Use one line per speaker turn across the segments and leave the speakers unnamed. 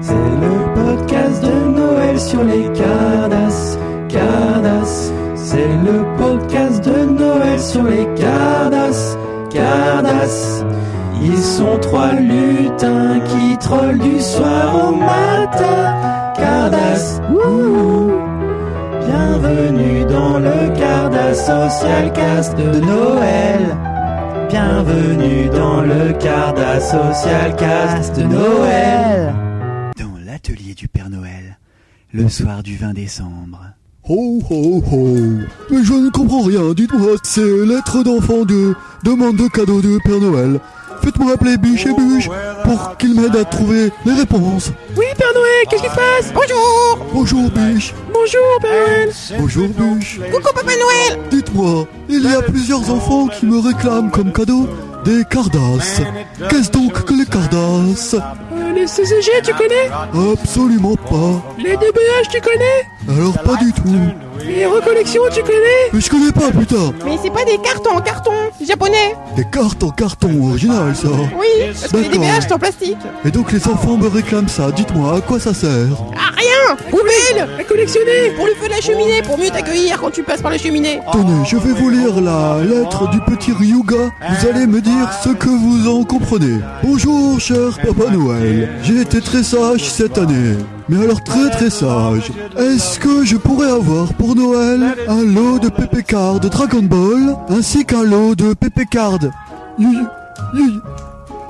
C'est le podcast de Noël sur les Cardas, Cardas. C'est le podcast de Noël sur les Cardas, Cardas. Ils sont trois lutins qui trollent du soir au matin. Cardas, ouh. Bienvenue dans le Cardas Social Cast de Noël. Bienvenue dans le Cardas Social Cast de Noël. Dans l'atelier du Père Noël, le soir du 20 décembre.
Oh oh oh Mais je ne comprends rien, dites-moi, ces lettres d'enfant de demande de cadeau de Père Noël. Faites-moi appeler Biche et Buche pour qu'il m'aide à trouver les réponses.
Oui, Père Noël, qu'est-ce qui se passe Bonjour
Bonjour Biche,
Bonjour, Père Noël
bonjour Biche.
Coucou, Papa Noël
Dites-moi, il y a plusieurs enfants qui me réclament comme cadeau des cardasses. Qu'est-ce donc que les cardasses
Euh, Les CCG, tu connais
Absolument pas.
Les DBH, tu connais
Alors pas du tout.
Les recollections, tu connais
Mais je connais pas putain.
Mais c'est pas des cartons en carton, c'est japonais.
Des cartes en carton original ça.
Oui, parce que les
D'accord.
DBH c'est en plastique.
Et donc les enfants me réclament ça. Dites-moi, à quoi ça sert
Ah rien Poubelle
À collectionner
Pour le feu de la cheminée, pour mieux t'accueillir quand tu passes par la cheminée.
Tenez, je vais vous lire la lettre du petit Ryuga. Vous allez me dire ce que vous en comprenez. Bonjour, cher Papa Noël. J'ai été très sage cette année. Mais alors très très sage. Est-ce que je pourrais avoir pour Noël un lot de PP Card Dragon Ball ainsi qu'un lot de PP Card Yu- Yu-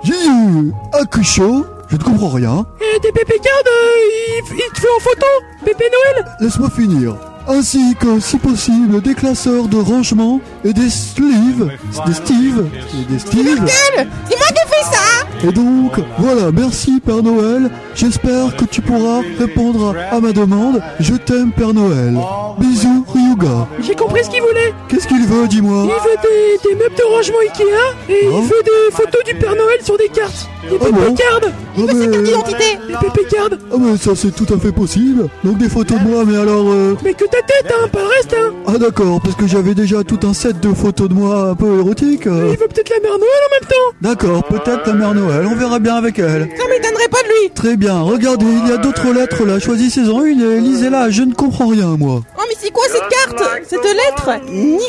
Yu- Hakusho Je ne comprends rien.
Et Euh, tes pépé cards, il, il te fait en photo Pépé Noël
Laisse-moi finir. Ainsi que, si possible, des classeurs de rangement et des sleeves, des Steve, des Steve.
Gueule C'est moi qui ai fait ça
Et donc, voilà, merci Père Noël. J'espère que tu pourras répondre à ma demande. Je t'aime Père Noël. Bisous Ryuga.
J'ai compris ce qu'il voulait
Qu'est-ce qu'il veut, dis-moi
Il veut des, des meubles de rangement Ikea et
Oh.
il veut des photos du Père Noël sur des cartes Des
Oh
pépé
bon
cards Euh,
Ah
Il veut sa carte
mais...
d'identité
Des pépé cards
ah mais ça c'est tout à fait possible. Donc des photos de moi, mais alors... euh,
Mais que ta tête, hein, pas le reste, hein
Ah d'accord, parce que j'avais déjà tout un set de photos de moi un peu érotiques. euh.
Il veut peut-être la mère Noël en même temps
D'accord, peut-être la mère Noël, on verra bien avec elle.
Ça m'étonnerait pas de lui
Très bien, regardez, il y a d'autres lettres là, choisissez-en une et lisez-la, je ne comprends rien moi.
Oh mais c'est quoi cette carte Cette lettre Ni- Nick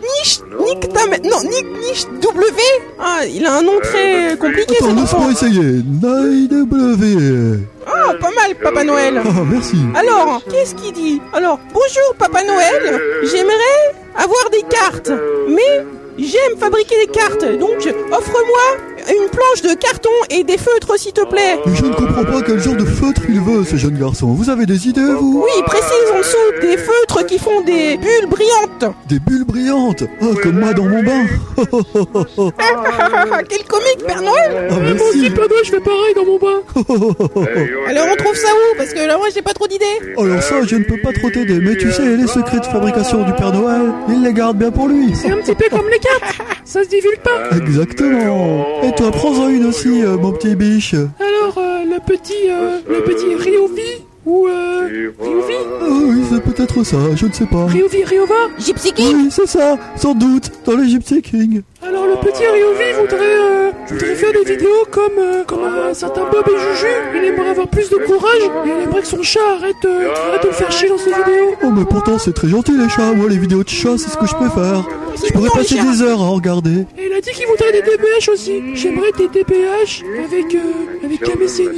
Niche Nick ta mère- Non, Nick Niche W Ah, il a un nom très compliqué
Attends,
cet
laisse-moi
enfant.
essayer. W.
Ah, pas mal Papa Noël
Ah, merci.
Alors, qu'est-ce qu'il dit Alors, bonjour Papa Noël, j'aimerais avoir des cartes,
euh,
mais j'aime fabriquer des cartes, donc offre-moi une planche de carton et des feutres s'il te plaît.
Mais je ne comprends pas quel genre de feutre il veut, ce jeune garçon. Vous avez des idées, vous
Oui, précise en dessous des feutres qui font des bulles brillantes.
Des bulles brillantes Ah, comme moi dans mon bain
Ah, Quel comique Père Noël
Ah,
Ah, Moi
merci
aussi, Père Noël, je fais pareil dans mon bain
Alors on trouve ça où Parce que là moi j'ai pas trop d'idées.
Alors ça, je ne peux pas trop t'aider, mais tu sais, les secrets de fabrication du Père Noël, il les garde bien pour lui.
C'est un petit peu comme les cartes Ça se divulgue pas
Exactement Et toi, prends-en une aussi, euh, mon petit biche.
Alors, euh, le petit, euh, le petit Ryovi ou euh, Ryovi
Ah oui, c'est peut-être ça, je ne sais pas.
Ryovi Ryova
Gypsy King
Oui, c'est ça, sans doute, dans le Gypsy King.
Alors le petit Ryovi voudrait, euh, voudrait faire des vidéos comme, euh, comme un certain Bob et Juju. Il aimerait avoir plus de courage et il aimerait que son chat arrête, euh, arrête de le faire chier dans ses vidéos.
Oh, mais pourtant, c'est très gentil, les chats. Moi, les vidéos de chats, c'est ce que je préfère. Je pourrais passer des heures à en regarder.
Et il a dit qu'il voudrait des DPH aussi. J'aimerais des DPH avec, euh, avec Kamecénine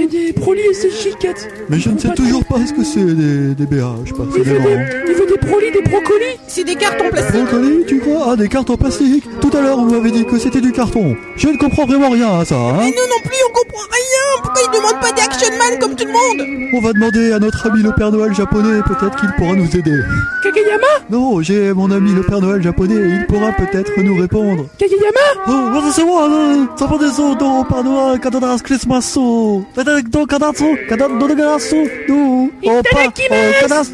et des Broly et ses Chicats.
Mais je ne sais toujours pas ce que c'est des, des BA, je sais pas, c'est
Il
des
veut des,
ventes.
il veut des Broly, des brocolis.
C'est des cartes en plastique.
Brocoli, tu crois Ah, des cartes en plastique Tout à l'heure, on m'avait dit que c'était du carton. Je ne comprends vraiment rien à ça, hein
Mais nous non plus on comprend rien. Pourquoi il demande pas des Action Man comme tout le monde
On va demander à notre ami le Père Noël japonais, peut-être qu'il pourra nous aider.
Kageyama
Non, j'ai mon ami le Père Noël japonais, et il pourra peut-être nous répondre.
Kageyama
Oh, vas-y, c'est moi, là Ça va des autres, non, Père Noël, Kadadas, Christmas, oh Kadadas, Kadadas, Kadadas, Kadadas, non Oh, pas, oh, Kadadas,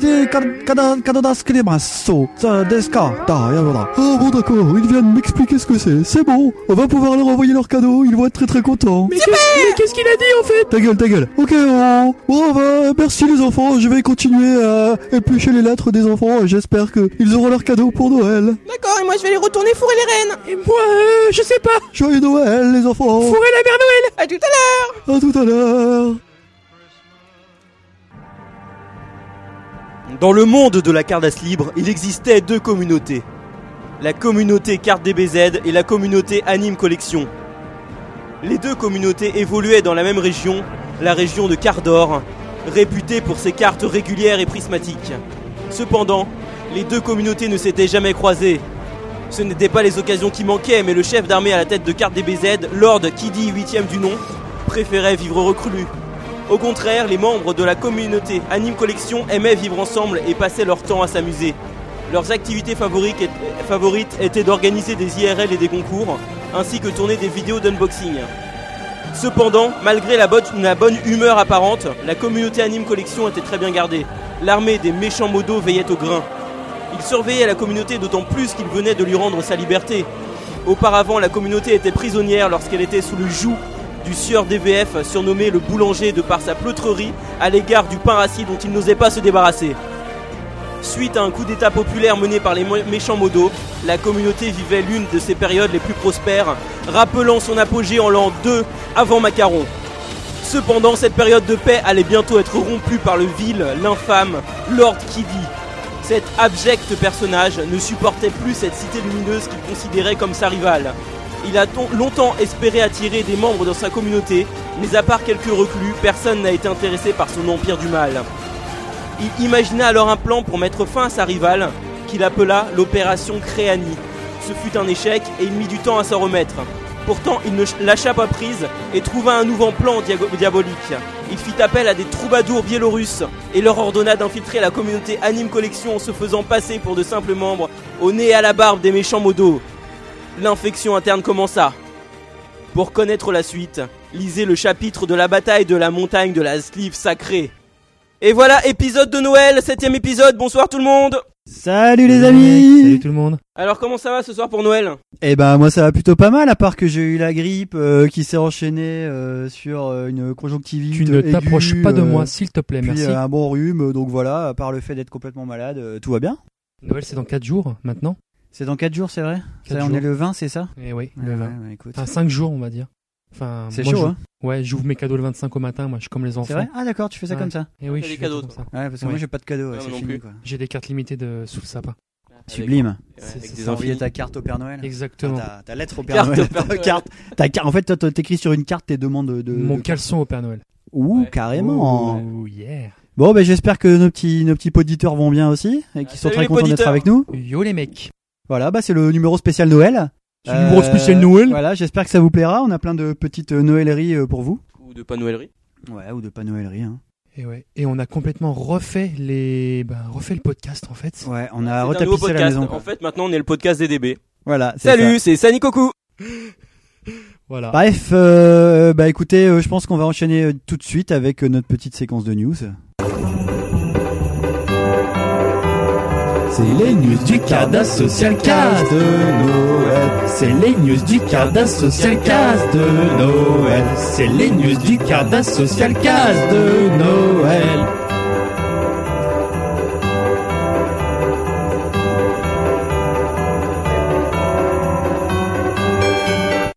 Kadadas, Kadadas, Christmas, oh Ça, Deska, da, et voilà. Oh, bon, d'accord, ils viennent m'expliquer ce que c'est, c'est bon, on va pouvoir leur envoyer leur cadeau, ils vont être très très contents.
Mais qu'est-ce- mais qu'est-ce qu'il a dit en fait
Ta gueule, ta gueule. Ok, on... bon, bah, merci les enfants, je vais continuer à éplucher les lettres des enfants, et j'espère qu'ils auront leur cadeau pour Noël.
D'accord, et moi je vais les retourner fourrer les rennes.
Et moi, euh, je sais pas.
Oh.
Joyeux Noël, les enfants
Fourrer la mère Noël
À tout à l'heure
À tout à l'heure
Dans le monde de la Cardass libre, il existait deux communautés. La communauté Carte DBZ et la communauté Anime Collection. Les deux communautés évoluaient dans la même région, la région de Cardor, réputée pour ses cartes régulières et prismatiques. Cependant, les deux communautés ne s'étaient jamais croisées. Ce n'étaient pas les occasions qui manquaient, mais le chef d'armée à la tête de Carte DBZ, Lord Kiddy 8 du nom, préférait vivre reclus. Au contraire, les membres de la communauté Anime Collection aimaient vivre ensemble et passaient leur temps à s'amuser. Leurs activités favoriques et- euh, favorites étaient d'organiser des IRL et des concours, ainsi que tourner des vidéos d'unboxing. Cependant, malgré la, bonne- la bonne humeur apparente, la communauté Anime Collection était très bien gardée. L'armée des méchants modos veillait au grain. Ils surveillaient la communauté d'autant plus qu'ils venaient de lui rendre sa liberté. Auparavant, la communauté était prisonnière lorsqu'elle était sous le joug du sieur DVF, surnommé le boulanger de par sa pleutrerie à l'égard du pain rassis dont il n'osait pas se débarrasser. Suite à un coup d'état populaire mené par les mé- méchants modos, la communauté vivait l'une de ses périodes les plus prospères, rappelant son apogée en l'an 2 avant Macaron. Cependant, cette période de paix allait bientôt être rompue par le vil, l'infâme Lord Kiddy. Cet abject personnage ne supportait plus cette cité lumineuse qu'il considérait comme sa rivale. Il a ton- longtemps espéré attirer des membres dans sa communauté, mais à part quelques reclus, personne n'a été intéressé par son empire du mal. Il imagina alors un plan pour mettre fin à sa rivale, qu'il appela l'opération Créani. Ce fut un échec et il mit du temps à s'en remettre. Pourtant, il ne ch- lâcha pas prise et trouva un nouveau plan diago- diabolique. Il fit appel à des troubadours biélorusses et leur ordonna d'infiltrer la communauté Anime Collection en se faisant passer pour de simples membres au nez et à la barbe des méchants modos. L'infection interne commença. Pour connaître la suite, lisez le chapitre de la bataille de la montagne de la Sleeve sacrée. Et voilà, épisode de Noël, septième épisode, bonsoir tout le monde
Salut les amis
Salut tout le monde.
Alors comment ça va ce soir pour Noël
Eh ben moi ça va plutôt pas mal à part que j'ai eu la grippe euh, qui s'est enchaînée euh, sur euh, une conjonctivite.
Tu ne
aiguë,
t'approches pas de
euh,
moi, s'il te plaît,
Puis
merci.
euh, un bon rhume, donc voilà, à part le fait d'être complètement malade, euh, tout va bien.
Noël, c'est dans 4 jours maintenant.
C'est dans 4 jours, c'est vrai Ça,
Quatre
On
jours.
est le 20, c'est ça
Et oui,
Ouais,
le 20.
ouais, écoute.
Enfin, 5 jours, on va dire. Enfin,
c'est
moi,
chaud,
je-
hein
Ouais, j'ouvre mes cadeaux le 25 au matin, moi, je suis comme les enfants.
C'est vrai Ah d'accord, tu fais ça
Ouais.
comme ça.
Et oui,
T'as
je
des
fais
cadeaux,
comme ça.
Ouais, parce que
Ouais.
moi j'ai pas de cadeau,
Ouais,
c'est
moi non
fini
plus.
quoi.
J'ai des cartes limitées de... sous le sapin.
Sublime.
Ouais,
C'est-
avec
c'est
des
ça.
envies.
Envoyer ta carte au Père Noël.
Exactement.
Ah, ta, ta lettre au Père
Carte
Noël.
au Père
Ta
Noël.
carte, ta carte- en fait, toi, toi, t'écris sur une carte tes demandes de. de-
Mon Oh,
de-
caleçon au Père Noël.
Ouh,
Ouais.
carrément.
Ouh, yeah.
Bon, ben j'espère que nos petits nos petits auditeurs vont bien aussi et qu'ils sont
Ah, salut
très
les
contents d'être
poditeurs.
avec nous.
Yo les mecs.
Voilà, bah c'est le numéro spécial Noël. Euh,
C'est le numéro spécial Noël.
Voilà, j'espère que ça vous plaira. On a plein de petites euh, Noëlleries euh, pour vous.
Ou de pas Noëllerie.
Ouais, ou de pas Noëlleries. Hein.
Et Eh ouais. Et on a complètement refait les, ben, refait le podcast en fait.
Ouais, on
C'est
a
un nouveau
retapissé la
podcast.
maison.
En fait, maintenant on est le podcast des DB.
Voilà, c'est ça.
Salut, c'est Sani Koku
Voilà.
Bah,
Bref, euh, bah écoutez, euh, je pense qu'on va enchaîner euh, tout de suite avec euh, notre petite séquence de news.
C'est les news du Cardas Social Cast de Noël. C'est les news du Cardas Social Cast de Noël. C'est les news du Cardas Social Cast de Noël.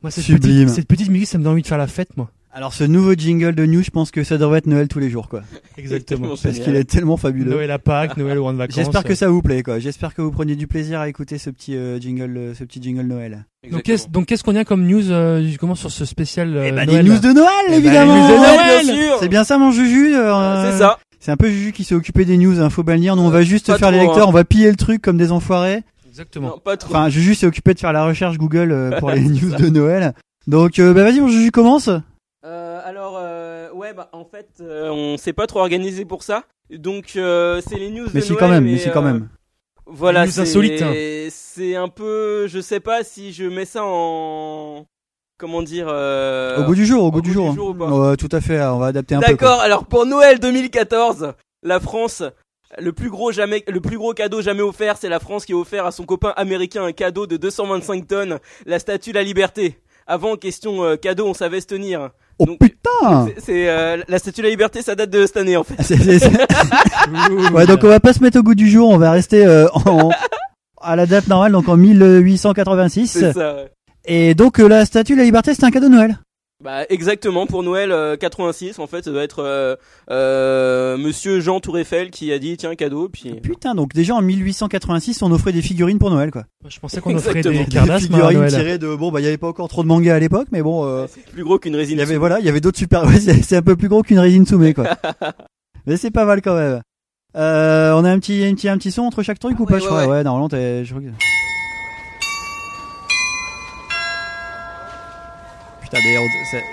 Moi, cette
Sublime.
petite, cette petite musique, ça me donne envie de faire la fête, moi.
Alors ce nouveau jingle de news, je pense que ça devrait être Noël tous les jours, quoi.
Exactement.
Parce qu'il est tellement fabuleux.
Noël à Pâques, Noël au de vacances.
J'espère que ça vous plaît, quoi. J'espère que vous preniez du plaisir à écouter ce petit euh, jingle, euh, ce petit jingle Noël.
Donc qu'est-ce donc qu'est-ce qu'on a comme news euh, comment sur ce spécial euh,
Eh ben, les
Noël
news de Noël,
Eh ben,
évidemment.
les news de Noël,
bien sûr
C'est bien ça, mon Juju. euh,
C'est ça.
C'est un peu Juju qui s'est occupé des news, hein, faut bien le dire. Nous,
Euh,
on va juste
Pas
faire les
trop,
hein.
lecteurs, on va piller le truc comme des enfoirés.
Exactement.
Non, pas trop.
Enfin, Juju s'est occupé de faire la recherche Google euh, pour les news de Noël. Donc, euh, bah vas-y, mon Juju commence.
Euh, alors, euh, ouais, bah en fait, euh, on s'est pas trop organisé pour ça. Donc, euh, c'est les news de
Mais si
Noël,
quand même, mais si quand
euh,
même.
Voilà,
Les news
c'est-
insolites, hein.
C'est un peu, je sais pas si je mets ça en, comment dire, euh,
Au goût du jour, au goût
au
du jour. hein.
ou pas
Ouais, tout à fait, on va adapter un peu. quoi.
D'accord, alors pour Noël 2014, la France, le plus gros, jamais, le plus gros cadeau jamais offert, c'est la France qui a offert à son copain américain un cadeau de 225 tonnes, la statue de la liberté. Avant, question euh, cadeau, on savait se tenir.
Oh
Donc,
putain
C'est- C'est euh, la statue de la liberté, ça date de cette année en fait.
C'est- c'est- c'est- Ouais, donc on va pas se mettre au goût du jour, on va rester euh, en, à la date normale, donc en 1886.
C'est ça. ouais.
Et donc euh, la statue de la liberté, c'est un cadeau de Noël.
Bah exactement pour Noël euh, 86 en fait ça doit être euh, euh, Monsieur Jean Tour Eiffel qui a dit tiens cadeau puis
Putain, donc déjà en 1886, on offrait des figurines pour Noël, quoi.
Je pensais qu'on offrait des
Exactement.
Des
cardasses, mais à
figurines
Noël.
tirées de. Bon, bah, il n'y avait pas encore trop de mangas à l'époque, mais bon. euh,
plus gros qu'une
Il
résine.
y avait voilà, il y avait d'autres super. ouais, c'est c'est un peu plus gros qu'une résine soumée quoi. Mais c'est pas mal quand même. Euh, on a un petit, un petit, un petit son entre chaque truc ou
ouais,
pas Je
ouais,
crois.
ouais.
Ouais, normalement, t'es- je crois que- Putain, mais on- c'est-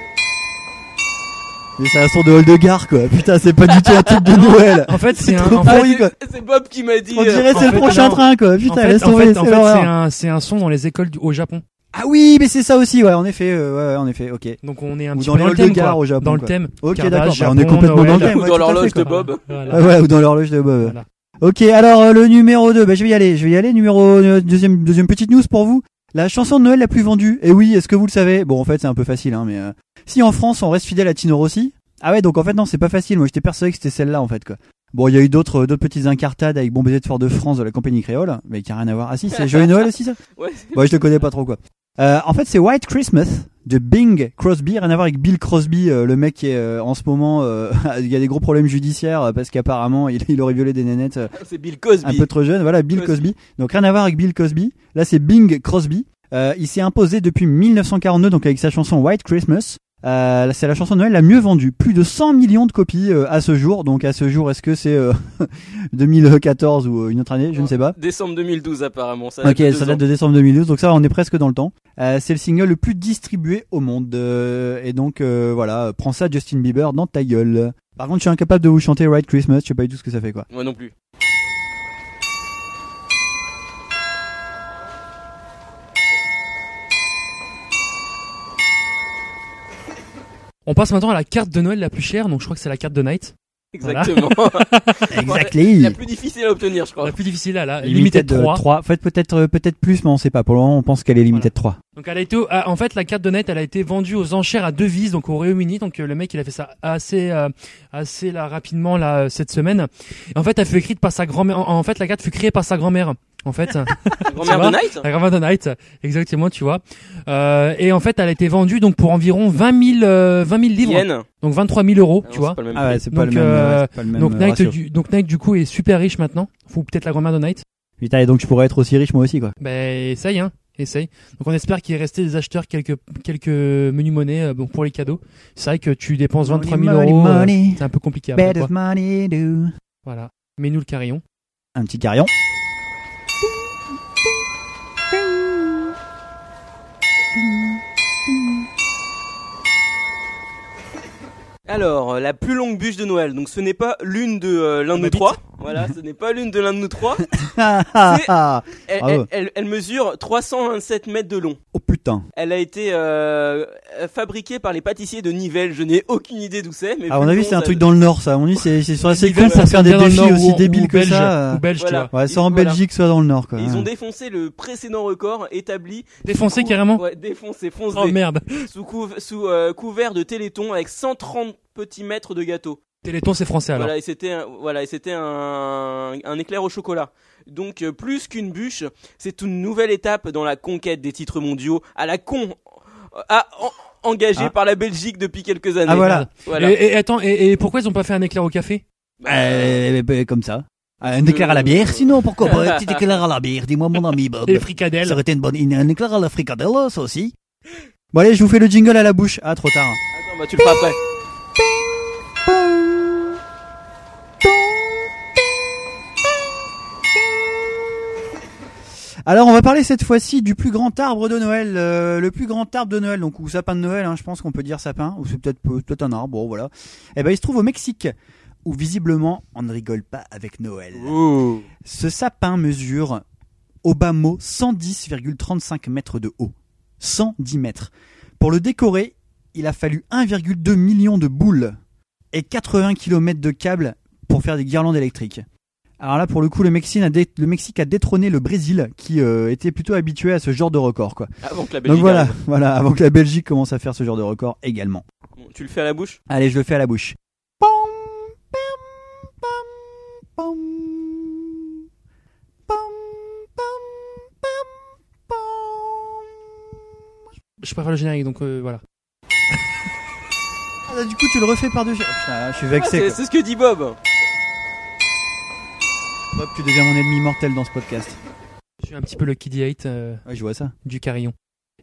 Mais c'est un son de hall de gare quoi. Putain, c'est pas du tout un truc de Noël.
En fait, c'est un,
trop
en
pourri,
fait,
quoi.
Ah, C'est Bob qui m'a dit.
On
euh,
dirait
en
c'est le
fait,
prochain
non.
train quoi.
en
Putain,
fait,
laisse
en fait,
tomber,
en
c'est
fait, c'est
l'horreur.
un, c'est un son dans les écoles du- au Japon.
Ah oui, mais c'est ça aussi. Ouais, en effet. euh, ouais, ouais, en effet. Ok.
Donc on est un
Ou
petit
dans
peu
les
dans le
halls de
thème.
gare
quoi.
au Japon,
dans le
quoi.
thème.
Ok,
Cardasses,
d'accord. Bah, on
Japon,
est complètement dans le
Noël.
thème. ouais,
Ou
tout à
dans
fait,
l'horloge de
quoi.
Bob.
Voilà.
Ah Ouais, ou dans l'horloge de Bob.
Voilà.
Ok, alors euh, le numéro 2, bah, je vais y aller, je vais y aller, numéro euh, deuxième, deuxième petite news pour vous. La chanson de Noël la plus vendue, et oui, est-ce que vous le savez Bon, en fait, c'est un peu facile, hein, mais euh, si en France on reste fidèle à Tino Rossi, ah ouais, donc en fait non, c'est pas facile. Moi, j'étais persuadé que c'était celle-là en fait. Quoi. Bon, il y a eu d'autres, euh, d'autres petites incartades avec Bon baiser de Fort de France de la compagnie créole, mais qui a rien à voir. Ah si, c'est Joyeux Noël aussi ça
Ouais.
Bon, Bah, je le connais pas trop quoi. Euh, en fait, c'est White Christmas de Bing Crosby, rien à voir avec Bill Crosby, euh, le mec qui est euh, en ce moment, euh, il y a des gros problèmes judiciaires euh, parce qu'apparemment il, il aurait violé des nénettes euh,
C'est Bill
un
Cosby.
peu trop jeune. Voilà, Bill Cosby.
Cosby.
Donc rien à voir avec Bill Cosby. Là, c'est Bing Crosby. Euh, il s'est imposé depuis 1942, donc avec sa chanson White Christmas. Euh, c'est la chanson de Noël la mieux vendue, plus de 100 millions de copies euh, à ce jour. Donc à ce jour, est-ce que c'est euh, 2014 ou euh, une autre année Je ne sais pas.
Décembre 2012 apparemment. Ça
Ok,
date de
ça
deux
date
ans.
de décembre 2012, donc ça va, on est presque dans le temps. Euh, c'est le single le plus distribué au monde. Euh, et donc euh, voilà, euh, prends ça Justin Bieber dans ta gueule. Par contre, je suis incapable de vous chanter Right Christmas, je sais pas du tout ce que ça fait quoi.
Moi non plus.
On passe maintenant à la carte de Noël la plus chère, donc je crois que c'est la carte de Knight.
Exactement.
Exactly.
La plus difficile à obtenir je crois.
La plus difficile à la
Limited
limitée
de
3.
3. Faites peut-être euh, peut-être plus, mais on sait pas. Pour le moment, on pense qu'elle est limited 3.
Donc elle a été, ah, en fait, la carte de net, elle a été vendue aux enchères à devises, donc au Royaume-Uni. Donc euh, le mec, il a fait ça assez, euh, assez là rapidement là euh, cette semaine. Et en fait, elle fut écrite par sa grand-mère. En, en fait, la carte fut créée par sa grand-mère. En fait,
La Grand-mère de Night.
la grand-mère de Knight, exactement, tu vois. Euh, et en fait, elle a été vendue donc pour environ 20 000, euh, 20 000 livres,
Yen.
donc 23 000 euros,
Ah non,
tu vois.
c'est pas le même
Ah ouais, c'est pas,
Donc,
le même,
euh,
euh, ouais, c'est pas le même.
Donc
euh,
Knight,
ratio.
du, donc Knight du coup est super riche maintenant. Faut peut-être la grand-mère de Knight.
Putain, et donc je pourrais être aussi riche moi aussi quoi.
Ben essaye hein, essaye. Donc on espère qu'il est resté des acheteurs quelques quelques menus monnaies euh, bon pour les cadeaux. C'est vrai que tu dépenses 23 000
Money,
euros, euh,
money,
c'est un peu compliqué.
bet
Après, quoi.
of money, do.
Voilà. Mais nous le carillon.
Un petit carillon.
Alors, euh, la plus longue bûche de Noël. Donc, ce n'est pas l'une de euh, l'un de nous trois. Voilà, ce n'est pas l'une de l'un de nous trois.
Ah, ah, ah.
Elle,
Bravo.
elle, elle- elle mesure 327 mètres de long.
oh putain.
Elle a été euh, euh, fabriquée par les pâtissiers de Nivelles. Je n'ai aucune idée d'où c'est. Mais
Ah, on a vu,
vu le nom,
c'est un
ça-
truc dans le nord ça. On dit c'est c'est assez
Nivelles,
cool pour
ça
faire
vient
des
dans le
défis
Nord
aussi
ou-
débiles
ou
que
belge,
ça. euh.
Ou belge,
Voilà.
tu vois.
Ouais, soit en
Voilà.
Belgique, soit dans le nord quoi.
Et Ils ont défoncé le précédent record établi.
Défoncé
sous-
carrément.
Ouais, défoncé, foncé.
Oh merde.
Sous, couv- sous euh, couvert de téléthon avec 130 petits mètres de gâteau.
Téléthon c'est français alors.
Voilà, et c'était un, voilà, et c'était un, un éclair au chocolat. Donc euh, plus qu'une bûche, c'est une nouvelle étape dans la conquête des titres mondiaux à la con à, en- engagée
Ah.
par la Belgique depuis quelques années.
Ah voilà.
Voilà.
Et, et attends, et, et pourquoi ils ont pas fait un éclair au café
Euh, bah, comme ça. Un éclair à la bière, sinon pourquoi pas un petit éclair à la bière, dis-moi mon ami
Ah,
Bob.
bah,
Des fricadelles.
Ça aurait été une bonne. une- Un éclair à la fricadelle, ça aussi. Bon, allez, je vous fais le jingle à la bouche. Ah, trop tard.
Attends, bah, tu le feras après.
Alors, on va parler cette fois-ci du plus grand arbre de Noël. euh, le plus grand arbre de Noël, donc, ou sapin de Noël, hein, je pense qu'on peut dire sapin, ou c'est peut-être peut un arbre, bon, voilà. Eh ben, il se trouve au Mexique, où visiblement, on ne rigole pas avec Noël. Ce sapin mesure, au bas mot, 110,35 mètres de haut. 110 mètres. Pour le décorer, il a fallu 1,2 million de boules et 80 km de câbles pour faire des guirlandes électriques. Alors là, pour le coup, le Mexique a, dé- le Mexique a détrôné le Brésil, qui euh, était plutôt habitué à ce genre de record. Quoi.
Avant que la
Donc
Belgique.
voilà,
arrive.
voilà, avant que la Belgique commence à faire ce genre de record également.
Bon, tu le fais à la bouche.
Allez, je le fais à la bouche. Ah,
Je préfère le générique donc euh, voilà.
Ah, Du coup, tu le refais par-dessus. Oh, putain, je suis vexé.
C'est
quoi.
c'est ce que dit Bob.
Bob, tu deviens mon ennemi mortel dans ce podcast.
Je suis un petit peu le Kiddy Hate euh,
Ouais, je vois ça.
du carillon.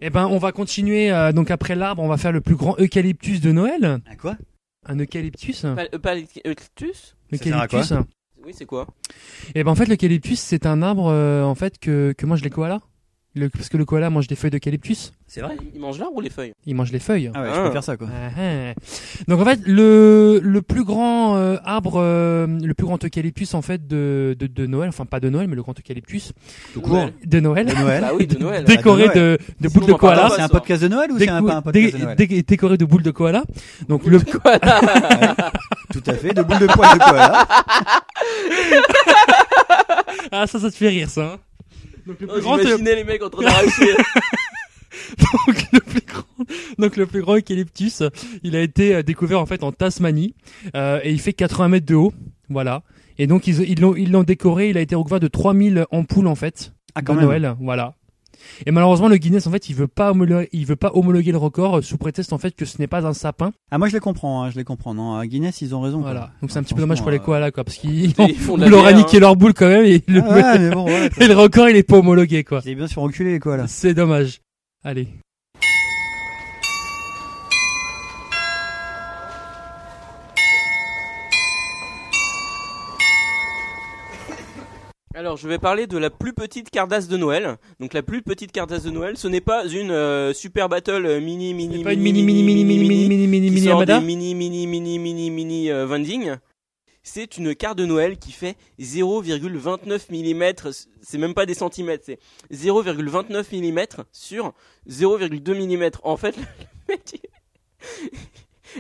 Eh ben, on va continuer. euh, donc après l'arbre, on va faire le plus grand eucalyptus de Noël.
À quoi
Un eucalyptus. hein.
Pal- euh, pal- Eucalyptus
sert à quoi
Eucalyptus.
Oui, c'est quoi
Et ben en fait, l'eucalyptus, c'est un arbre euh, en fait que que mangent les koalas. Le- parce que le koala mange des feuilles d'eucalyptus.
C'est vrai
Il mange l'arbre ou les feuilles
Il mange les feuilles.
Ah ouais, je
Ah.
peux faire ça quoi.
Ah, ah. Donc en fait le, le plus grand euh, arbre euh, le plus grand eucalyptus en fait de, de, de Noël enfin pas de Noël mais le grand eucalyptus
Tout court.
Noël.
de Noël,
De Noël.
Bah oui, de Noël.
Dé-
décoré
Ah, de
de, de
Sinon,
boules de
on en parlera
koala
C'est un
soir.
podcast de Noël ou c'est un,
Décou-
pas un podcast de
dé-
Noël
dé- décoré de boules de koala donc le
Tout à fait, de boules de poils de koala.
ah ça ça te fait rire ça hein. donc, le
Oh,
plus grand, euh,
J'imaginais les mecs en train de réussir.
donc, le plus grand donc le plus grand eucalyptus il a été euh, découvert en fait en Tasmanie euh, et il fait 80 mètres de haut voilà et donc ils ils l'ont ils l'ont décoré il a été recouvert de 3000 ampoules en fait
Ah,
de Noël, voilà. Et malheureusement, le Guinness, en fait, il veut pas homologuer, il veut pas homologuer le record euh, sous prétexte en fait que ce n'est pas un sapin.
Ah, moi je les comprends, hein, je les comprends. Non, à Guinness ils ont raison. quoi.
Voilà. Donc c'est un
Ouais,
petit peu dommage pour les
franchement,
koalas, quoi, parce qu'ils
Ils font de la
euh, on leur a
bière, hein.
niqué leur boule quand même et le,
euh, ah, ouais, mais bon, voilà. quoi.
et le record il est pas homologué, quoi.
Ils étaient bien sur enculé les koalas.
C'est dommage. Allez.
Alors, je vais parler de la plus petite cardasse de Noël. Donc, la plus petite cardasse de Noël, ce n'est pas une euh, super battle euh, mini, mini,
C'est pas une mini mini mini mini mini mini mini
qui
mini
sort
Amada
des mini, mini, mini, mini, mini euh, vending. C'est une carte de Noël qui fait 0,29 mm, c'est même pas des centimètres, c'est 0,29 mm sur 0,2 mm. En fait, le mec,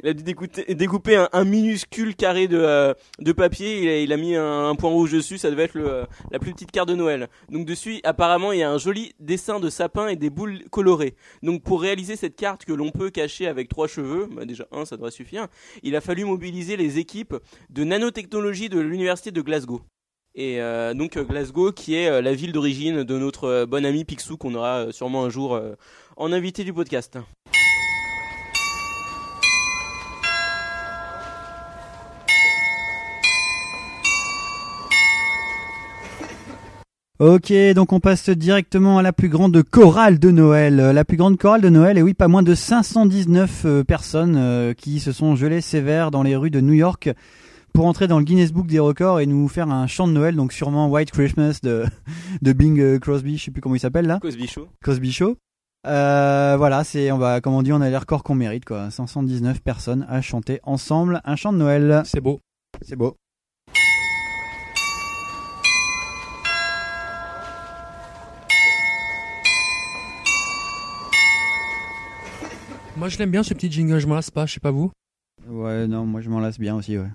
il a dû découper, découper un, un minuscule carré de, euh, de papier, il a, il a mis un, un point rouge dessus, ça devait être le, euh, la plus petite carte de Noël. Donc dessus, apparemment, il y a un joli dessin de sapin et des boules colorées. Donc pour réaliser cette carte que l'on peut cacher avec trois cheveux, bah déjà un, ça devrait suffire, il a fallu mobiliser les équipes de nanotechnologie de l'université de Glasgow. Et euh, donc euh, Glasgow qui est euh, la ville d'origine de notre euh, bon ami Picsou qu'on aura euh, sûrement un jour euh, en invité du podcast.
Ok, donc on passe directement à la plus grande chorale de Noël. Euh, La plus grande chorale de Noël, et oui, pas moins de 519 euh, personnes euh, qui se sont gelées sévères dans les rues de New York pour entrer dans le Guinness Book des records et nous faire un chant de Noël, donc sûrement White Christmas de, de Bing euh, Crosby, je sais plus comment il s'appelle là,
Cosby Show.
Crosby Show. Euh, voilà, c'est, on va, comme on dit, on a les records qu'on mérite, quoi. 519 personnes à chanter ensemble un chant de Noël.
C'est beau.
C'est beau.
Moi je l'aime bien ce petit jingle, je m'en lasse pas, je sais pas vous.
Ouais, non, moi je m'en lasse bien aussi, ouais.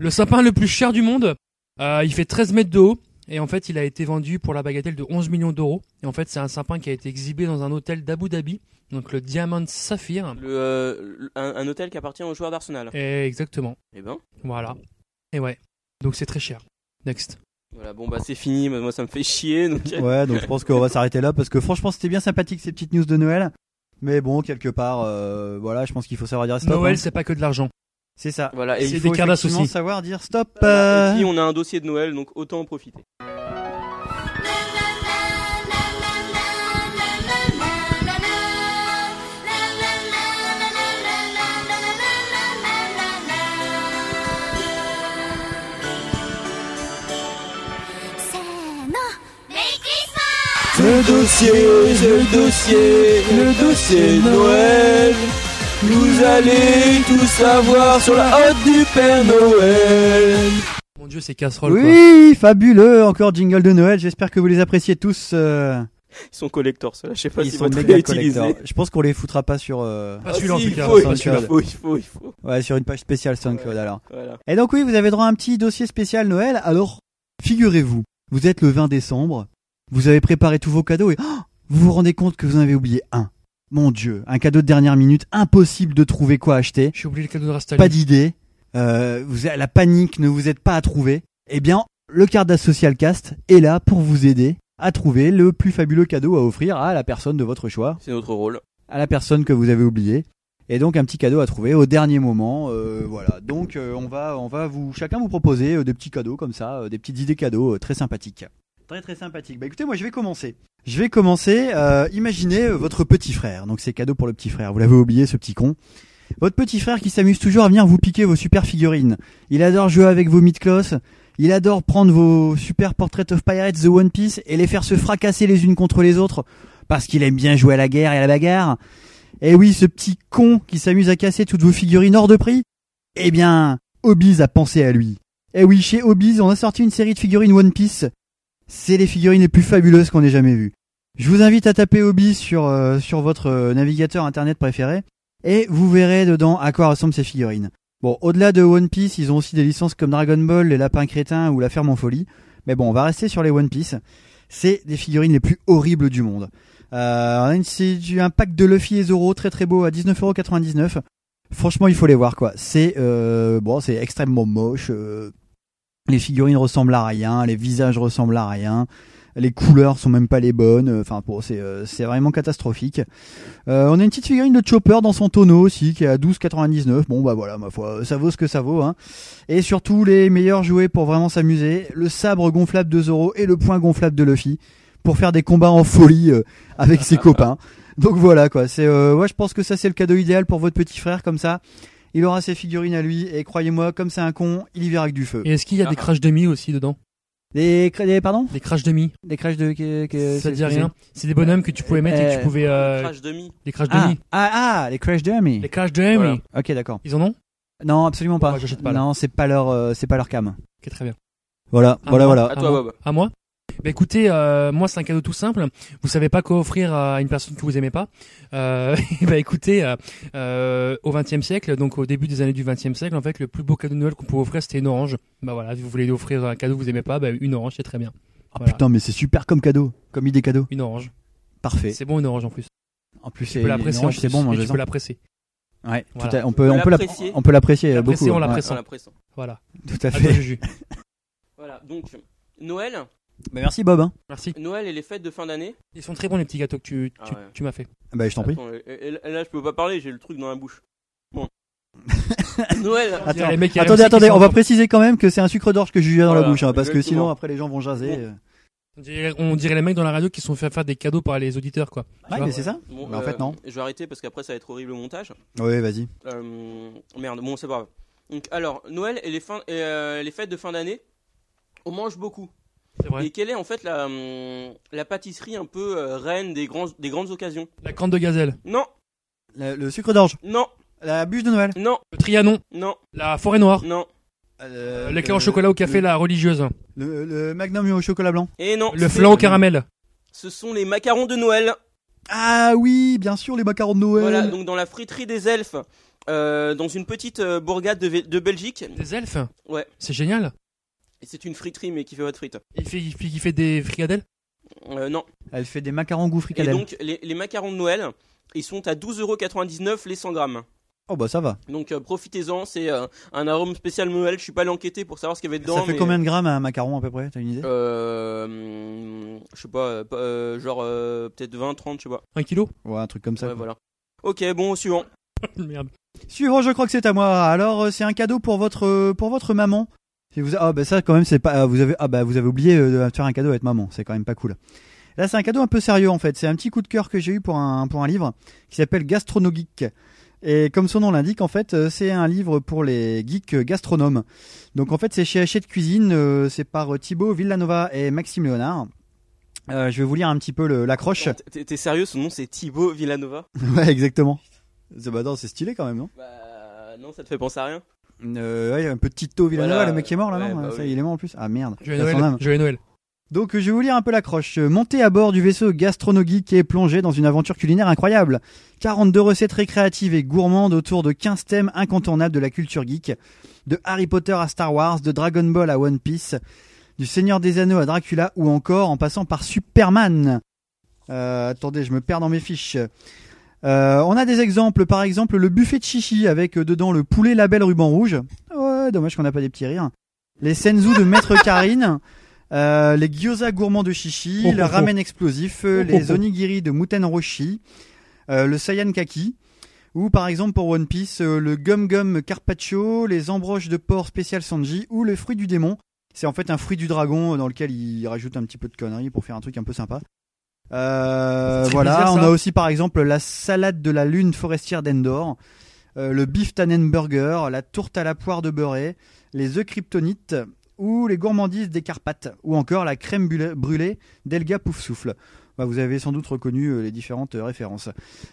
Le sapin le plus cher du monde, euh, il fait 13 mètres de haut. Et en fait, il a été vendu pour la bagatelle de 11 millions d'euros. Et en fait, c'est un sapin qui a été exhibé dans un hôtel d'Abu Dhabi, donc le Diamond Sapphire.
Le, euh, le- un, un hôtel qui appartient aux joueurs d'Arsenal.
Eh, exactement.
Eh ben,
Voilà. Et ouais. Donc c'est très cher. Next.
voilà, bon bah c'est fini, moi ça me fait chier. Donc...
Ouais, donc je pense qu'on va s'arrêter là parce que franchement, c'était bien sympathique ces petites news de Noël. Mais bon, quelque part, euh, voilà, je pense qu'il faut savoir dire stop.
Noël,
hein.
c'est pas que de l'argent.
c'est ça.
Voilà,
Et
et
C'est
il
des
faut
cardasses
effectivement
aussi.
savoir dire stop.
et
euh.
puis on a un dossier de Noël, donc autant en profiter.
Le dossier, le dossier, le dossier Noël. Vous allez tout savoir sur la hotte du Père Noël.
Mon dieu, c'est casserole.
Oui, fabuleux, encore jingle de Noël. J'espère que vous les appréciez tous. euh,
Ils sont collectors, ceux-là, je sais pas
ils
si
sont
votre
méga
utilisé.
collecteurs. Je pense qu'on les foutra pas sur, euh,
Quoi. Pas celui-là
si,
en tout
il
cas.
faut,
Pas
il
celui-là.
faut, il faut, il faut.
ouais, sur une page spéciale SoundCloud alors.
Voilà.
Et donc oui, vous avez droit à un petit dossier spécial Noël. Alors, figurez-vous, vous êtes le 20 décembre, vous avez préparé tous vos cadeaux et oh, vous vous rendez compte que vous en avez oublié un. Mon dieu, un cadeau de dernière minute, impossible de trouver quoi acheter,
J'ai oublié le cadeau de Rastali.
pas d'idée, euh, vous avez- la panique ne vous aide pas à trouver. Eh bien, le Cardas Social Cast est là pour vous aider à trouver le plus fabuleux cadeau à offrir à la personne de votre choix
C'est notre rôle.
à la personne que vous avez oubliée. Et donc un petit cadeau à trouver au dernier moment. euh, voilà. Donc euh, on va, on va vous, chacun vous proposer euh, des petits cadeaux comme ça, euh, des petites idées cadeaux euh, très sympathiques. Très très sympathiques. Bah écoutez, moi je vais commencer. Je vais commencer. euh, imaginez euh, votre petit frère. Donc c'est cadeau pour le petit frère. Vous l'avez oublié ce petit con. Votre petit frère qui s'amuse toujours à venir vous piquer vos super figurines. Il adore jouer avec vos mid-class. Il adore prendre vos super Portrait of Pirates The One Piece et les faire se fracasser les unes contre les autres parce qu'il aime bien jouer à la guerre et à la bagarre. Et Eh oui, ce petit con qui s'amuse à casser toutes vos figurines hors de prix. Eh bien, Hobbies a pensé à lui. Eh oui, chez Hobbies, on a sorti une série de figurines One Piece. C'est les figurines les plus fabuleuses qu'on ait jamais vues. Je vous invite à taper Hobbies sur, euh, sur votre euh, navigateur internet préféré et vous verrez dedans à quoi ressemblent ces figurines. Bon, au-delà de One Piece, ils ont aussi des licences comme Dragon Ball, Les Lapins Crétins ou La Ferme en Folie. Mais bon, on va rester sur les One Piece. C'est des figurines les plus horribles du monde. Euh, on a une- c'est du- un pack de Luffy et Zoro très très beau à 19,99€. Franchement, il faut les voir quoi. C'est euh, bon, c'est extrêmement moche. euh, les figurines ressemblent à rien, les visages ressemblent à rien, les couleurs sont même pas les bonnes. euh, Enfin, bon, c'est euh, c'est vraiment catastrophique. Euh, on a une petite figurine de Chopper dans son tonneau aussi qui est à 12,99. Bon bah voilà, ma foi, ça vaut ce que ça vaut. Hein. Et surtout les meilleurs jouets pour vraiment s'amuser, le sabre gonflable de Zoro et le poing gonflable de Luffy pour faire des combats en folie euh, avec ses copains. Donc voilà quoi, c'est euh, ouais, je pense que ça c'est le cadeau idéal pour votre petit frère comme ça. Il aura ses figurines à lui et croyez-moi, comme c'est un con, il y verra que du feu.
Et est-ce qu'il y a des crash demi aussi dedans
Des, cra- des- pardon
Des crash demi
Des crashs de que, que-
Ça
c'est-
te dit rien C'est des bonhommes que tu pouvais mettre et que tu pouvais euh,
Crash demi.
les crash
Ah,
demi.
ah, ah, les crash dummy.
Les crash demi.
Voilà.
OK, d'accord.
Ils en ont
Non, absolument pas.
Moi, j'achète pas, là.
non, c'est pas leur euh, c'est pas leur cam.
Ok, très bien.
Voilà,
Ah,
voilà,
moi.
voilà.
À
Ah
toi,
bon
Bob.
À moi bah écoutez, euh, moi c'est un cadeau tout simple. Vous savez pas quoi offrir à une personne que vous aimez pas. Euh, et bah écoutez, euh, euh, au XXe siècle, donc au début des années du XXe siècle, en fait, le plus beau cadeau de Noël qu'on pouvait offrir, c'était une orange. Bah voilà, si vous voulez offrir un cadeau que vous aimez pas, bah une orange, c'est très bien.
Ah
Voilà.
putain, mais c'est super comme cadeau, comme idée cadeau.
Une orange.
Parfait.
C'est bon une orange en plus.
En plus,
Tu
c'est
peux l'apprécier. en
non, c'est
plus.
bon,
Et
mangez
tu peux l'apprécier.
Ouais,
Voilà.
tout à- on peut
On
on peut l'app-
l'apprécier.
on peut l'apprécier euh,
L'apprécier,
beaucoup.
on
ouais.
l'apprécie.
Sans la pression.
Voilà.
Tout à
À toi,
fait.
Juju.
Voilà, donc Noël,
Bah, merci Bob. hein.
Merci.
Noël et les fêtes de fin d'année.
Ils sont très bons les petits gâteaux que tu, tu,
Ah ouais.
tu m'as fait.
Bah, je t'en prie.
Attends, et- et- et là je peux pas parler, j'ai le truc dans la bouche. Bon. Noël,
Attends,
Les mecs,
attendez,
RMC,
attendez,
qui sont-
on va préciser quand même que c'est un sucre d'orge que j'ai eu dans la
Voilà,
bouche, hein, parce que
exactement.
sinon après les gens vont jaser. euh.
hein. On dirait, on dirait les mecs dans la radio qui se sont fait faire des cadeaux par les auditeurs quoi.
Ouais,
vois
mais c'est ça.
Bon, euh,
Mais en fait, non.
Je vais arrêter parce qu'après ça va être horrible le montage.
Oui, vas-y.
Euh, merde, bon, c'est pas grave. Donc, alors, Noël et les, fins, et, euh, les fêtes de fin d'année, on mange beaucoup.
C'est vrai.
Et quelle est en fait la, hum, la pâtisserie un peu euh, reine des, grands, des grandes occasions
La corne de gazelle,
Non,
Le, le sucre d'orge,
non,
la bûche de Noël,
non,
le Trianon,
non,
la forêt noire,
non,
euh,
l'éclair
euh,
au chocolat au café,
le-
la religieuse,
le, le magnum au chocolat blanc.
et non.
le
c'est-
flan au caramel.
Ce sont les macarons de Noël.
Ah oui, bien sûr, les macarons de Noël.
Voilà, donc dans la friterie des elfes, euh, dans une petite euh, bourgade de, Vé- de Belgique.
Des elfes
Ouais.
C'est génial.
Et C'est une friterie, mais qui fait pas de frites.
Il fait, il fait, il fait des fricadelles
Euh, non.
Elle fait des macarons goût
Et
fricadelle.
donc, les, les macarons de Noël, ils sont à 12,99€ les 100 grammes.
Oh bah ça va.
Donc euh, profitez-en, c'est euh, un arôme spécial Noël. Je suis pas allé enquêter pour savoir ce qu'il y avait dedans.
ça fait
mais,
combien de grammes un macaron à peu près T'as une idée
euh, hum, Je sais pas, euh, pas, euh, genre euh, peut-être 20, 30, je sais pas.
Un kilo
Ouais, un truc comme ça.
Ouais, voilà. Ok, bon, suivant.
Merde.
Suivant, je crois que c'est à moi. Alors, euh, c'est un cadeau pour votre euh, pour votre maman. Si vous ah bah ça quand même c'est pas ah, vous avez ah bah vous avez oublié euh, de faire un cadeau à votre maman. C'est quand même pas cool. Là, c'est un cadeau un peu sérieux en fait. C'est un petit coup de cœur que j'ai eu pour un pour un livre qui s'appelle Gastronogeek. Et comme son nom l'indique, en fait, euh, c'est un livre pour les geeks euh, gastronomes. Donc en fait, c'est chez Hachette Cuisine. euh, c'est par euh, Thibaut Villanova et Maxime Léonard. Euh, je vais vous lire un petit peu le- l'accroche.
Attends, T'es t'es sérieux, son nom c'est Thibaut Villanova
Ouais, exactement. C'est- Bah non, c'est stylé quand même, non
Bah non, ça te fait penser à rien.
Euh, ouais, un peu Tito Villanova,
Voilà,
le mec qui est mort là,
ouais,
non
bah
Ça,
oui.
Il est mort en plus. Ah merde.
Joyeux
Ça, son
Noël.
âme.
Joyeux Noël.
Donc euh, je vais vous lire un peu l'accroche. Euh, Montez à bord du vaisseau Gastronogeek qui est plongé dans une aventure culinaire incroyable. 42 recettes récréatives et gourmandes autour de 15 thèmes incontournables de la culture geek. De Harry Potter à Star Wars, de Dragon Ball à One Piece, du Seigneur des Anneaux à Dracula ou encore en passant par Superman. Euh, attendez, je me perds dans mes fiches. Euh, on a des exemples, par exemple le buffet de chichi avec euh, dedans le poulet label ruban rouge. Ouais, dommage qu'on n'a pas des petits rires. Les senzu de Maître Karine. Euh, les gyoza gourmands de chichi,
Oh,
le
oh, oh.
ramen explosif, euh,
Oh, oh,
les
oh.
onigiri de Muten Roshi, euh, le Saiyan Kaki, Ou par exemple pour One Piece, euh, le Gum Gum Carpaccio, les embroches de porc spécial Sanji ou le fruit du démon. C'est en fait un fruit du dragon euh, dans lequel il rajoute un petit peu de conneries pour faire un truc un peu sympa. Euh,
Ça fait
voilà,
plaisir,
on
ça.
a aussi par exemple la salade de la lune forestière d'Endor, euh, le beef tannenburger, la tourte à la poire de beurré, les œufs kryptonites ou les gourmandises des Carpates ou encore la crème brûlée- brûlée d'Elga Poufsouffle. Bah, vous avez sans doute reconnu euh, les différentes euh, références.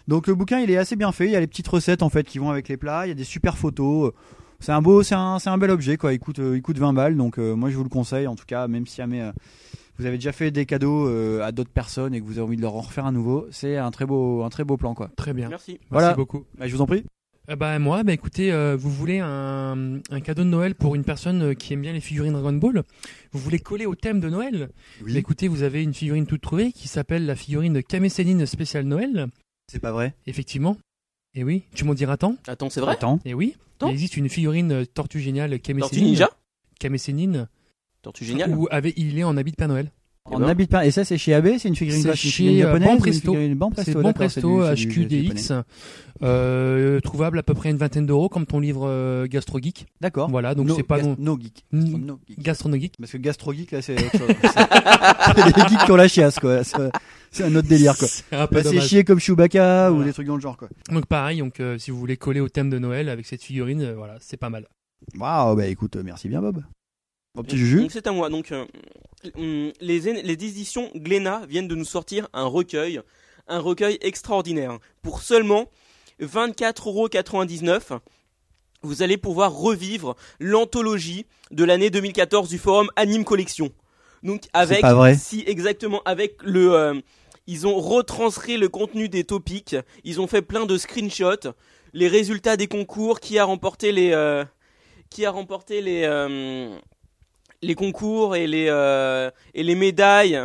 Donc le bouquin, il est assez bien fait. Il y a les petites recettes en fait qui vont avec les plats. Il y a des super photos. C'est un beau, c'est un, c'est un bel objet quoi. Il coûte, euh, il coûte 20 balles. Donc euh, moi je vous le conseille en tout cas, même si jamais euh, vous avez déjà fait des cadeaux euh, à d'autres personnes et que vous avez envie de leur en refaire un nouveau, c'est un très beau, un très beau plan quoi.
Très bien. Merci
Merci.
Voilà.
beaucoup.
Bah, je vous en prie.
Euh, bah moi, bah écoutez, euh, vous voulez un, un cadeau de Noël pour une personne euh, qui aime bien les figurines Dragon Ball. Vous voulez coller au thème de Noël.
Oui.
Bah, écoutez, vous avez une figurine toute trouvée qui s'appelle la figurine de Kame Sennin spéciale Noël.
C'est pas vrai.
Effectivement. Et oui, tu m'en diras tant.
Attends, c'est vrai
Attends.
Et Eh oui.
Tant.
Il existe une figurine euh, tortue géniale Kame
Tortue
Sennin.
Ninja
Kame Sennin,
Tortue Géniale
Où avait, il est en habit de Père Noël.
Eh
On
ben.
habite pas. Et ça c'est chez AB, c'est une figurine
C'est
quoi, c'est une
chez,
figurine
euh,
japonaise,
Banpresto.
une figurine
C'est
Banpresto.
bon
d'accord, c'est
presto
du- c'est du- c'est du japonais.
HQDX, euh, trouvable à peu près à une vingtaine d'euros comme ton livre euh, Gastro Geek.
D'accord.
Voilà, donc
No-
c'est pas
gas-
non
no geek.
Mm.
No geek.
Gastrono Geek.
Parce que gastro geek là c'est autre chose. c'est des geeks qui ont la chiasse quoi. C'est c'est un autre délire quoi.
C'est un peu
Bah, c'est
dommage.
chier comme Chewbacca ou
Voilà.
des trucs dans le genre quoi.
Donc pareil, donc euh, si vous voulez coller au thème de Noël avec cette figurine, euh, voilà, c'est pas mal.
Waouh, bah écoute, euh, merci bien Bob. Mon petit Juju.
Donc c'est à moi. Donc euh, hum, les, éne- les éditions Glénat viennent de nous sortir un recueil, un recueil extraordinaire. Pour seulement 24,99€, vous allez pouvoir revivre l'anthologie de l'année 2014 du forum Anime Collection. Donc avec
pas vrai.
si exactement avec le euh, ils ont retranscrit le contenu des topics, ils ont fait plein de screenshots, les résultats des concours, qui a remporté les euh, qui a remporté les euh, les concours et les, euh, et les médailles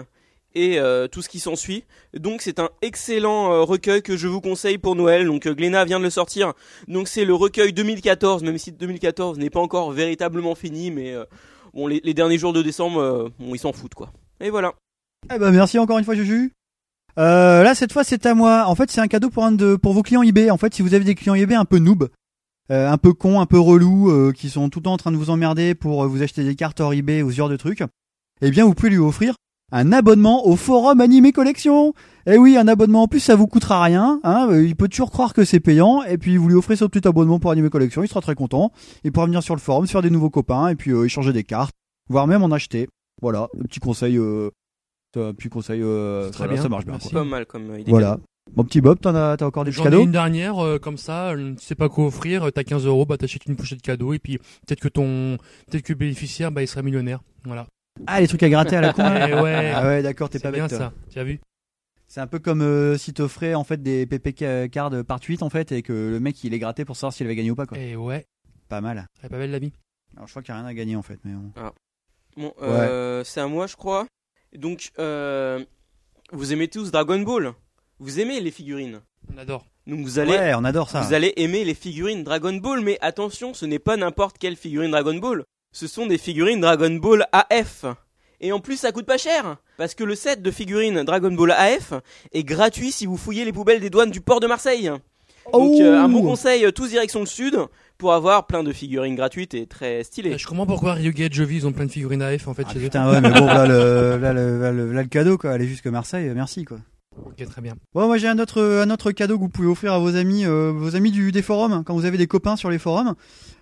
et euh, tout ce qui s'ensuit. Donc c'est un excellent euh, recueil que je vous conseille pour Noël. Donc euh, Glénat vient de le sortir. Donc c'est le recueil 2014, même si 2014 n'est pas encore véritablement fini, mais euh, bon les, les derniers jours de décembre, euh, bon, ils s'en foutent quoi. Et voilà.
Eh ben merci encore une fois Juju. Euh, là cette fois c'est à moi. En fait c'est un cadeau pour un de pour vos clients eBay. En fait si vous avez des clients eBay un peu noob, euh, un peu cons, un peu relous, euh, qui sont tout le temps en train de vous emmerder pour euh, vous acheter des cartes hors eBay ou ce genre de trucs, eh bien vous pouvez lui offrir un abonnement au forum animé collection. Eh oui un abonnement en plus ça vous coûtera rien. Hein, euh, il peut toujours croire que c'est payant et puis vous lui offrez son petit abonnement pour animé collection. Il sera très content. Il pourra venir sur le forum, se faire des nouveaux copains et puis euh, échanger des cartes, voire même en acheter. Voilà le petit conseil. Euh, un petit conseil, euh,
C'est très
voilà,
bien.
ça marche bien.
Merci.
quoi.
Pas mal comme euh, idée.
Voilà. Mon petit Bob, t'en as, t'as encore des petits
J'en ai
cadeaux
une dernière, euh, comme ça, euh, tu sais pas quoi offrir, euh, t'as 15 euros, bah t'achètes une pochette cadeau et puis peut-être que ton, peut-être que le bénéficiaire, bah il serait millionnaire. Voilà.
Ah, les trucs à gratter à la con. là.
Eh ouais,
Ah ouais, d'accord, t'es
c'est
pas
bien
bête. toi.
ça. Tu as vu
C'est un peu comme euh, si t'offrais en fait des PPK cards par tweet en fait et que le mec il est gratté pour savoir s'il avait gagné ou pas quoi.
Eh ouais,
Pas mal.
elle est pas belle la vie.
Alors je crois qu'il n'y a rien à gagner en fait, mais on-
Bon, euh, c'est à moi je crois. Donc euh, vous aimez tous Dragon Ball. Vous aimez les figurines.
On adore.
Donc vous allez
ouais, on adore ça.
Vous allez aimer les figurines Dragon Ball, mais attention, ce n'est pas n'importe quelle figurine Dragon Ball. Ce sont des figurines Dragon Ball AF. Et en plus, ça coûte pas cher, parce que le set de figurines Dragon Ball AF est gratuit si vous fouillez les poubelles des douanes du port de Marseille. Donc, euh, un bon conseil, euh, tous direction le sud, pour avoir plein de figurines gratuites et très stylées.
Eh, Je comprends pourquoi Ryuga et Jovi ils ont plein de figurines AF en fait
Ah,
chez eux.
putain ouais, mais bon là le, là, le, là, le- là, le cadeau quoi, aller jusque Marseille, euh, merci quoi.
Ok, très bien.
Bon, moi j'ai un autre, euh, un autre cadeau que vous pouvez offrir à vos amis, euh, vos amis du, des forums, hein, quand vous avez des copains sur les forums.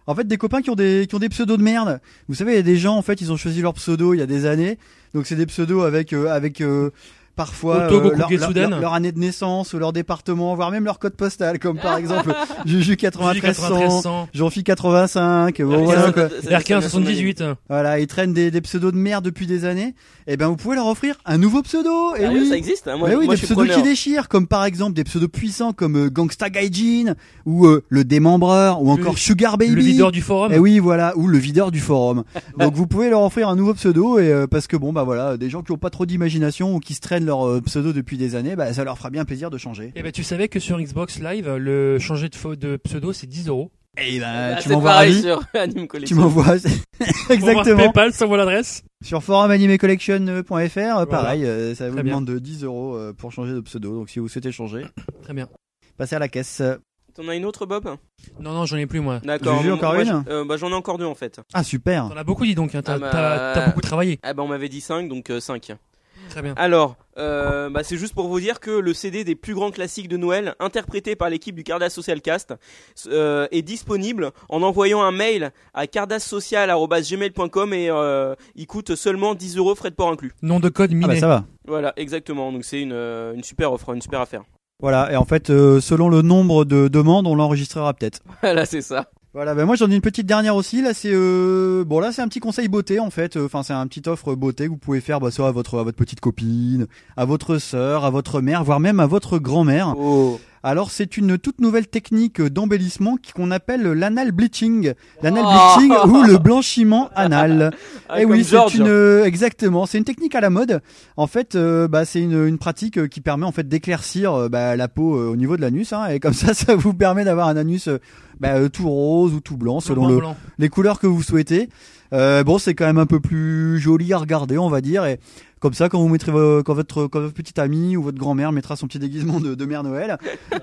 En fait, des copains qui ont des, qui ont des pseudos de merde. Vous savez, il y a des gens, en fait, ils ont choisi leur pseudo il y a des années. Donc c'est des pseudos avec, euh, avec euh, parfois euh,
Otto Goku
leur, leur-
Getsudan.
leur- leur année de naissance, ou leur département, voire même leur code postal, comme par exemple Juju 9300,
9300,
Jean-Phi 85, bon
Ça,
voilà
ça-
quoi.
ça- ça-
R15
ça- ça- ça- ça-
78. hein.
Voilà, ils traînent des, des pseudos de merde depuis des années. Et ben vous pouvez leur offrir un nouveau pseudo. Et
Sérieux,
oui,
ça existe hein moi,
mais oui,
moi,
des
je suis
pseudos qui
preneur.
déchirent, comme par exemple des pseudos puissants comme euh, Gangsta Gaijin, ou euh, le Démembreur, ou encore
Le-
Sugar Baby.
Le leader du forum.
Et oui, voilà, ou le videur du forum. Donc vous pouvez leur offrir un nouveau pseudo et euh, parce que bon bah voilà, des gens qui ont pas trop d'imagination ou qui se traînent leur euh, pseudo depuis des années, bah ça leur fera bien plaisir de changer.
Eh ben, tu savais que sur Xbox Live, le changer de, fo- de pseudo, c'est 10 euros.
Et ben
Ah,
tu
c'est
m'envoies
pareil
ravi.
sur Anime
Tu
Collection.
m'envoies
Pour voir
exactement
PayPal, ça voit l'adresse.
sur forumanimecollection.fr, euh, pareil, euh, ça vous
Très bien.
demande de 10 euros euh, pour changer de pseudo. Donc si vous souhaitez changer,
Très bien.
passez à la caisse.
T'en as une autre, Bob
Non, non, j'en ai plus, moi.
D'accord.
J'ai vu
Moi,
encore
moi,
une
j'- euh, bah, J'en ai encore deux en fait.
Ah, super.
T'en as beaucoup, dis donc. hein, T'as
Ah bah,
t'as- t'as beaucoup travaillé.
Ah bah on m'avait dit 5, donc 5.
Très bien.
Alors, euh, bah, c'est juste pour vous dire que le CD des plus grands classiques de Noël, interprété par l'équipe du Cardas Social Cast, euh, est disponible en envoyant un mail à cardassocial.gmail.com et euh, il coûte seulement 10 euros frais de port inclus.
Nom de code
Ah,
miné.
bah ça va.
Voilà, exactement. Donc c'est une, euh, une super offre, une super affaire.
Voilà, et en fait, euh, selon le nombre de demandes, on l'enregistrera peut-être.
Voilà, c'est ça.
Voilà, bah moi j'en ai une petite dernière aussi. Là, c'est euh... bon, là c'est un petit conseil beauté en fait. Enfin, c'est un petit offre beauté que vous pouvez faire, bah, soit à votre à votre petite copine, à votre sœur, à votre mère, voire même à votre grand-mère.
Oh.
Alors, c'est une toute nouvelle technique d'embellissement qui- qu'on appelle l'anal bleaching, l'anal
Oh.
bleaching ou le blanchiment anal.
Ah,
Eh
comme
oui, c'est
George.
une euh, exactement, c'est une technique à la mode. En fait, euh, bah, c'est une, une pratique euh, qui permet en fait d'éclaircir euh, bah, la peau euh, au niveau de l'anus, hein, et comme ça, ça vous permet d'avoir un anus euh, bah, euh, tout rose ou tout blanc selon le,
Blanc.
les couleurs que vous souhaitez. Euh, bon, c'est quand même un peu plus joli à regarder, on va dire. Et comme ça, quand vous mettrez vo- quand votre quand votre petite amie ou votre grand-mère mettra son petit déguisement de, de mère Noël,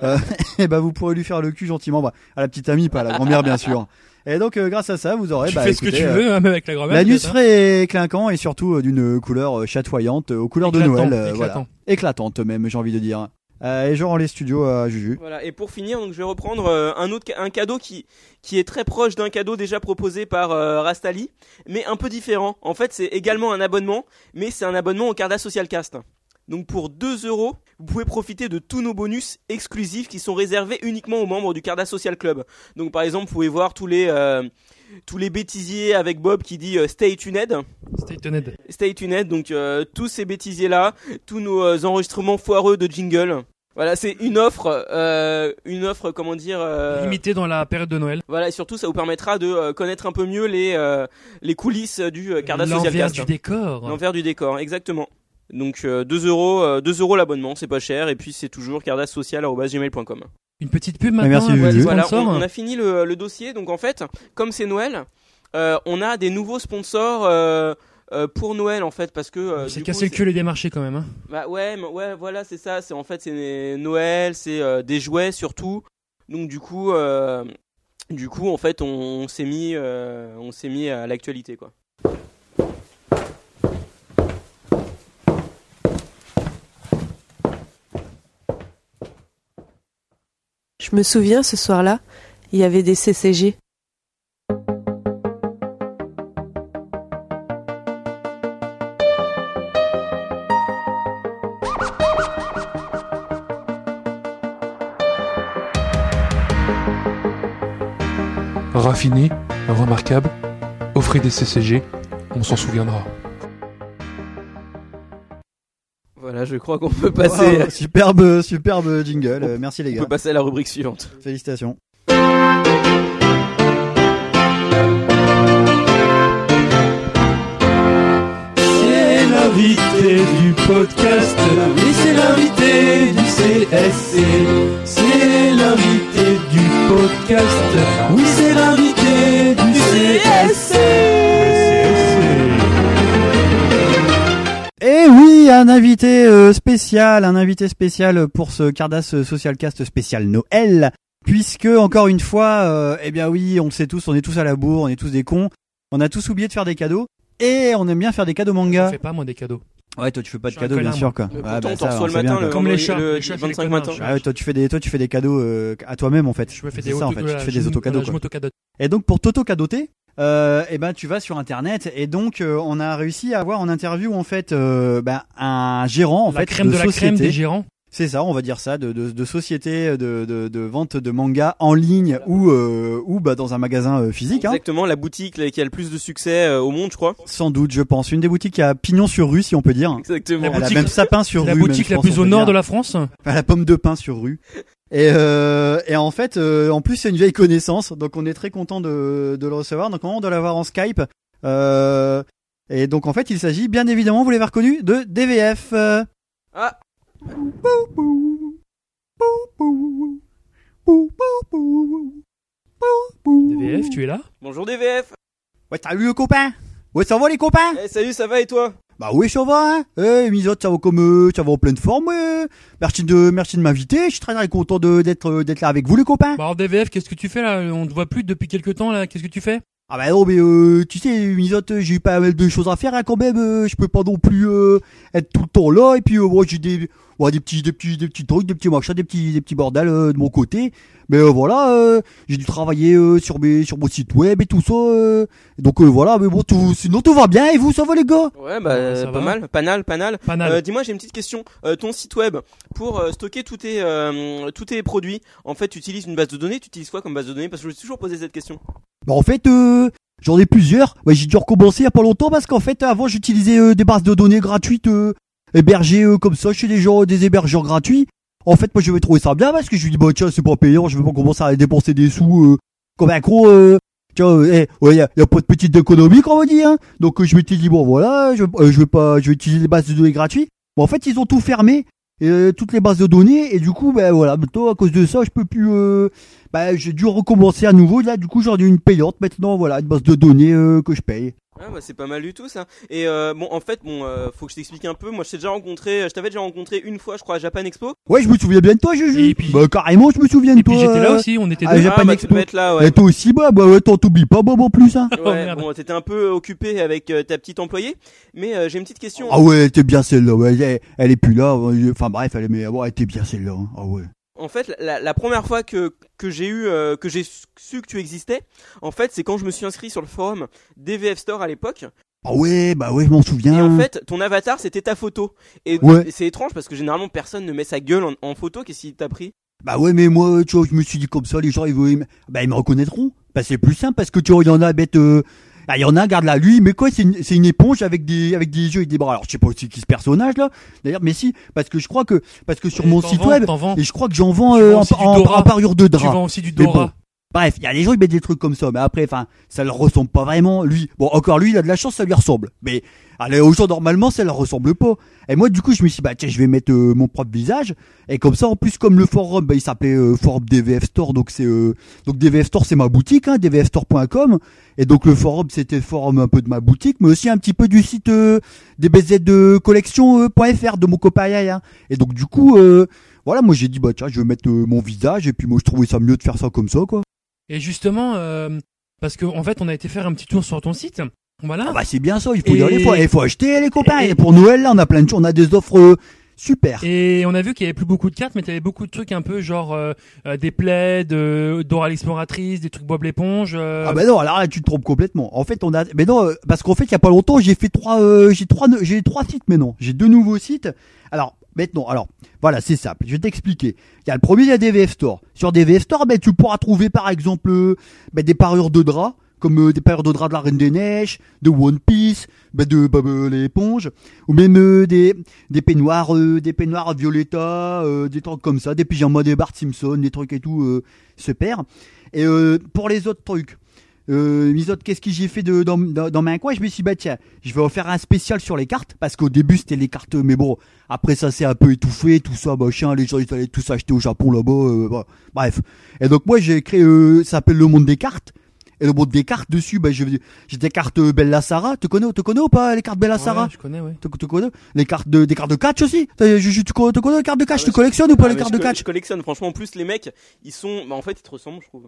euh, et ben vous pourrez lui faire le cul gentiment, bah, à la petite amie, pas à la grand-mère bien sûr. Et donc euh, grâce à ça, vous aurez
Tu
bah,
fais ce que
écoutez,
tu
euh,
veux, hein, même avec la grand-mère.
L'anus
peut-être, hein.
frais et clinquant et surtout euh, d'une couleur euh, chatoyante, euh, aux couleurs de
Éclatant,
Noël, euh,
éclatant.
voilà. éclatante même, j'ai envie de dire. Euh, et je rends les studios à Juju.
Voilà, et pour finir, donc, je vais reprendre euh, un autre ca- un cadeau qui, qui est très proche d'un cadeau déjà proposé par euh, Rastali, mais un peu différent. En fait, c'est également un abonnement, mais c'est un abonnement au Carda Social Cast. Donc pour 2 euros, vous pouvez profiter de tous nos bonus exclusifs qui sont réservés uniquement aux membres du Carda Social Club. Donc par exemple, vous pouvez voir tous les, euh, tous les bêtisiers avec Bob qui dit euh, Stay tuned.
Stay tuned.
Stay tuned, donc euh, tous ces bêtisiers-là, tous nos euh, enregistrements foireux de jingle. Voilà, c'est une offre, euh, une offre, comment dire, euh,
Limité dans la période de Noël.
voilà, et surtout ça vous permettra de euh, connaître un peu mieux les, euh, les coulisses du euh, Cardass Social
L'envers
Cast.
du décor.
L'envers du décor, exactement. Donc euh, 2 euros, euh, 2 euros l'abonnement, c'est pas cher, et puis c'est toujours cardassocial.gmail.com.
Une petite pub
Ah,
maintenant.
merci,
euh,
Juju.
des
Voilà, on,
sponsors.
on a fini le, le dossier. Donc en fait, comme c'est Noël, euh, on a des nouveaux sponsors euh, euh, pour Noël en fait, parce que euh,
C'est
du
cassé
coup,
le cul les démarchés quand même. hein.
Bah ouais, mais ouais, voilà, c'est ça. C'est en fait c'est Noël, c'est euh, des jouets surtout. Donc du coup, euh, du coup, en fait, on, on s'est mis, euh, on s'est mis à l'actualité quoi.
Je me souviens ce soir-là, il y avait des CCG.
Raffiné, remarquable, offrez des CCG, on s'en souviendra.
Voilà, je crois qu'on peut
Ah,
passer,
Wow, superbe, superbe jingle. Euh, merci les
on
gars.
peut
Bah.
passer à la rubrique suivante.
Félicitations.
C'est l'invité du podcast, mais c'est l'invité du CSC. C'est l'invité du podcast, oui c'est l'invité du CSC.
Et oui, un invité euh, spécial, un invité spécial pour ce Cardass Social Cast spécial Noël, puisque encore une fois, euh, eh bien oui, on le sait tous, on est tous à la bourre, on est tous des cons, on a tous oublié de faire des cadeaux. Et on aime bien faire des cadeaux
Je
manga.
fais pas moi des cadeaux.
Ouais, toi tu fais pas de
Je suis un
cadeaux, bien
connard,
sûr quoi.
Mais
Ouais,
pourtant,
bah,
t'en
ça, on
reçois le
sait bien,
matin,
quoi.
le,
Comme les chats,
le-
les chats, c'est les
25
connards,
matin.
tu
Ah ouais, toi tu fais des toi tu fais des cadeaux euh, à toi-même en fait.
Je me fais
C'est
des
ça, en
auto-
fait,
voilà,
tu fais
je
des
me-
autocadeaux
voilà, Je
quoi.
m'autocadote.
Et donc pour Toto Cadoté, euh, eh ben tu vas sur internet et donc euh, on a réussi à avoir en interview en fait euh, ben, un gérant en
La
fait
crème de, la crème
société.
des gérants.
C'est ça, on va dire ça, de, de, de société de, de, de vente de manga en ligne ou euh, ou bah dans un magasin euh, physique. Hein.
Exactement, la boutique là, qui a le plus de succès euh, au monde, je crois.
Sans doute, je pense. Une des boutiques à pignon sur rue, si on peut dire.
Exactement.
La
Elle
boutique-
a même sapin sur
La
rue.
boutique la plus au nord de la France.
la... la pomme de pain sur rue. Et, euh, et en fait, euh, en plus, c'est une vieille connaissance, donc on est très content de, de le recevoir. Donc on doit l'avoir en Skype. Euh, et donc en fait, il s'agit bien évidemment, vous l'avez reconnu, de DVF. euh.
Ah.
Pou, pou. Pou, pou. Pou, pou, pou. Pou, pou.
DVF, tu es là
Bonjour DVF.
Ouais, t'as vu le copain Ouais, ça va les copains
Eh, salut, ça va et toi
Bah oui, ça va, hein Eh, mes autres, ça va comme euh, ça va en pleine forme, ouais. Merci de, merci de m'inviter, je suis très, très content de- d'être euh, d'être là avec vous, les copains.
Bah alors DVF, qu'est-ce que tu fais là On te voit plus depuis quelques temps là, qu'est-ce que tu fais
Ah bah non, mais euh, tu sais, mes autres, j'ai eu pas mal de choses à faire, hein, quand même, euh, je peux pas non plus euh, être tout le temps là, et puis euh, moi, j'ai des, ouais, des petits, des petits, des petits trucs, des petits machins, des petits, des petits bordels euh, de mon côté, mais euh, voilà, euh, j'ai dû travailler euh, sur mes, sur mon site web et tout ça, euh, donc euh, voilà, mais bon, tout, sinon tout va bien, et vous, ça va les gars
Ouais, bah,
Ça
pas
va.
mal, panal, panal.
Panal.
Euh, Dis-moi, j'ai une petite question. Euh, ton site web, pour euh, stocker tous tes, euh, tous tes produits, en fait, tu utilises une base de données Tu utilises quoi comme base de données Parce que je me suis toujours posé cette question.
Bah en fait, euh, j'en ai plusieurs. Ouais, j'ai dû recommencer il y a pas longtemps parce qu'en fait, avant, j'utilisais euh, des bases de données gratuites euh, hébergées euh, comme ça chez des gens, des hébergeurs gratuits. En fait, moi, je vais trouver ça bien parce que je me dis, bah tiens, c'est pas payant, je vais pas commencer à dépenser des sous euh, comme un con. Euh, tiens, euh, eh, ouais, y a, y a pas de petite économie, comme on dit. Hein. Donc, euh, je m'étais dit, bon voilà, je, euh, je vais pas, je vais utiliser les bases de données gratuites. Bon, en fait, ils ont tout fermé. euh, toutes les bases de données et du coup ben voilà maintenant à cause de ça je peux plus euh, bah, j'ai dû recommencer à nouveau. Là, du coup, j'en ai une payante maintenant. Voilà, une base de données euh, que je paye.
Ah bah c'est pas mal du tout ça. Et euh, bon en fait bon euh, faut que je t'explique un peu. Moi je t'ai déjà rencontré, je t'avais déjà rencontré une fois je crois à Japan Expo.
Ouais, je me souviens bien de toi, Juju.
Et puis-
Bah, carrément, je me souviens de
Et
toi.
puis j'étais là
euh,
aussi, on était
Ah,
deux.
Japan
ah, bah,
Expo.
tu devais être là
Et
ouais.
toi aussi, bah, bah, ouais, t'en t'oublies pas, bah, en plus, hein.
Oh,
Ouais,
merde.
bon t'étais un peu occupé avec euh, ta petite employée, mais euh, j'ai une petite question.
Ah ouais, t'es bien celle-là, ouais, elle, est- elle est plus là, ouais, enfin bref, elle est, mais ouais, t'es bien celle-là, hein. ah ouais.
En fait la- la, la première fois que que j'ai eu euh, que j'ai su que tu existais, en fait c'est quand je me suis inscrit sur le forum DVF Store à l'époque.
Ah ouais, bah ouais, je m'en souviens.
Et en fait, ton avatar, c'était ta photo. Et
Ouais.
et c'est étrange parce que généralement, personne ne met sa gueule en, en photo. Qu'est-ce qu'il t'a pris
Bah ouais, mais moi, tu vois, je me suis dit comme ça, les gens, ils, vont- ils me- bah, ils me reconnaîtront. Bah, c'est plus simple parce que tu vois, il y en a, bête, euh, bah, il y en a, garde là, lui, mais quoi, c'est une, c'est une éponge avec des, avec des yeux et des bras. Alors, je sais pas aussi qui ce personnage, là. D'ailleurs, mais si, parce que je crois que, parce que sur
Et
mon
t'en
site
vends,
web,
t'en vends.
et je crois que j'en vends,
Tu
euh,
vends
en,
aussi du
en-
Dora.
en parure de
Tu
drap.
vends aussi du
Mais
Dora.
bon. Bref, il y a des gens, ils mettent des trucs comme ça, mais après, enfin, ça leur ressemble pas vraiment. Lui, bon, encore lui, il a de la chance, ça lui ressemble. Mais allez, aux gens, normalement, ça leur ressemble pas. Et moi, du coup, je me suis dit, bah, tiens, je vais mettre euh, mon propre visage. Et comme ça, en plus, comme le forum, bah, il s'appelait euh, Forum DVF Store, donc c'est... euh, donc DVF Store, c'est ma boutique, hein, dvfstore.com. Et donc le forum, c'était le forum un peu de ma boutique, mais aussi un petit peu du site euh, dbzcollection.fr de mon copain Yaya, hein. Et donc du coup... euh, voilà, moi j'ai dit bah tiens, je vais mettre euh, mon visage et puis moi je trouvais ça mieux de faire ça comme ça quoi.
Et justement, euh, parce que en fait, on a été faire un petit tour sur ton site. Voilà.
Ah bah c'est bien ça, il faut
Et-
y aller, il faut, il faut acheter les copains.
et-
Et, pour Noël là, on a plein de choses, on a des offres euh, super.
Et on a vu qu'il y avait plus beaucoup de cartes, mais t'avais beaucoup de trucs un peu genre euh, euh, des plaies, de Dora l'exploratrice, des trucs Bob l'éponge. euh,
Ah bah non, alors là tu te trompes complètement. En fait, on a mais non euh, parce qu'en fait, il y a pas longtemps, j'ai fait trois euh, j'ai trois j'ai trois sites maintenant. J'ai deux nouveaux sites. Alors Maintenant, alors, voilà, c'est simple, je vais t'expliquer. Il y a le premier, il y a DVF Store. Sur DVF Store, ben, tu pourras trouver par exemple euh, ben, des parures de drap, comme euh, des parures de drap de la Reine des Neiges, de One Piece, ben, de Bob euh, l'éponge, ou même euh, des, des peignoirs, euh, des peignoirs Violetta, euh, des trucs comme ça, des pyjamas des Bart Simpson, des trucs et tout, euh, super. Et euh, pour les autres trucs, euh, mes autres, qu'est-ce que j'ai fait de, dans, dans, dans ma coin Je me suis dit, bah tiens, je vais en faire un spécial sur les cartes, parce qu'au début c'était les cartes, mais bon, après ça c'est un peu étouffé, tout ça, machin, les gens ils allaient tous acheter au Japon là-bas, euh, bah, bref. Et donc moi j'ai créé, euh, ça s'appelle le monde des cartes. Et le monde des cartes dessus, bah, je- j'ai des cartes euh, Bella Sara. Tu connais, tu connais ou pas les cartes Bella
ouais,
Sara
je connais, ouais.
tu, tu connais les cartes de, des cartes de catch aussi T'as- je, je- tu, co- tu connais les cartes de catch
Ah,
Tu
mais-
collectionnes ou pas
Ah,
les
mais
cartes de
je co-
catch
Je collectionne. Franchement, en plus, les mecs, ils sont. Bah, en fait, ils te ressemblent, je trouve.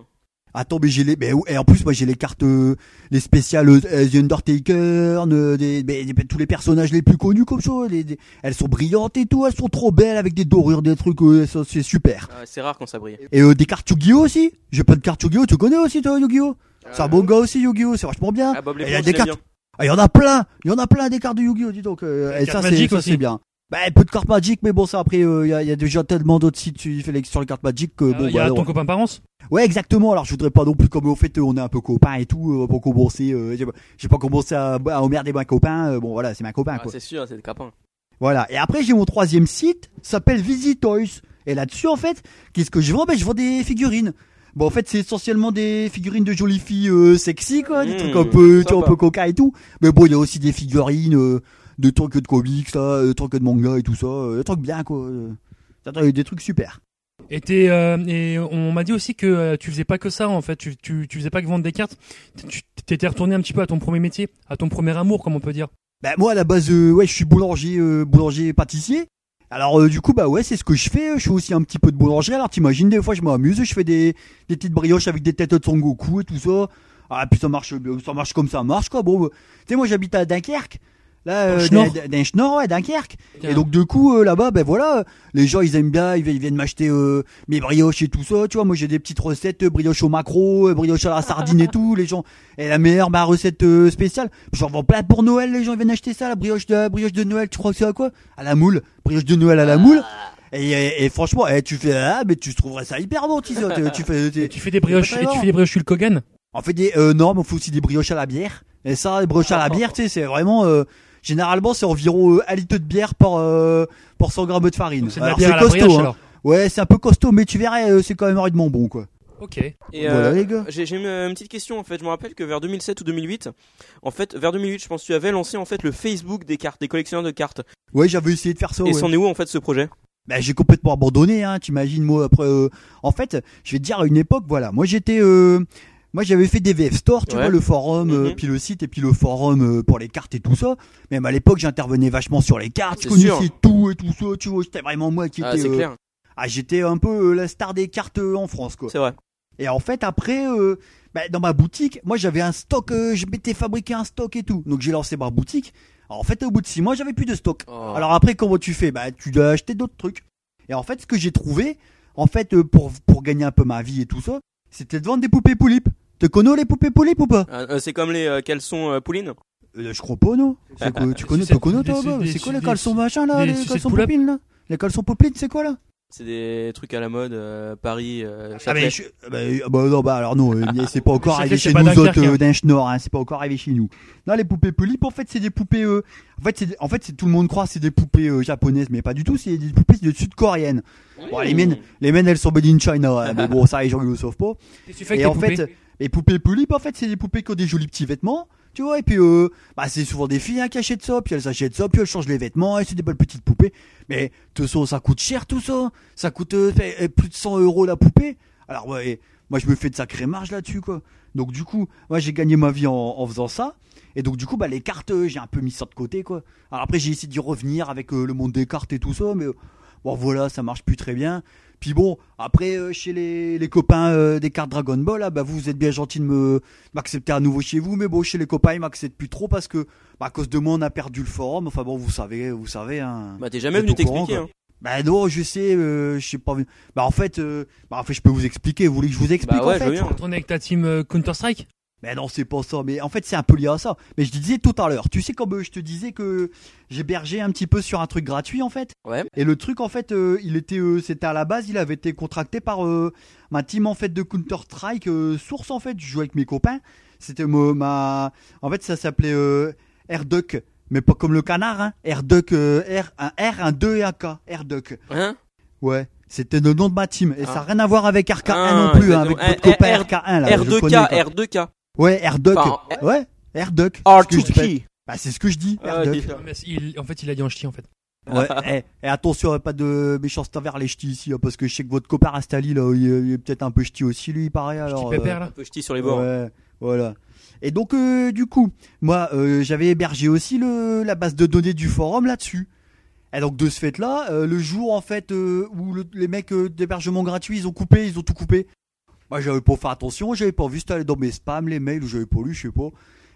Attends, mais j'ai les. Mais, ouais, et en plus, moi j'ai les cartes, euh, les spéciales euh, The Undertaker, euh, des, mais- des- tous les personnages les plus connus comme ça. les- des- elles sont brillantes et tout, elles sont trop belles avec des dorures, des trucs, euh, ça, c'est super.
Ah, c'est rare quand ça brille.
Et euh, des cartes Yu-Gi-Oh aussi J'ai pas de cartes Yu-Gi-Oh, tu connais aussi toi Yu-Gi-Oh
Euh,
C'est un bon gars aussi Yu-Gi-Oh, c'est vachement bien.
Ah, Bob
Et il
l'éponge,
y a
je
des
l'aime
cartes.
bien.
Ah, il y en a plein, il y en a plein des cartes de Yu-Gi-Oh, dis donc. euh,
Les
et ça,
cartes
c'est
Magic
ça,
aussi.
c'est bien. Bah, peu de cartes magiques, mais bon, ça après, euh, il y, a, il y a déjà tellement d'autres sites sur sur les cartes magiques que
Euh,
bon,
il y a
bah,
ton
ouais.
copain Parence.
Ouais, exactement. Alors, je voudrais pas non plus, comme au fait, euh, on est un peu copains et tout, euh, pour commencer, euh, j'ai pas- j'ai pas commencé à, à emmerder ma copain, euh, bon, voilà, c'est ma copain,
Ah,
quoi.
c'est sûr, c'est des capins.
Voilà. Et après, j'ai mon troisième site, s'appelle Visitoys. Et là-dessus, en fait, qu'est-ce que je vends Ben, je vends des figurines. Bon, en fait, c'est essentiellement des figurines de jolies filles euh, sexy, quoi, des
Mmh,
trucs un peu, tu vois,
sympa.
un peu coca et tout. Mais bon, il y a aussi des figurines euh, de trucs de comics, là, euh, trucs de manga et tout ça, euh, des trucs bien, quoi. euh, des- des trucs super.
Et, t'es, euh, et on m'a dit aussi que euh, tu faisais pas que ça en fait, tu, tu, tu faisais pas que vendre des cartes, tu t'étais retourné un petit peu à ton premier métier, à ton premier amour comme on peut dire.
Bah moi à la base euh, ouais je suis boulanger euh, boulanger pâtissier. Alors euh, du coup bah ouais c'est ce que je fais, je fais aussi un petit peu de boulangerie. Alors t'imagines des fois je m'amuse, je fais des, des petites brioches avec des têtes de Son Goku et tout ça. Ah puis ça marche ça marche comme ça marche quoi. Bon bah, tu sais moi j'habite à Dunkerque. Là euh,
Schnorr.
d'un- d'un Schnorr, ouais, Dunkerque.
Tiens.
Et donc du coup euh, là-bas ben voilà, euh, les gens ils aiment bien, ils vi- ils viennent m'acheter euh, mes brioches et tout ça, tu vois. Moi j'ai des petites recettes euh, brioches au macro, euh, brioches à la sardine et tout, les gens et la meilleure ma recette euh, spéciale. J'en vends plein pour Noël, les gens ils viennent acheter ça, la brioche de, la brioche de Noël, tu crois que c'est à quoi À la moule, brioche de Noël à la moule. Et, et- et franchement, eh, tu fais ah mais tu trouverais ça hyper bon, tu sais, tu- tu fais tu-
Et tu fais des brioches,
C'est pas
et
très
tu
bon.
fais des brioches Hulk Hogan.
on fait des euh, non, mais on fait aussi des brioches à la bière. Et ça, les brioches à la bière, tu sais, c'est vraiment euh, généralement c'est environ euh, un litre de bière par euh, pour 100 grammes de farine.
C'est de la
Alors,
bière à la
costaud,
brioche
hein.
alors.
Ouais, c'est un peu costaud, mais tu verrais, euh, c'est quand même horriblement bon quoi.
Ok.
Et
Voilà,
euh,
les gars.
j'ai j'ai une, une petite question en fait. Je me rappelle que vers 2007 ou 2008, en fait, vers 2008, je pense, que tu avais lancé en fait le Facebook des cartes, des collectionneurs de cartes.
Ouais, j'avais essayé de faire ça.
Et
Oh, ouais.
c'en est où en fait ce projet
Bah, j'ai complètement abandonné, hein, t'imagines, moi, après, euh, en fait, je vais te dire, à une époque, voilà, moi, j'étais, euh, moi, j'avais fait des VF Store, tu
Ouais.
vois, le forum, euh,
Mhm.
puis le site, et puis le forum euh, pour les cartes et tout ça, même à l'époque, j'intervenais vachement sur les cartes, je
C'est
connaissais tout et tout ça, tu vois, j'étais vraiment moi qui
Ah,
étais,
c'est
euh,
clair,
ah, j'étais un peu euh, la star des cartes euh, en France, quoi.
c'est vrai.
Et en fait, après, euh, bah, dans ma boutique, moi j'avais un stock, euh, je m'étais fabriqué un stock et tout. Donc j'ai lancé ma boutique. Alors, en fait, au bout de six mois, j'avais plus de stock. Oh. Alors après, comment tu fais Bah, tu dois acheter d'autres trucs. Et en fait, ce que j'ai trouvé, en fait, euh, pour, pour gagner un peu ma vie et tout ça, c'était de vendre des poupées poulipes. Te connais les poupées poulipes ou pas
Euh, euh, c'est comme les euh, caleçons euh, Pouline
euh, Je crois pas, non. C'est quoi- tu connais,
Bah, euh, C'est-
te connais, toi
c'est-
bah
c'est-
C'est quoi les
c'est-
caleçons machin là
c'est-
Les
c'est- c'est
caleçons
pull-up.
popines là Les caleçons popines, c'est quoi là
C'est des trucs à la mode, euh, Paris, euh,
Ah
Châtelet.
mais je- bah, euh, bah non bah alors non euh, mais c'est pas encore
Châtelet,
arrivé
c'est
chez
pas
nous
Dunkerque,
autres euh,
hein.
d'un schnorr, hein, c'est pas encore arrivé chez nous. Non les poupées polypes en fait c'est des poupées euh, en fait c'est des- en fait c'est tout le monde croit c'est des poupées euh, japonaises mais pas du tout c'est des poupées de sud-coréennes. Bon les miennes les miennes elles sont made in China hein, mais bon ça les gens ils le savent pas.
Qu'est-ce que tu fais avec
Et
tes
en fait, euh,
poupées
les poupées polypes, en fait, c'est des poupées qui ont des jolis petits vêtements, tu vois, et puis euh, bah, c'est souvent des filles hein, qui achètent ça, puis elles achètent ça, puis elles changent les vêtements, et c'est des belles petites poupées. Mais de toute façon, ça coûte cher tout ça, ça coûte euh, fait- euh, plus de 100 euros la poupée. Alors ouais, moi je me fais de sacrées marges là-dessus, quoi. Donc du coup, moi j'ai gagné ma vie en, en faisant ça. Et donc du coup, bah, les cartes, euh, j'ai un peu mis ça de côté, quoi. Alors après, j'ai essayé d'y revenir avec euh, le monde des cartes et tout ça, mais euh, bon voilà, ça marche plus très bien. Puis bon, après, euh, chez les, les copains euh, des cartes Dragon Ball, là, bah, vous êtes bien gentils de me m'accepter à nouveau chez vous, mais bon, chez les copains, ils m'acceptent plus trop parce que, bah, à cause de moi, on a perdu le forum. Enfin bon, vous savez, vous savez, hein.
Bah t'es jamais
Vous
venu
êtes au courant,
t'expliquer.
quoi.
Hein.
Bah non, je sais, euh, je sais pas. Bah en fait, euh, bah en fait, je peux vous expliquer. Vous voulez que je vous explique
Bah
en
ouais, je
fait
veux bien.
Tourner avec ta team euh, Counter-Strike
mais non, c'est pas ça. Mais en fait, c'est un peu lié à ça. Mais je te disais tout à l'heure. Tu sais, comme euh, je te disais que j'hébergeais un petit peu sur un truc gratuit, en fait.
Ouais.
Et le truc, en fait, euh, il était, euh, c'était à la base, il avait été contracté par euh, ma team en fait de Counter Strike euh, source, en fait. Je jouais avec mes copains. C'était mo- ma, en fait, ça s'appelait euh, Air Duck, mais pas comme le canard, hein. Air Duck, euh, R, un R, un 2 et un K. Air Duck.
Hein
Ouais. C'était le nom de ma team. Et
Ah.
ça n'a rien à voir avec RK1
Ah,
non plus, hein,
exactement.
avec
Eh,
votre copain
R-
RK1 là. je connais, quoi.
R2K, R2K.
Ouais, Air Duck.
Enfin,
ouais, Air Duck.
r
C'est ce que je dis.
2
Bah, c'est ce que je dis, Air
Ah,
Duck.
dis-toi.
Mais il- En fait, il a dit en ch'ti en fait.
Ouais, eh, et attention, pas de méchanceté envers les ch'tis ici, hein, parce que je sais que votre copain Rastali, là, il est, il est peut-être un peu ch'ti aussi, lui, pareil.
Ch'ti
Alors, euh,
pépère là.
Un peu ch'ti sur les bords.
Ouais, voilà. Et donc, euh, du coup, moi, euh, j'avais hébergé aussi le, la base de données du forum là-dessus. Et donc, de ce fait-là, euh, le jour, en fait, euh, où le- les mecs euh, d'hébergement gratuit, ils ont coupé, ils ont tout coupé. Moi, j'avais pas fait attention, j'avais pas vu, c'était allé dans mes spams, les mails, ou j'avais pas lu, je sais pas.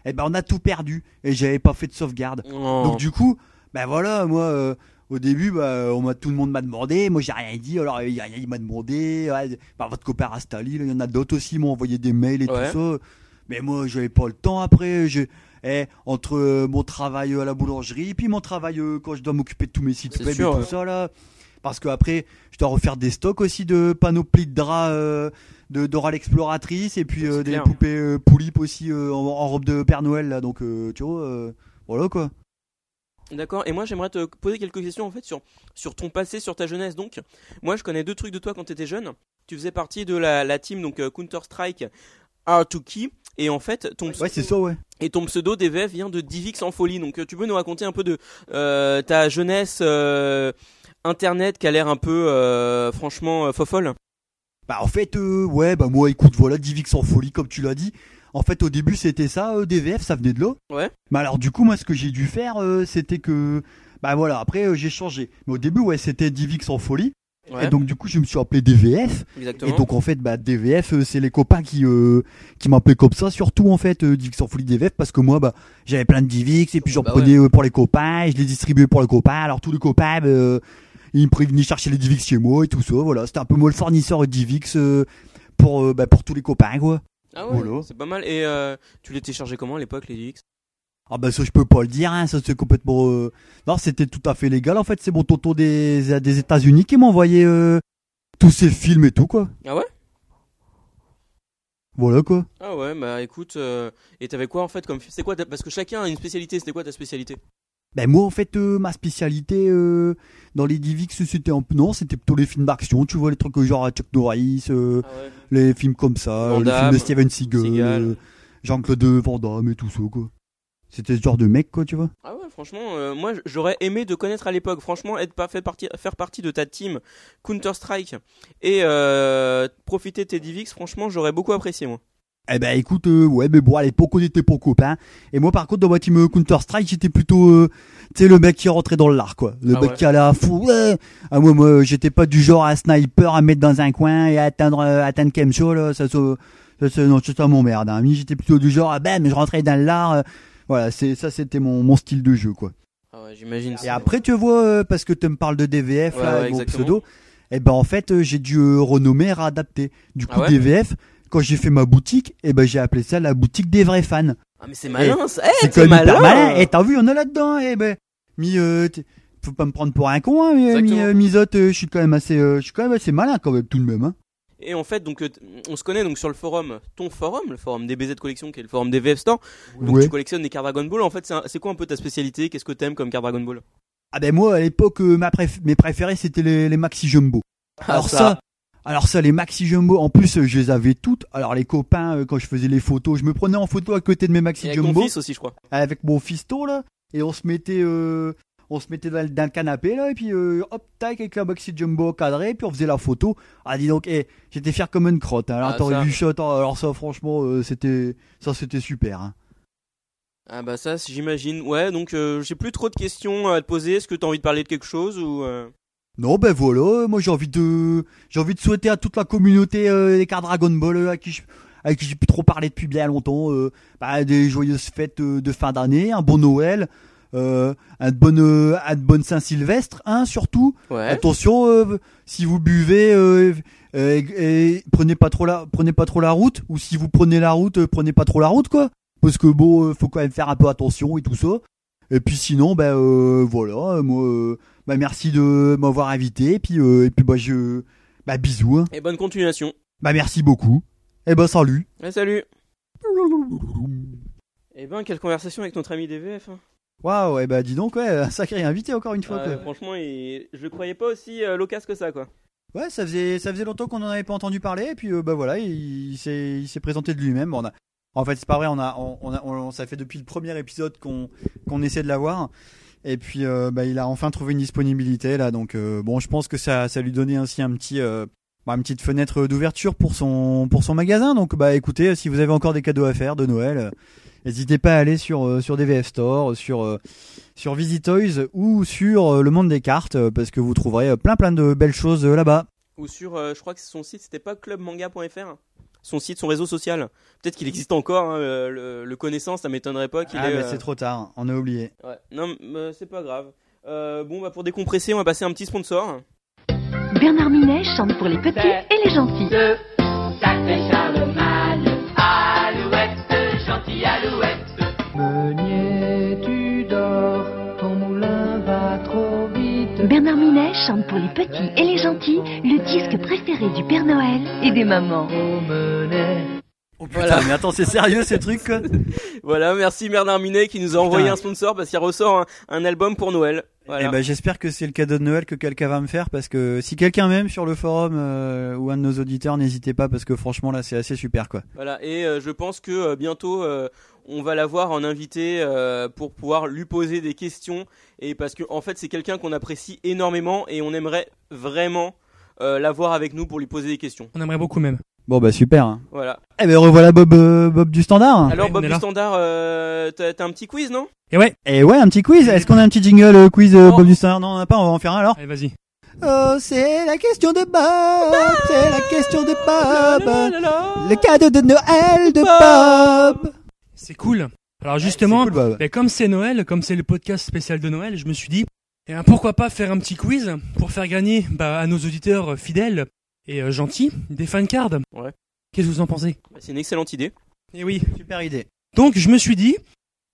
Et ben, on a tout perdu, et j'avais pas fait de sauvegarde.
Oh.
Donc du coup, ben voilà, moi euh, au début, bah, on m'a tout le monde m'a demandé, moi j'ai rien dit. Alors il y a- il m'a demandé, ouais, bah, votre copain Rastali, là, il y en a d'autres aussi, ils m'ont envoyé des mails et
Ouais.
tout ça. Mais moi, j'avais pas le temps après. Je... eh, entre euh, mon travail euh, à la boulangerie, puis mon travail euh, quand je dois m'occuper de tous mes sites
C'est
web
sûr, hein.
et tout
ouais.
ça là. Parce que après, je dois refaire des stocks aussi de panoplies de draps euh, de Dora l'exploratrice et puis euh,
C'est
des
clair.
poupées euh, poulipes aussi euh, en, en robe de Père Noël là. Donc euh, tu vois, euh, voilà quoi.
D'accord, et moi j'aimerais te poser quelques questions en fait sur, sur ton passé, sur ta jeunesse. Donc, moi je connais deux trucs de toi quand t'étais jeune. Tu faisais partie de la, la team donc euh, Counter-Strike R2Key, et en fait ton,
Ouais, c'est ça, ouais.
et ton pseudo DVF vient de Divix en folie. Donc, euh, tu peux nous raconter un peu de euh, ta jeunesse euh, internet qui a l'air un peu euh, franchement euh, fofolle
Bah en fait euh, ouais bah moi écoute voilà Divix en folie comme tu l'as dit. En fait, au début, c'était ça, euh, DVF, ça venait de l'eau.
Ouais.
Bah alors, du coup, moi, ce que j'ai dû faire, euh, c'était que. Bah voilà, après, euh, j'ai changé. Mais au début, ouais, c'était Divix en folie.
Ouais,
Et donc, du coup, je me suis appelé DVF.
exactement.
Et donc, en fait, bah, DVF, euh, c'est les copains qui, euh, qui m'appelaient comme ça, surtout, en fait, euh, Divix en folie DVF, parce que moi, bah, j'avais plein de Divix, et puis j'en
Bah
prenais euh, pour les copains, et je les distribuais pour les copains. Alors, tous les copains, bah, euh, ils me prévenaient chercher les Divix chez moi, et tout ça, voilà. C'était un peu moi le fournisseur euh, Divix, euh, pour, euh, bah, pour tous les copains, quoi.
ah ouais,
Voilà.
c'est pas mal. Et euh, tu les téléchargeais comment à l'époque, les DX
Ah bah ça je peux pas le dire, hein, ça c'est complètement... euh, Non, c'était tout à fait légal en fait, c'est mon tonton des, des États-Unis qui m'a envoyé euh, tous ces films et tout quoi.
Ah ouais
Voilà quoi.
Ah ouais, bah écoute, euh, et t'avais quoi en fait comme C'est quoi ta- Parce que chacun a une spécialité, c'était quoi ta spécialité
Ben moi en fait euh, ma spécialité euh, dans les Divix c'était un peu... Non, c'était plutôt les films d'action, tu vois les trucs euh, genre Chuck Norris, euh,
Ah ouais.
les films comme ça,
Van
les films
Damme,
de Steven Seagal,
Seagal.
euh, Jean-Claude Van Damme et tout ça quoi. C'était ce genre de mec quoi tu vois.
Ah ouais, franchement, euh, moi j'aurais aimé de connaître à l'époque. Franchement, être pas fait partie, faire partie de ta team Counter Strike et euh, profiter de tes DivX, franchement, j'aurais beaucoup apprécié moi.
Eh ben écoute, euh, ouais, mais bon, à l'époque on était pas copains. Et moi par contre, dans ma team euh, Counter-Strike, j'étais plutôt, euh, tu sais, le mec qui rentrait dans l'art, quoi. Le
Ah
mec
ouais.
qui allait à fou. Ouais. Ah, moi, moi, j'étais pas du genre à sniper, à mettre dans un coin et à atteindre, euh, atteindre Kemcho, là. Ça, ça, ça, ça- non, c'était mon merde. Hein. Mais j'étais plutôt du genre, ah ben, je rentrais dans l'art. euh, voilà, c'est ça, c'était mon, mon style de jeu, quoi.
Ah ouais, j'imagine.
Et après, tu vois, euh, parce que tu me parles de DVF,
Ouais,
là,
ouais,
avec mon
exactement.
pseudo, et ben en fait, euh, j'ai dû euh, renommer, réadapter. Du coup,
Ah ouais
DVF, quand j'ai fait ma boutique, et ben j'ai appelé ça la boutique des vrais fans.
Ah mais c'est malin, ça. Eh,
C'est
t'es
quand même hyper
malin.
malin. Et t'as vu, on est là-dedans. Et ben, mi, euh, t'es- faut pas me prendre pour un con, hein, mais, euh, mi,
Exactement.
euh, misote, euh, je suis quand même assez, euh, je suis quand même assez malin quand même tout de même. Hein.
Et en fait, donc, euh, t- on se connaît donc sur le forum, ton forum, le forum DBZ Collection, qui est le forum DVF Store. Donc,
Ouais.
tu collectionnes des cartes Dragon Ball. En fait, c'est un- c'est quoi un peu ta spécialité Qu'est-ce que t'aimes comme carte Dragon Ball
Ah ben moi, à l'époque, euh, ma préf- mes préférés c'était les, les maxi jumbo.
Ah,
Alors ça. alors ça, les maxi jumbo. En plus, euh, je les avais toutes. Alors les copains, euh, quand je faisais les photos, je me prenais en photo à côté de mes maxi
Et avec
jumbo.
ton fils aussi, je crois.
avec mon fiston là et on se mettait euh, on se mettait dans, le- dans le canapé là et puis euh, hop tac avec la maxi jumbo cadré puis on faisait la photo ah dis donc eh, j'étais fier comme une crotte hein. alors
Ah,
t'aurais
ça.
vu ça attends, alors ça franchement euh, c'était ça c'était super hein.
Ah bah ça, c- j'imagine. Ouais, donc euh, j'ai plus trop de questions à te poser. Est-ce que t'as envie de parler de quelque chose ou euh,
non ben voilà moi j'ai envie de j'ai envie de souhaiter à toute la communauté euh, des cas Dragon Ball euh, à qui je à qui j'ai pu trop parler depuis bien longtemps, euh, bah, des joyeuses fêtes euh, de fin d'année, un bon Noël, euh, un bon, euh, un bon Saint-Sylvestre, hein, surtout,
Ouais.
Attention, euh, si vous buvez, euh, euh, et- et prenez pas trop la, prenez pas trop la route, ou si vous prenez la route, euh, prenez pas trop la route, quoi. Parce que bon, euh, faut quand même faire un peu attention et tout ça. Et puis sinon, ben euh, voilà, euh, moi, euh, bah, merci de m'avoir invité, et puis, euh, et puis bah je, bah bisous, hein.
Et bonne continuation.
bah merci beaucoup, et bah salut.
Ouais, salut. Eh ben, quelle conversation avec notre ami DVF. hein.
Waouh, et bah dis donc, ouais, un sacré invité encore une fois.
Ah,
quoi.
franchement, il- je le croyais pas aussi euh, loquace que ça, quoi.
Ouais, ça faisait, ça faisait longtemps qu'on n'en avait pas entendu parler, et puis euh, bah voilà, il, il s'est il s'est présenté de lui-même. On a- en fait, c'est pas vrai, on a, on, on a- on- ça fait depuis le premier épisode qu'on qu'on essaie de l'avoir, et puis euh, bah, il a enfin trouvé une disponibilité là, donc euh, bon, je pense que ça, ça lui donnait ainsi un petit, euh, bah, une petite fenêtre d'ouverture pour son, pour son magasin. Donc bah écoutez, si vous avez encore des cadeaux à faire de Noël, euh, n'hésitez pas à aller sur, euh, sur DVF Store, sur euh, sur Visitoys ou sur euh, le monde des cartes, euh, parce que vous trouverez euh, plein plein de belles choses euh, là-bas.
Ou sur, euh, je crois que son site, c'était pas clubmanga.fr. Son site, son réseau social. Peut-être qu'il existe encore. hein, le, le- le connaissance, ça m'étonnerait pas qu'il
Ah
ait,
bah
euh,
c'est trop tard, on a oublié.
Ouais. Non, mais, euh, c'est pas grave. Euh, bon, bah pour décompresser, on va passer un petit sponsor.
Bernard Minet chante pour les petits et les gentils.
Meunier, tu dors, ton moulin va trop vite.
Bernard Minet chante pour les petits et les gentils, le disque préféré du Père Noël et des mamans.
Au Meunier.
Oh putain,
Voilà.
mais attends, c'est sérieux ces trucs quoi
Voilà, merci Bernard Minet qui nous a envoyé
Putain.
un sponsor parce qu'il ressort un, un album pour Noël. Voilà.
Eh ben j'espère que c'est le cadeau de Noël que quelqu'un va me faire parce que si quelqu'un m'aime sur le forum euh, ou un de nos auditeurs, n'hésitez pas parce que franchement là c'est assez super quoi.
Voilà, et euh, je pense que euh, bientôt euh, on va l'avoir en invité euh, pour pouvoir lui poser des questions et parce que en fait c'est quelqu'un qu'on apprécie énormément et on aimerait vraiment euh, l'avoir avec nous pour lui poser des questions.
On aimerait beaucoup même.
Bon bah super.
Voilà.
Eh ben revoilà Bob, euh, Bob du standard.
Alors
Ouais,
Bob
on est
du
là.
Standard, euh, t'as t'as un petit quiz, non
Et ouais,
Et Eh ouais, un petit quiz. Est-ce qu'on a un petit jingle euh, quiz euh,
Non.
Bob du standard Non, on en a pas. On va en faire un alors.
allez vas-y.
Oh, c'est la question de Bob. C'est la question de Bob. Le cadeau de Noël de Bob.
C'est cool. Alors justement,
C'est cool, Bob.
ben, comme c'est Noël, comme c'est le podcast spécial de Noël, je me suis dit, eh ben, pourquoi pas faire un petit quiz pour faire gagner bah, à nos auditeurs euh, fidèles et euh, gentils des fan cards.
Ouais.
Qu'est-ce que vous en pensez
Bah, C'est une excellente idée.
Eh oui.
Super idée.
Donc je me suis dit,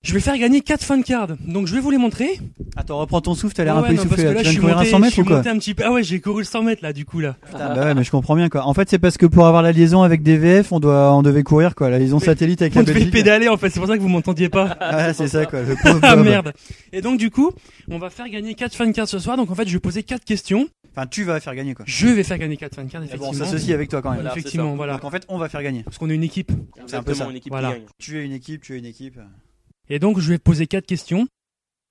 je vais faire gagner quatre fan cards. Donc je vais vous les montrer.
Attends, reprends ton souffle. T'as l'air
Ouais,
un peu
non, parce
essoufflé.
que
là.
là,
Tu
je
viens de courir
suis
à
monté,
100
je
mètres
suis
ou quoi
monté un petit peu. Ah ouais, j'ai couru le 100 mètres là du coup là.
Putain, bah ouais, mais je comprends bien quoi. En fait, c'est parce que pour avoir la liaison avec DVF, on doit, on devait courir quoi. La liaison satellite avec
On
la
devait
Belgique.
pédaler en fait, c'est pour ça que vous m'entendiez pas.
Ah, c'est ça quoi. Le pauvre
Ah
Bob.
merde. Et donc du coup, on va faire gagner 4 fan cards ce soir. Donc en fait, je vais poser 4 questions.
Enfin, tu vas faire gagner quoi.
Je vais faire gagner 4 fan cards
Mais
effectivement.
bon, on s'associe avec toi quand même.
Voilà,
effectivement, voilà.
Donc en fait, on va faire gagner.
Parce qu'on est une équipe.
C'est un peu
Exactement,
ça.
une équipe
Voilà.
qui gagne.
Tu es une équipe, tu es une équipe.
Et donc je vais poser 4 questions.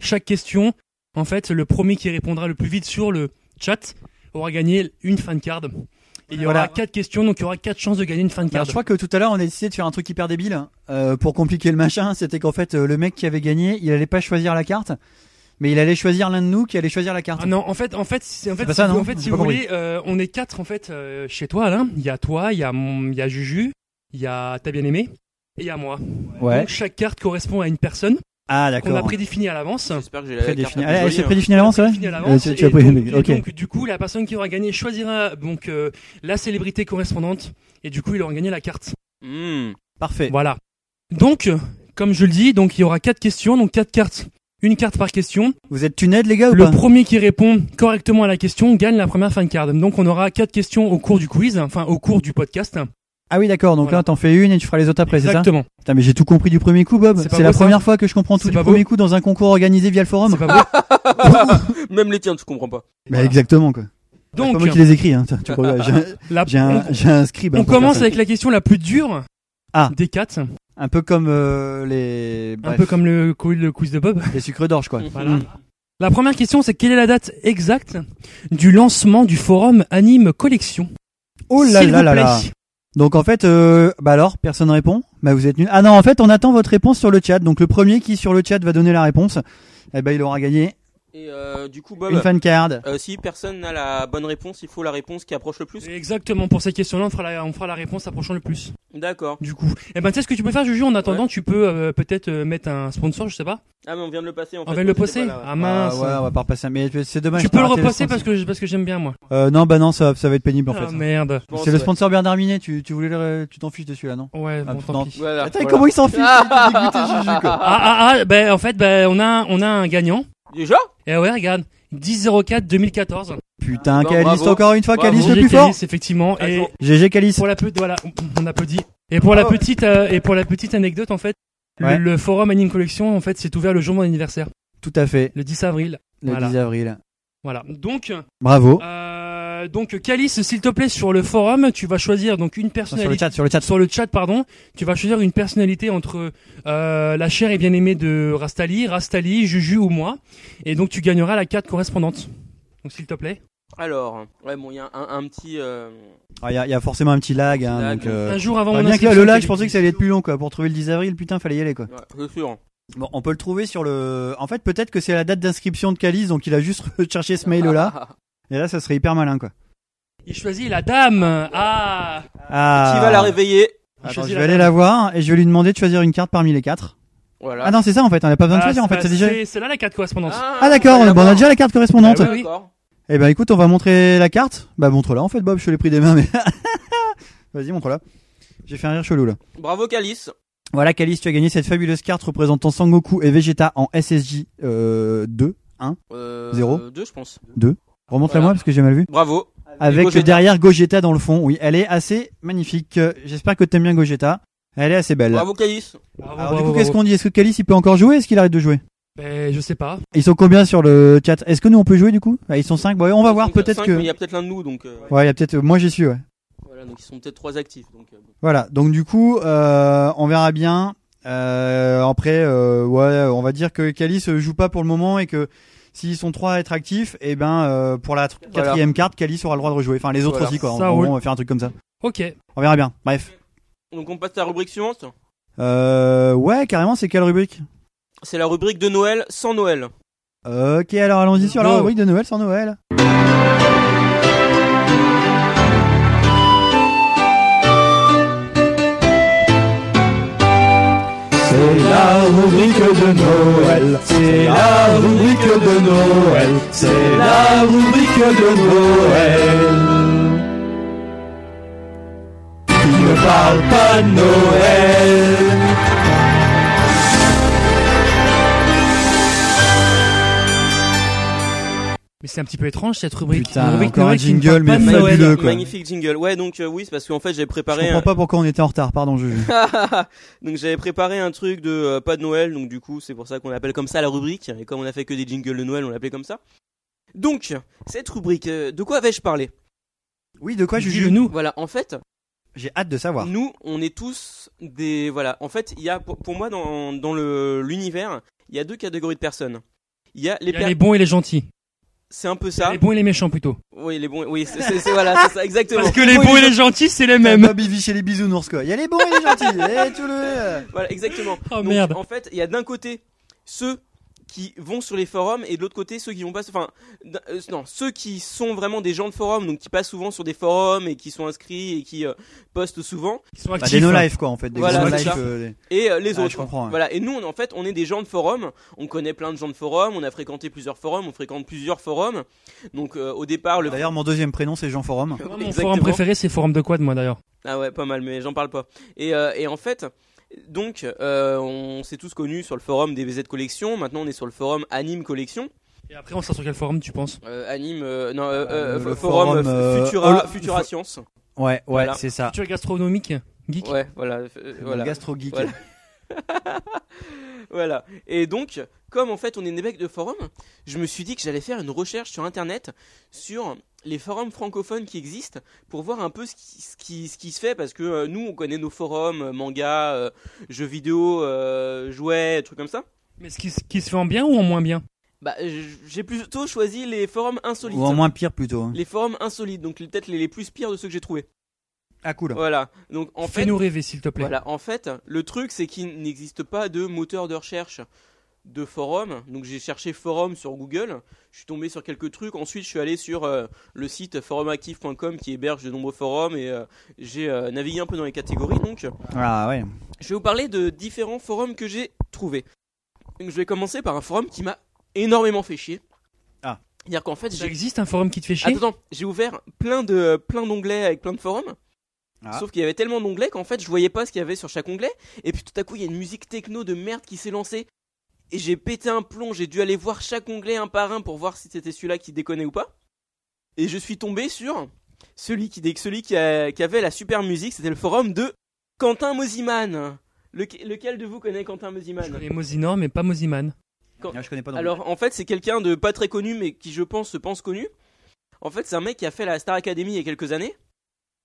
Chaque question, en fait, le premier qui répondra le plus vite sur le chat aura gagné une fan card. Et il y
Voilà.
aura 4 questions, donc il y aura 4 chances de gagner une fan
Alors,
card.
je crois que tout à l'heure, on a décidé de faire un truc hyper débile hein, euh, pour compliquer le machin. C'était qu'en fait, euh, le mec qui avait gagné, il allait pas choisir la carte, mais il allait choisir l'un de nous qui allait choisir la carte.
Ah non, en fait, en fait, c'est- en fait,
pas
si
ça,
vous-
non
en fait, si
J'ai
vous
pas compris.
voulez, euh, on est quatre en fait euh, chez toi, Alain. Il y a toi, il y a mon, il y a Juju, il y a ta bien aimée et il y a moi. Donc chaque carte correspond à une personne
Ah
qu'on a
d'accord.
prédéfinie à l'avance.
J'espère que j'ai la
Prédéfini.
carte la
Allez, Eh,
plus
c'est
jolie, hein.
prédéfini à l'avance, ouais.
Prédéfinie à l'avance.
Euh, tu- tu as
Et
pris-
donc- et
ok.
donc, du coup, la personne qui aura gagné choisira donc euh, la célébrité correspondante et du coup, il aura gagné la carte.
Hmm.
Parfait.
Voilà. Donc, euh, comme je le dis, donc il y aura quatre questions, donc quatre cartes, une carte par question.
Vous êtes tuned les gars ou
Le
pas
premier qui répond correctement à la question gagne la première fan card. Donc on aura quatre questions au cours du quiz, enfin au cours du podcast.
Ah oui d'accord. Donc
Voilà.
là, t'en fais une et tu feras les autres après, c'est ça
Exactement.
Putain, mais j'ai tout compris du premier coup, Bob.
C'est pas
C'est la
beau, ça
première fois que je comprends tout
C'est
du
pas
premier coup dans un concours organisé via le forum.
C'est pas beau.
Même les tiens, tu comprends pas.
Bah exactement quoi. C'est
Donc
pas moi qui les écris. Hein. Tu- tu crois- j'ai un-
la-
J'ai un,
on,
j'ai un scribe. hein,
on
pour
commence
faire ça.
avec la question la plus dure
Ah.
des quatre,
un peu comme euh, les
un
bref,
peu comme le, cou- le quiz de Bob.
les sucres d'orge quoi.
Voilà. La première question c'est quelle est la date exacte du lancement du forum Anime Collection
Oh là
S'il
là
vous
là
plaît.
là. Donc en fait, euh, bah alors personne ne répond. Bah vous êtes nuls. Ah non, en fait, on attend votre réponse sur le chat. Donc le premier qui sur le chat va donner la réponse, eh ben il aura gagné
Et euh, du coup,
une
Bob,
fan card.
euh, si personne n'a la bonne réponse, il faut la réponse qui approche le plus.
Exactement pour cette question-là, on fera la, on fera la réponse approchant le plus.
D'accord.
Du coup, eh ben tu sais ce que tu peux faire, Juju. En attendant, tu peux euh, peut-être euh, mettre un sponsor, je sais pas.
Ah, mais on vient de le passer en fait.
on va le
donc c'était
poster.
pas là, ouais.
Ah mince.
Ah ouais, on va pas repasser. Mais c'est dommage.
Tu
j'ai pas
peux le
raté
reposter parce
sponsor.
que parce que j'aime bien moi.
Euh, non, bah non, ça, ça va être pénible en
Ah,
fait.
merde.
Je pense,
C'est le
ouais.
sponsor Bernard Minet. Tu, tu voulais, le- tu t'en fiches dessus là, non
Ouais,
Ah,
bon,
non.
tant pis.
Voilà,
Attends,
voilà.
comment il s'en fiche Il est dégoûté, Juju, quoi.
Ah ah ah, ben en fait ben on a on a un gagnant.
Déjà
Et ouais, regarde, 1004 2014.
Putain,
Bon,
Calice
bravo.
encore une fois,
Bravo.
Calice
J'ai
le plus
Roger
fort. Ah,
Calis, effectivement et
Attends.
GG Calice.
pour la petite voilà, on applaudit. Et pour la petite euh, et pour la petite anecdote en fait, le-
Oh. Ouais.
le, forum Anime Collection en fait s'est ouvert le jour de mon anniversaire,
Tout à fait.
le 10 avril.
Le
Voilà.
10 avril.
Voilà. Donc
Bravo.
euh, donc Calice, s'il te plaît sur le forum, tu vas choisir donc une
sur le
personnalité
chat, sur le chat.
sur le chat, pardon, tu vas choisir une personnalité entre euh, la chère et bien-aimée de Rastali, Rastali, Juju ou moi, et donc tu gagneras la carte correspondante. Donc s'il te plaît.
Alors, ouais, bon, il y a un, un petit. euh,
Il y, a- y a forcément un petit lag. Hein,
Lag.
donc, euh,
Un jour avant
enfin,
mon
bien que là,
inscription,
le lag,
t'es-
je pensais que ça allait être plus long quoi. Pour trouver le 10 avril, putain, fallait y aller quoi.
ouais, c'est sûr.
Bon, on peut le trouver sur le. En fait, peut-être que c'est la date d'inscription de Calice, donc il a juste cherché ce mail là. Et là, ça serait hyper malin quoi.
Il choisit la dame. Ah.
Ah.
Qui va la réveiller
Attends,
choisit
je
la
vais aller
dame.
la voir et je vais lui demander de choisir une carte parmi les quatre.
Voilà.
Ah non, c'est ça en fait. On n'a pas besoin de
Ah,
choisir en
c'est-
fait. C'est déjà.
c'est- C'est là la carte correspondante.
Ah d'accord.
voilà, Bah,
Bon, on a
bon.
déjà la carte correspondante.
Ah oui.
D'accord.
Eh ben écoute, on va montrer la carte. Bah montre-la en fait, Bob. Je te l'ai pris des mains, mais. Vas-y, montre-la. J'ai fait un rire chelou là.
Bravo, Calice.
Voilà, Calice, tu as gagné cette fabuleuse carte représentant Sangoku et Vegeta en SSJ euh, 2.
Euh,
Zéro.
Deux, je pense.
Remonte-la-moi
Voilà.
parce que j'ai mal vu.
Bravo.
Avec
Gogeta.
derrière Gogeta dans le fond. Oui, elle est assez magnifique. Euh, J'espère que t'aimes bien Gogeta. Elle est assez belle.
Bravo, Calice.
Bravo,
Alors
bravo,
du coup,
bravo.
qu'est-ce qu'on dit Est-ce que Calice, il peut encore jouer Est-ce qu'il arrête de jouer
Ben, je sais pas.
Ils sont combien sur le chat Est-ce que nous, on peut jouer du coup Ah, Ils sont 5. Bon, on va voir
Cinq,
peut-être
cinq,
que...
mais Il y a peut-être l'un de nous, donc. euh,
Ouais, il y a peut-être... Moi, j'y suis, ouais.
Voilà, donc ils sont peut-être trois actifs. Donc, euh, bon.
Voilà, donc du coup, euh, on verra bien. Euh, après, euh, ouais, on va dire que Calice joue pas pour le moment et que s'ils sont trois à être actifs, et ben euh, pour la tr-
Voilà.
quatrième carte, Calice aura le droit de rejouer. Enfin, les autres
Voilà.
aussi, quoi.
Ça
En gros,
roule.
on va faire un truc comme ça.
Ok.
On verra bien. Bref.
Donc on passe à la rubrique suivante.
Euh, ouais, carrément, c'est quelle rubrique
C'est la rubrique de Noël sans Noël.
Ok, alors allons-y sur la
Go.
rubrique de Noël sans Noël.
C'est la rubrique de Noël, c'est la rubrique de Noël, c'est la rubrique de Noël. Qui ne parle pas de Noël.
Mais c'est un petit peu étrange cette rubrique.
Putain,
Une rubrique
encore un
Noël qui ne
jingle,
parle pas
mais
de Noël.
fabuleux, quoi.
Magnifique jingle. Ouais, donc euh, oui, c'est parce qu'en fait j'avais
Je
préparé.
comprends
un-
pas pourquoi on était en retard, pardon Juju.
donc j'avais préparé un truc de euh, pas de Noël, donc du coup c'est pour ça qu'on appelle comme ça la rubrique. Et comme on a fait que des jingles de Noël, on l'appelait comme ça. Donc cette rubrique, euh, de quoi vais-je parler
Oui, de quoi
Dis-le
Juju
nous.
Voilà, en fait,
J'ai hâte de savoir.
nous on est tous des voilà. En fait, il y a pour, pour moi dans dans le l'univers, il y a deux catégories de personnes. Il y a
Il y
les,
a
personnes
les bons et les gentils.
c'est un peu ça.
Les bons et les méchants plutôt.
Oui, les bons, oui, c'est c'est- c'est- voilà, c'est ça exactement.
Parce que les
Oui,
bons et les gentils, c'est les
Même
mêmes.
Bob il vit chez les bisounours quoi. Il y a les bons et les gentils. et tout le.
Voilà, exactement.
Oh,
Donc,
merde.
En fait, il y a d'un côté ceux qui vont sur les forums et de l'autre côté ceux qui vont pas. Enfin, d'un- euh, non, ceux qui sont vraiment des gens de forum, donc qui passent souvent sur des forums et qui sont inscrits et qui euh, postent souvent,
Ils sont
Bah,
actifs,
des no
hein.
life quoi en fait. Des
Voilà,
gros
c'est
life,
ça.
euh, des-
et euh, les
Ah,
autres.
je comprends. ouais.
Voilà. Et nous, on- en fait, on est des gens de forum. On connaît plein de gens de forum. On a fréquenté plusieurs forums. On fréquente plusieurs forums. Donc, euh, au départ, le.
D'ailleurs, mon deuxième prénom c'est Jean Ah, Forum.
Moi, Mon
Exactement.
forum préféré, c'est forum de quad, moi d'ailleurs.
Ah ouais, pas mal, mais j'en parle pas. Et, euh, et en fait, donc, euh, on s'est tous connus sur le forum DBZ Collection. Maintenant, on est sur le forum Anime Collection.
Et après, on sera sur quel forum, tu penses
Euh, anime, euh, non, euh, euh,
Ah, le
f- forum,
forum,
euh,
euh,
Futura,
Hol-
Futura Science.
Ouais, ouais,
Voilà.
c'est ça.
Culture gastronomique, geek.
Ah. Ouais, voilà, f- euh, voilà,
Gastro geek.
Voilà. voilà. Et donc, comme en fait on est des mecs de forum, je me suis dit que j'allais faire une recherche sur internet sur les forums francophones qui existent pour voir un peu ce qui, ce qui, ce qui se fait parce que euh, nous on connaît nos forums, euh, manga, euh, jeux vidéo, euh, jouets, trucs comme ça.
Mais ce qui, se- qui se fait en bien ou en moins bien
Bah, j- j'ai plutôt choisi les forums insolites.
Ou en moins pire plutôt. hein.
Les forums insolites, donc les- peut-être les, les plus pires de ceux que j'ai trouvés.
Ah cool.
Voilà. Donc en fait,
Fais-nous rêver, s'il te plaît.
Voilà, en fait, le truc, c'est qu'il n'existe pas de moteur de recherche de forum. Donc j'ai cherché forum sur Google, je suis tombé sur quelques trucs. Ensuite, je suis allé sur euh, le site forumactif.com qui héberge de nombreux forums et euh, j'ai euh, navigué un peu dans les catégories. Donc,
Ah ouais.
je vais vous parler de différents forums que j'ai trouvés. Donc, je vais commencer par un forum qui m'a énormément fait chier.
Ah.
C'est-à-dire qu'en fait,
Ça
j'ai.
existe un forum qui te fait chier
Attends, attends, j'ai ouvert plein de plein d'onglets avec plein de forums.
Ah.
Sauf qu'il y avait tellement d'onglets qu'en fait je voyais pas ce qu'il y avait sur chaque onglet. Et puis tout à coup il y a une musique techno de merde qui s'est lancée. Et j'ai pété un plomb, j'ai dû aller voir chaque onglet un par un pour voir si c'était celui-là qui déconnait ou pas. Et je suis tombé sur celui qui, dé- celui qui, a- qui avait la super musique, c'était le forum de Quentin Mosiman. Leque- lequel de vous connaît Quentin Mosiman
Je connais Mosinor, mais pas Mosiman.
Ah, je connais pas non plus.
alors en fait c'est quelqu'un de pas très connu mais qui je pense se pense connu. En fait c'est un mec qui a fait la Star Academy il y a quelques années.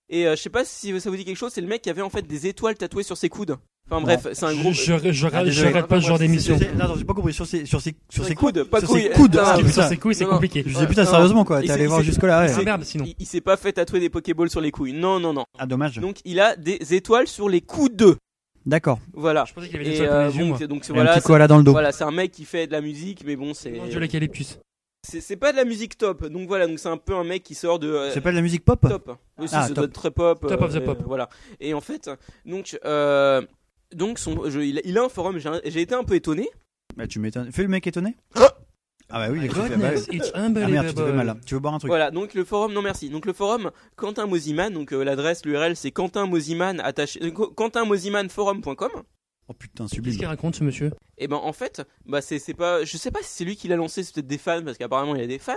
Et euh, je sais pas si ça vous dit quelque chose, c'est le mec qui avait en fait des étoiles tatouées sur ses coudes. Enfin bref, c'est un
Je-
gros...
Je, je, je,
Ah, désolé.
regarde pas ce genre
C'est-
d'émission.
C'est- c'est- Non, non, j'ai pas compris. Sur ses, sur ses, sur ses coudes.
pas
sur
couilles.
ses coudes.
Ah,
Ah,
Sur
putain.
ses couilles, c'est
Non, non.
compliqué.
Je
Ouais,
disais putain,
non.
sérieusement quoi.
Il
T'es
s'est-
allé
il
voir
s'est-
jusque là.
Ah,
c'est-
merde, sinon.
Il, il s'est pas fait tatouer des Pokéballs sur les couilles. Non, non, non.
Ah dommage.
Donc il a des étoiles sur les coudes.
D'accord.
Voilà.
Je pensais qu'il y avait des
Et
étoiles pour
euh,
les yeux,
bon,
moi.
c'est- donc c'est-
Il y a Un
voilà,
petit
c'est-
koala dans le dos.
voilà, c'est un mec qui fait de la musique, mais bon, c'est
Mon dieu, l'eucalyptus.
c'est c'est pas de la musique top. Donc voilà, donc c'est un peu un mec qui sort de euh,
C'est pas de la musique pop
Top. Oui, si,
Ah,
ça
top.
doit être très pop.
Top of the
mais,
pop.
Voilà. Et en fait, donc, euh, donc son, je- il, a- il a un forum. J'ai un- J'ai été un peu étonné.
Bah tu m'étonnes. Fais le mec étonné. Ah bah oui, j'ai cru que tu avais mal.
Goodness, it's
Ah merde, tu te fais mal
unbelievable.
là. Tu veux boire un truc
Voilà. Donc le forum, non merci. Donc le forum Quentin Mosiman. Donc euh, l'adresse, l'URL, c'est Quentin Mosiman attaché. euh, Qu- QuentinMosimanForum.com.
Oh putain,
Qu'est-ce qu'il
sublime.
raconte, ce monsieur
Et ben en fait, bah c'est c'est pas, je sais pas si c'est lui qui l'a lancé, c'est peut-être des fans parce qu'apparemment il y a des fans.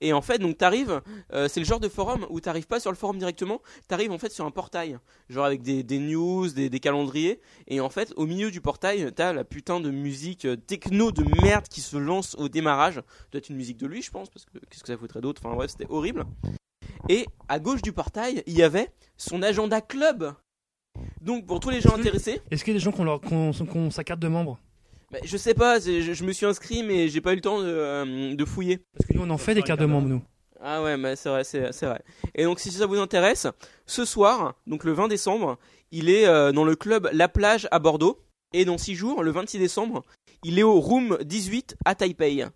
Et en fait, donc t'arrives, euh, c'est le genre de forum où t'arrives pas sur le forum directement, t'arrives en fait sur un portail, genre avec des, des news, des, des calendriers, et en fait au milieu du portail t'as la putain de musique euh, techno de merde qui se lance au démarrage, peut-être une musique de lui je pense, parce que qu'est-ce que ça foutrait d'autre, enfin bref c'était horrible. Et à gauche du portail il y avait son agenda club. Donc pour tous les gens
Est-ce que-
intéressés,
Est-ce qu'il y a des gens qui ont, leur, qui ont- qui ont sa carte de membre
bah, je sais pas, c'est- je, je me suis inscrit mais j'ai pas eu le temps de, euh, de fouiller.
Parce que nous, on en fait des cartes de membre, nous.
Ah ouais, mais c'est vrai, c'est c'est vrai. Et donc si ça vous intéresse, ce soir, donc le 20 décembre, il est euh, dans le club La Plage à Bordeaux. Et dans 6 jours, le 26 décembre, il est au Room 18 à Taipei.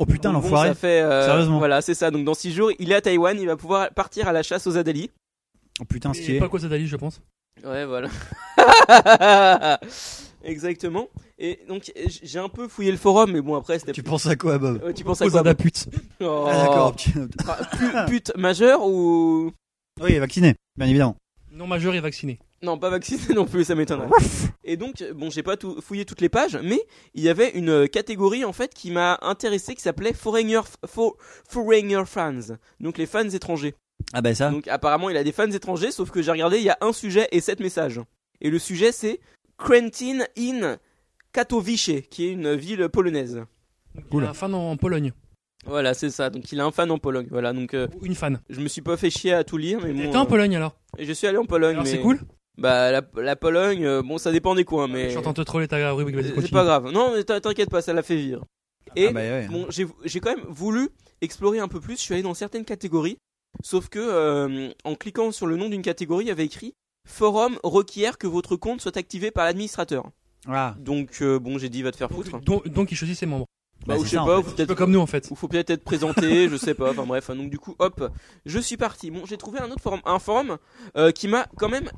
Oh putain,
Donc bon,
l'enfoiré.
ça fait, euh,
Sérieusement.
Voilà, c'est ça. Donc dans 6 jours, il est à Taïwan, il va pouvoir partir à la chasse aux Adélie.
Oh putain, ce qui
C'est
est.
pas quoi Zadali, je pense.
Ouais, voilà. Exactement. Et donc j- j'ai un peu fouillé le forum, mais bon après c'était.
Tu penses à quoi, Bob
Ouais, tu penses à
Aux
quoi
Zada pute.
Oh.
Ah, d'accord. putain.
Ah, pu- Pute majeure ou
Oui, il est vacciné, bien évidemment.
Non majeur et vacciné.
non pas vacciné non plus, ça m'étonnerait. Et donc bon, j'ai pas tout fouillé toutes les pages, mais il y avait une euh, catégorie en fait qui m'a intéressé qui s'appelait foreigner f- fo- foreigner fans, donc les fans étrangers.
Ah bah ça.
Donc apparemment il a des fans étrangers, sauf que j'ai regardé, il y a un sujet et sept messages. Et le sujet c'est Quentin in Katowice, qui est une ville polonaise.
Il a un fan en, en Pologne.
Voilà, c'est ça. Donc il a un fan en Pologne. Voilà, donc euh,
Ou Une fan.
je me suis pas fait chier à tout lire, mais
T'es
bon.
en
euh,
Pologne alors
je suis allé en Pologne.
Alors
mais...
c'est cool
Bah la, la Pologne, euh, bon ça dépend des coins, mais
Je suis en train de te troller ta rubrique, vas-y
c'est
continue.
pas grave. Non, mais t'in- t'inquiète pas, ça l'a fait vivre. Et
Ah bah ouais.
bon, j'ai j'ai quand même voulu explorer un peu plus. Je suis allé dans certaines catégories, sauf que euh, en cliquant sur le nom d'une catégorie, il y avait écrit forum requiert que votre compte soit activé par l'administrateur.
Ah,
Donc euh, bon, j'ai dit va te faire foutre.
Donc, donc il choisit ses membres.
Bah,
c'est
ou je sais
ça, en fait.
pas, ou
Un peu
peut-être
comme nous en fait.
ou faut peut-être être présenté, je sais pas. Enfin bref, hein. donc du coup, hop, je suis parti. Bon, j'ai trouvé un autre forum, un forum euh, qui m'a quand même,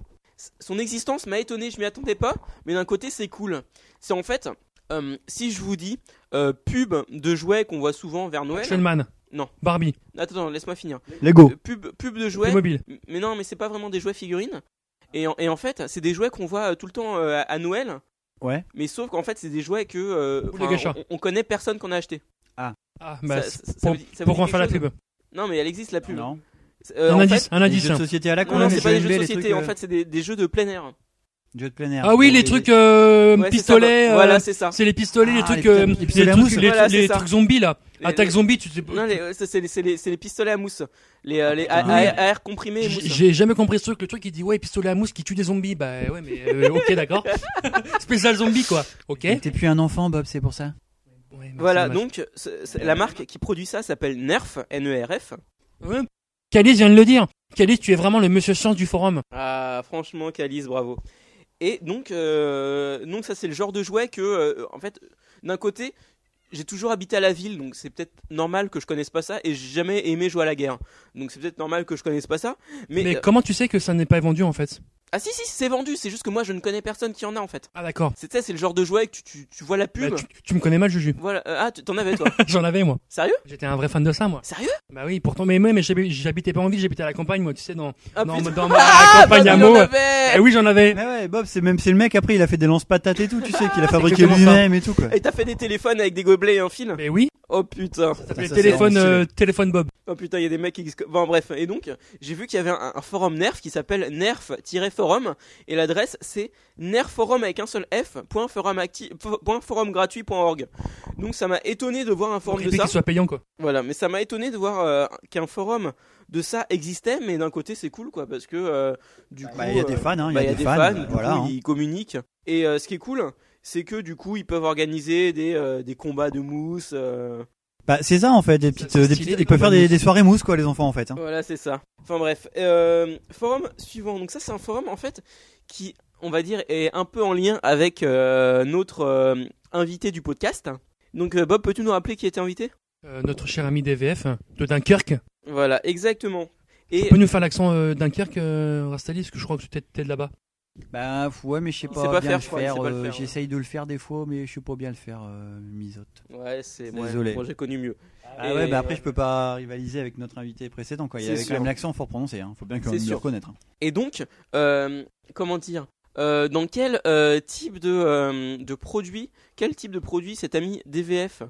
son existence m'a étonné. Je m'y attendais pas, mais d'un côté, c'est cool. C'est en fait, euh, si je vous dis euh, pub de jouets qu'on voit souvent vers Noël.
Action Man.
Non.
Barbie.
Attends, attends, laisse-moi finir.
Lego.
Euh, Pub, pub de jouets.
Mobile.
M- Mais non, mais c'est pas vraiment des jouets figurines. Et en, et en fait, c'est des jouets qu'on voit euh, tout le temps euh, à- à Noël.
Ouais.
Mais sauf qu'en fait, c'est des jouets que euh,
Boule de
enfin,
gacha.
on, on connaît personne qu'on a acheté.
Ah bah
Ça-
c'est
ça- ça
pour,
vous dit- ça vous
pour
dit
en faire la
quelque chose
pub.
Non, mais elle existe la pub.
Non.
Euh,
un
en
indice,
fait-
un
hein. Les
indice. hein.
jeux de société à la con.
non, non,
les
c'est pas des
JMB,
jeux de
les
société,
trucs,
en
euh,
fait, c'est des, des jeux de plein air.
Jeux de plein air.
Ah oui, les
les-
trucs euh,
Ouais, c'est ça, bah,
pistolets. euh,
voilà, c'est ça.
c'est les pistolets, les
Ah,
trucs,
les
euh,
pistolets-
les,
les pistolets à
trucs,
mousse.
les-
Voilà, c'est
les
ça.
trucs zombies là.
Les-
Attaque
les-
zombie, tu sais.
Non, les- euh, ça, c'est les, c'est les- c'est les pistolets à mousse. Les, euh, les à,
putain.
à- à air comprimé et
J-
mousse.
Ah, J'ai jamais compris ce truc. Le truc il dit ouais, pistolet à mousse qui tue des zombies. Bah ouais, mais euh, ok, d'accord. Spécial zombie quoi. Ok.
Mais T'es plus un enfant, Bob, c'est pour ça.
Ouais, mais
Voilà,
c'est dommage.
donc c'est- c'est- la marque qui produit ça s'appelle Nerf, E N-E-R-F.
Ouais. Calice vient de le dire. Calice, tu es vraiment le monsieur science du forum.
Ah, franchement, Calice, bravo. Et donc, euh, donc ça, c'est le genre de jouet que, euh, en fait, d'un côté, j'ai toujours habité à la ville, donc c'est peut-être normal que je connaisse pas ça, et j'ai jamais aimé jouer à la guerre. Donc c'est peut-être normal que je connaisse pas ça. Mais,
Mais
euh,
comment tu sais que ça n'est pas vendu en fait
ah si, si, c'est vendu, c'est juste que moi, je ne connais personne qui en a, en fait.
Ah d'accord.
C'est ça, c'est le genre de jouet que tu, tu, tu vois la pub.
Bah, tu, tu me connais mal, Juju.
Voilà, euh, ah, tu- t'en avais toi.
J'en avais moi.
Sérieux
J'étais un vrai fan de ça moi.
Sérieux
Bah oui, pourtant mais mais, mais j'habi- j'habitais pas en ville, j'habitais à la campagne moi, tu sais dans
Ah,
dans,
putain.
dans ma la
Ah,
campagne
bah,
à
il en
mots.
avait
Eh oui, j'en avais.
Mais ouais, Bob, c'est même c'est le mec. Après, il a fait des lance patates et tout, tu sais, qu'il a fabriqué
exactement ça.
lui-même et tout quoi.
Et t'as fait des téléphones avec des gobelets et un fil
Mais oui,
Oh putain
ça s'appelait
ça, c'est
téléphone
vraiment
euh, téléphone Bob.
Oh putain, il y a des mecs qui existent. Bon, bref. Et donc, j'ai vu qu'il y avait un, un forum Nerf qui s'appelle nerf-forum. Et l'adresse, c'est nerfforum avec un seul F, point forum acti- fo- point forum gratuit point org. Donc, ça m'a étonné de voir un forum de
Faudrait
ça.
qu'il soit payant quoi.
Voilà, mais ça m'a étonné de voir euh, qu'un forum de ça existait. Mais d'un côté, c'est cool, quoi, parce que euh, du coup.
Bah, il y a des
euh,
fans, hein. Il
bah,
y a des fans.
du
euh,
coup,
Voilà. hein.
ils communiquent. Et euh, ce qui est cool, c'est que du coup, ils peuvent organiser des, euh, des combats de mousse. euh,
Bah, c'est ça en fait, des petites,
c'est
euh, des
stylé,
petites-
des
ils peuvent faire
campagnes
des,
mousse.
des soirées mousse quoi, les enfants en fait. hein.
Voilà, c'est ça. Enfin bref, Euh, forum suivant. Donc ça, c'est un forum en fait qui, on va dire, est un peu en lien avec euh, notre euh, invité du podcast. Donc euh, Bob, peux-tu nous rappeler qui était invité
Euh, notre cher ami DVF euh, de Dunkerque.
Voilà, exactement. Et
Tu peux nous faire l'accent euh, Dunkerque, euh, Rastali, parce que je crois que tu étais de là-bas.
Bah f- ouais, mais je sais
Il
pas,
sait pas
bien le
faire, je crois, il sait
faire.
pas le
euh,
faire, ouais.
J'essaye de le faire des fois, mais je sais pas bien le faire, euh, misote.
ouais, c'est ouais,
Désolé.
Moi, j'ai connu mieux.
Ah
Et-
ouais, bah après je peux pas rivaliser avec notre invité précédent quoi. Il y
C'est
avait
sûr.
quand même l'accent fort prononcé, hein. Faut bien qu'on
C'est
le
sûr.
reconnaisse. hein.
Et donc, euh, comment dire euh, dans quel euh, type de, euh, de produit, quel type de produit cet ami DVF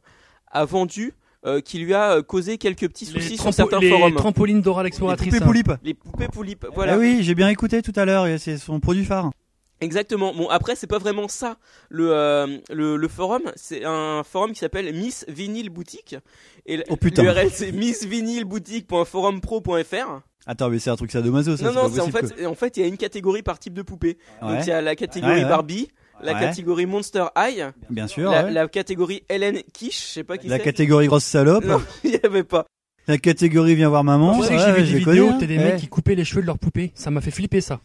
a vendu euh, qui lui a euh, causé quelques petits soucis sur
trampo-
certains
les
forums
trampolines d'Oral
Les
Exploratrice.
poupées
hein.
poulipes.
Les poupées poulipes, voilà.
Ah oui, j'ai bien écouté tout à l'heure, et c'est son produit phare.
Exactement. Bon, après, c'est pas vraiment ça le, euh, le, le forum. C'est un forum qui s'appelle Miss Vinyl Boutique. Et l-
Oh, putain.
l'URL c'est missvinylboutique.forumpro.fr.
Attends, mais c'est un truc sadomaso, ça.
Non, non,
pas
c'est en
possible,
fait, en fait, il y a une catégorie par type de poupée.
quoi.
Donc, il y
Ouais,
a la catégorie
Ouais, ouais.
Barbie, la
Ouais.
catégorie Monster High,
bien sûr.
la,
ouais.
la catégorie Hélène Kish, je sais pas qui
La
c'est.
catégorie grosse salope.
Non, il y avait pas.
La catégorie Viens voir maman.
Tu sais que
ouais,
j'ai
je
vu des
les connais.
vidéos, t'as des
Ouais.
mecs qui coupaient les cheveux de leur poupée. Ça m'a fait flipper ça.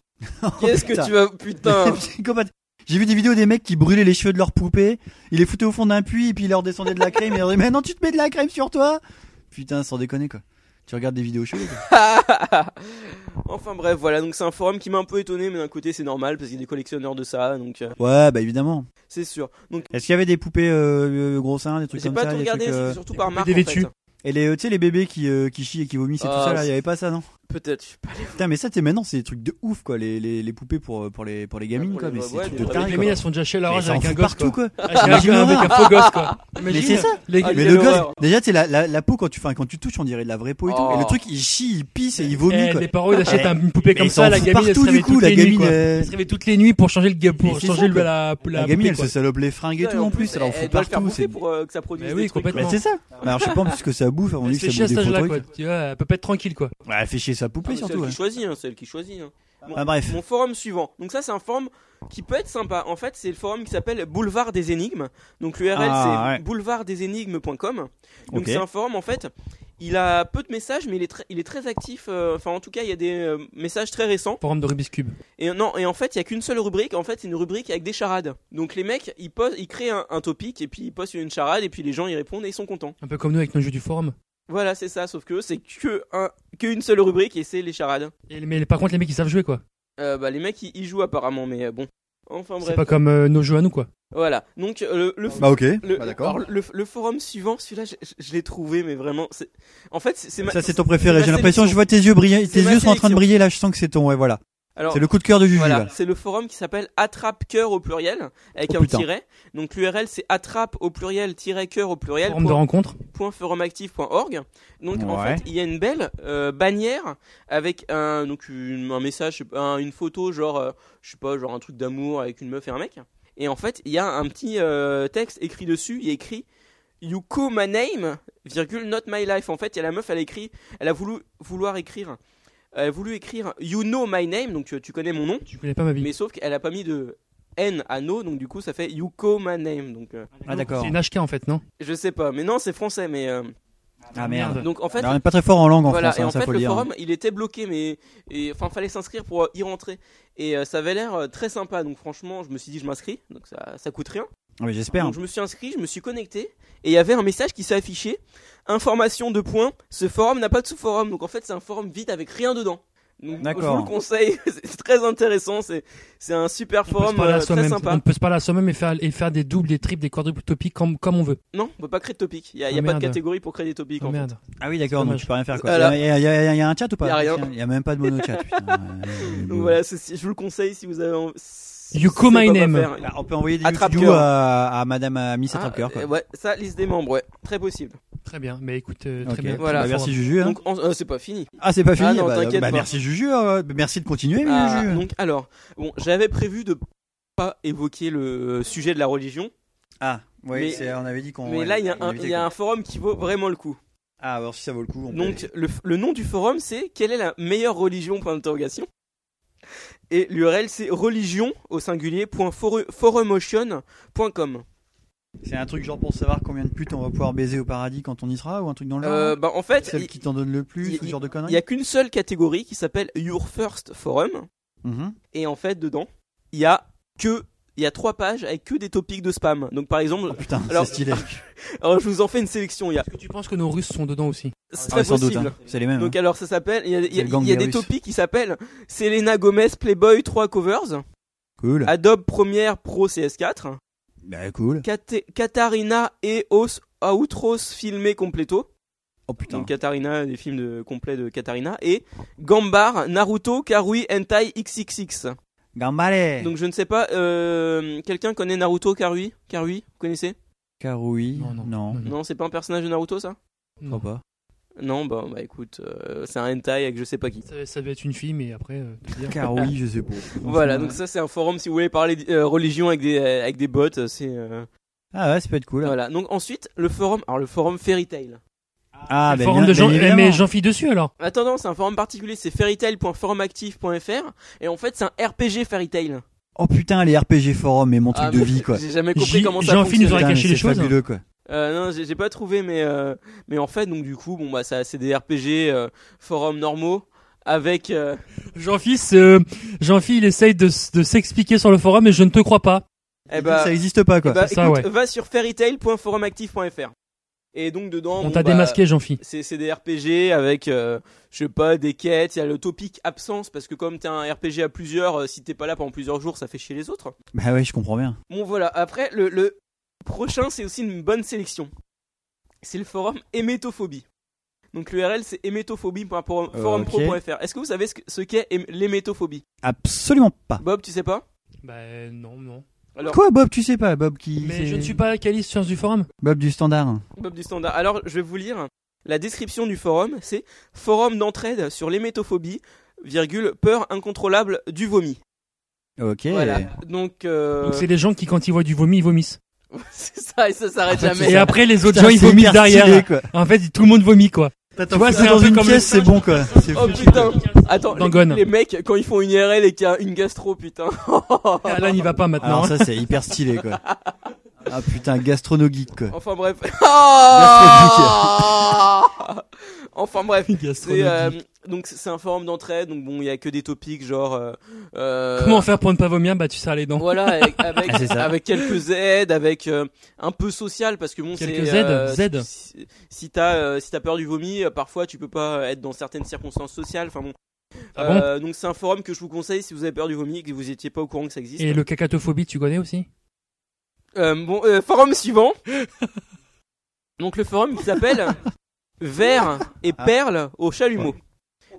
Qu'est-ce que
Oh, putain.
tu vas. Putain
Psychopathe. J'ai vu des vidéos des mecs qui brûlaient les cheveux de leur poupée, ils les foutaient au fond d'un puits et puis ils leur descendaient de la crème et ils leur disaient Maintenant tu te mets de la crème sur toi Putain, sans déconner quoi. Tu regardes des vidéos cheloues quoi.
Enfin bref, voilà, donc c'est un forum qui m'a un peu étonné, mais d'un côté c'est normal parce qu'il y a des collectionneurs de ça, donc euh,
Ouais, bah évidemment.
c'est sûr. Donc
Est-ce qu'il y avait des poupées euh, euh, gros seins, des trucs
j'ai
comme
pas
ça
tout
des
regardé,
trucs, euh,
c'est surtout par marque.
des
en fait. hein.
vêtus.
Et les, euh, tu sais, les bébés qui, euh, qui chient et qui vomissent et
Ah,
tout ça là, il
c'est-
y avait pas ça non
Peut-être, je sais pas.
Putain, mais ça, t'es maintenant, c'est des trucs de ouf quoi, les, les, les poupées pour, euh, pour, les, pour les gamines
pour
quoi,
les-
mais
ouais,
c'est des trucs
les
de
vrais
Les
tarés
gamins,
quoi.
elles sont déjà chez
Mais
Laura
ça en
avec un
fout
gosse
partout
quoi.
quoi.
Ah, Avec un avec un faux gosse quoi.
Mais
Imagine,
c'est ça
les-
Ah,
Mais
quelle
le gosse,
horreur.
déjà, c'est la, la, la peau quand tu, enfin, quand tu touches, on dirait de la vraie peau et tout. Et
Oh.
le truc, il chie, il pisse et il vomit.
Eh,
quoi.
les parents ils achètent un- une poupée
Mais
comme
ils
ça,
s'en
la
foutent
gamine elle se
partout, du
réveille
coup,
toutes
la
les nuits,
gamine,
quoi.
euh,
Elle se réveille toutes les nuits pour changer le ga-
Mais
pour
c'est
changer
ça,
le-
quoi.
la
La,
la
gamine,
poupée,
elle
quoi.
se salope les fringues et tout en plus, elle en
Elle
fout
doit le faire
partout.
bouffer
C'est
pour euh, que ça produise
Mais
des
oui,
trucs.
Bah,
complètement.
c'est ça. Mais Alors je sais pas en plus ce que ça bouffe, on
Elle
dit
se fait
que
chier
ça bouffe
à cet
des faux
âge-là,
trucs.
quoi. Tu vois, elle peut pas être tranquille, quoi.
Ouais, elle fait chier sa
Ah,
poupée
mais c'est elle
surtout. ouais.
qui choisit, hein, c'est elle qui choisit. hein. Bon,
Ah, bref.
Mon forum suivant. Donc ça c'est un forum qui peut être sympa. En fait c'est le forum qui s'appelle Boulevard des Énigmes. Donc l'URL
Ah,
c'est
ouais.
boulevarddesénigmes.com. Donc
Ok.
c'est un forum en fait. Il a peu de messages mais il est, très- il est très actif. euh, Enfin en tout cas il y a des euh, messages très récents.
Forum de Rubik's Cube.
Et non et en fait il y a qu'une seule rubrique. En fait c'est une rubrique avec des charades. Donc les mecs ils posent, ils créent un, un topic et puis ils postent une charade et puis les gens y répondent et ils sont contents.
Un peu comme nous avec nos jeux du forum.
Voilà c'est ça. Sauf que c'est que un, qu'une seule rubrique et c'est les charades.
Et- mais par contre, les mecs, ils savent jouer, quoi.
Euh, bah les mecs ils, ils jouent apparemment mais euh, bon. Enfin
C'est
bref.
pas comme euh, nos jeux à nous, quoi.
Voilà. Donc euh, le, le
Bah ok.
Le,
Bah, d'accord.
alors, le, le forum suivant, celui-là, je, je- je l'ai trouvé, mais vraiment, c'est. En fait, c'est c'est ma.
Ça c'est ton préféré.
ma
J'ai l'impression,
sélection.
je vois tes yeux briller.
C'est
Tes
ma
yeux sont en train de
sélection.
briller là. Je sens que c'est ton. Ouais, voilà.
Alors,
C'est le coup de cœur de Juju.
voilà,
là.
c'est le forum qui s'appelle Attrape Cœur au pluriel avec
Oh,
un
putain.
tiret. Donc l'URL c'est attrape au pluriel tiret cœur au pluriel
Forum de rencontre.
point forumactif.org. Donc en
Ouais.
fait, il y a une belle euh, bannière avec un donc une- un message, je sais pas, un- une photo genre euh, je sais pas, genre un truc d'amour avec une meuf et un mec. Et en fait, il y a un petit euh, texte écrit dessus, il y a écrit You call my name, virgule not my life. En fait, il y a la meuf, elle écrit, elle a voulu vouloir écrire elle a voulu écrire You know my name, donc tu, tu connais mon nom,
Tu connais pas ma vie.
mais sauf qu'elle a pas mis de N à no, donc du coup ça fait You call my name. Donc euh,
Ah d'accord.
C'est une HK, en fait, non
je sais pas, mais non, c'est français, mais euh,
Ah merde.
donc en fait,
Alors, On est pas très fort en langue en
voilà,
France.
et
hein,
en
Ça
fait,
faut
le
le dire.
forum, il était bloqué, mais et- enfin, fallait s'inscrire pour euh, y rentrer. Et euh, ça avait l'air euh, très sympa, donc franchement, je me suis dit, je m'inscris, donc ça, ça coûte rien.
Ah, mais J'espère.
Donc je me suis inscrit, je me suis connecté, et il y avait un message qui s'est affiché information de points, ce forum n'a pas de sous-forum, donc en fait, c'est un forum vide avec rien dedans. Donc, je
D'accord.
vous le conseille, c'est très intéressant, c'est c'est un super
on peut, se
forum
parler à
euh, très
soi-même.
sympa.
on peut se parler à soi-même et faire, et faire des doubles, des triples, des quadruples topiques comme, comme on veut.
Non, on peut pas créer de topic, il n'y a,
Ah,
y a pas de
merde.
catégorie pour créer des topics.
Oh,
en fait.
merde.
Ah oui, d'accord.
C'est
Donc
dommage.
tu peux rien faire quoi. Il y,
Voilà.
a- y a- y a- y a un chat ou pas
Y a rien.
Il y a même pas de monochat. putain.
Donc voilà, c'est- je vous le conseille si vous avez envie.
You call my name.
Bah, on peut envoyer des
Attrape
vidéos
cœur.
à, à Madame à Miss
Ah,
Attrape-Cœur, quoi.
euh, ouais, ça, liste des membres, ouais, très possible.
Très bien. Mais écoute, euh,
Ok.
très bien.
Voilà.
Bah, merci Juju. hein.
Donc, en- euh, c'est pas fini.
ah c'est pas fini.
non,
bah,
t'inquiète
bah,
pas.
merci Juju. euh, merci de continuer, mais
Ah,
Juju.
donc, alors, bon, j'avais prévu de pas évoquer le euh, sujet de la religion,
Ah oui,
Mais-
c'est- on avait dit qu'on.
mais
ouais,
là, il y a,
on
un,
évitait,
il y a
quoi.
un forum qui vaut vraiment le coup.
Ah alors si ça vaut le coup. On peut aller.
Donc, le, le nom du forum, c'est Quelle est la meilleure religion point d'interrogation Et l'URL, c'est religion au singulier point foru- forumotion.com.
c'est un truc genre pour savoir combien de putes on va pouvoir baiser au paradis quand on y sera ou un truc dans le genre.
Euh,
hein
bah, en fait,
Celle
il-
qui t'en donne le plus,
il-
ce genre de
il
conneries.
n'y a qu'une seule catégorie qui s'appelle Your First Forum.
Mhm.
Et en fait, dedans, il y a que. Il y a trois pages avec que des topics de spam. Donc, par exemple,
Oh putain,
Alors-
c'est stylé.
alors, je vous en fais une sélection. Il y a.
Est-ce que tu penses que nos Russes sont dedans aussi
C'est
Ah,
très
sans doute,
possible.
hein. c'est les mêmes.
Donc
hein.
alors ça s'appelle, il y a, il y a-
C'est le gang
il y a
des
des
Russes.
topics qui s'appellent Selena Gomez Playboy 3 covers,
Cool.
Adobe Premiere Pro CS4,
Bah cool.
Kat- Katarina et Os Outros filmé completo,
Oh putain.
donc Katarina des films de, complets de Katarina et Gambar Naruto Karui Hentai XXX.
Gambale.
Donc je ne sais pas, euh, quelqu'un connaît Naruto Karui Karui, vous connaissez
Karoui.
Non, non, non,
Mm.
non.
Non, c'est pas un personnage de Naruto ça
je crois pas.
Non, bah, bah écoute, euh, c'est un hentai avec je sais pas qui.
Ça, ça doit être une fille, mais après, euh, te dire.
Karoui, je sais pas.
Voilà, donc ça c'est un forum si vous voulez parler euh, religion avec des euh, avec des bots, euh, c'est euh,
Ah ouais, ça peut être cool.
voilà. Donc ensuite le forum, alors le forum Fairy Tail.
Ah,
Le
bah,
forum
bien-
de Jean,
bien
eh,
évidemment.
mais Jean-Fille dessus alors.
Attends, c'est un forum particulier, c'est fairytale.forumactif.fr et en fait c'est un RPG Fairy Tail.
Oh putain, les RPG forums et mon truc
Ah,
de
mais
vie quoi.
J'ai jamais compris
J-
comment ça
Jean-Fille nous
fonctionne.
aurait
Putain, mais
caché les
c'est
choses. hein.
fabuleux quoi.
Euh, non, j'ai j'ai pas trouvé, mais euh, mais en fait, donc du coup, bon bah ça, c'est des RPG euh, forum normaux avec. euh,
Jean-Fils, euh, Jean-Fils, il essaye de, s- de s'expliquer sur le forum et je ne te crois pas.
eh bah,
ça existe pas quoi.
eh bah,
c'est ça,
écoute,
ouais.
va sur fairytale.forumactif.fr et donc dedans.
On
bon,
t'a
bah,
démasqué, Jean-Fils.
C'est c'est des RPG avec, euh, je sais pas, des quêtes. Il y a le topic absence parce que comme t'es un RPG à plusieurs, euh, si t'es pas là pendant plusieurs jours, ça fait chier les autres.
Bah ouais, je comprends bien.
Bon voilà, après le, le prochain c'est aussi une bonne sélection. C'est le forum Hémétophobie. Donc l'URL c'est hémétophobie.forumpro.fr. Est-ce que vous savez ce que- ce qu'est hém- l'hémétophobie
Absolument pas.
Bob, tu sais pas
Bah non, non.
Alors-
Quoi, Bob Tu sais pas, Bob qui
Mais
c'est-
je ne suis pas calice science du forum.
Bob du standard.
Bob du standard. Alors je vais vous lire la description du forum, c'est forum d'entraide sur l'hémétophobie, virgule peur incontrôlable du vomi.
Ok.
Voilà. Donc euh,
Eh. Donc c'est les gens qui, quand ils voient du vomi, ils vomissent.
c'est ça et ça s'arrête jamais.
Et après, les autres
Putain,
gens, ils
c'est
vomissent
hyper stylé,
derrière.
quoi.
En fait, tout le monde vomit, quoi.
T'attends,
vois,
fous
c'est
ça
un
dans
peu
une
comme
pièce, c'est
le
bon quoi. C'est
Oh
foutu.
putain Attends, les,
Dangon.
les mecs, quand ils font une IRL et qu'il y a une gastro, putain. Oh,
Alan, il va pas maintenant.
Alors ça c'est hyper stylé quoi. Ah putain, gastronogeek quoi.
Enfin bref. Ah enfin bref.
hein.
C'est euh, donc c'est un forum d'entraide. Donc bon, il y a que des topics genre. euh, euh,
Comment faire pour ne pas vomir Bah, tu serres les dents.
Voilà, avec, avec,
Ah, c'est ça.
avec quelques aides, avec euh, un peu social parce que bon, c'est
Quelques
euh,
aides, Z.
Si, si t'as euh, si t'as peur du vomi, euh, parfois tu peux pas être dans certaines circonstances sociales. Enfin bon.
Ah bon
Euh, donc c'est un forum que je vous conseille si vous avez peur du vomi et que vous étiez pas au courant que ça existe.
Et le cacatophobie, tu connais aussi
Euh, bon, euh, forum suivant. Donc le forum qui s'appelle Vert et perles au chalumeau.
Ah.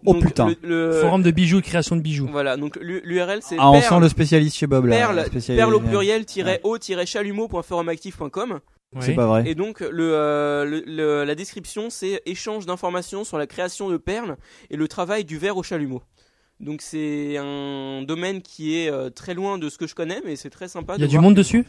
Oh,
Donc,
putain.
le- le-
Forum de bijoux, création de bijoux.
Voilà, donc l'U- l'URL c'est
Ah, on
perles-
sent le spécialiste chez Bob là.
perles-
le spécialiste.
perles au pluriel tiret au tiret chalumeau.forumactif.com
C'est
Ouais.
pas vrai.
et donc le, euh, le- le- la description c'est échange d'informations sur la création de perles et le travail du verre au chalumeau. Donc c'est un domaine qui est euh, très loin de ce que je connais mais c'est très sympa.
Il y
de
a du
voir
monde
que-
dessus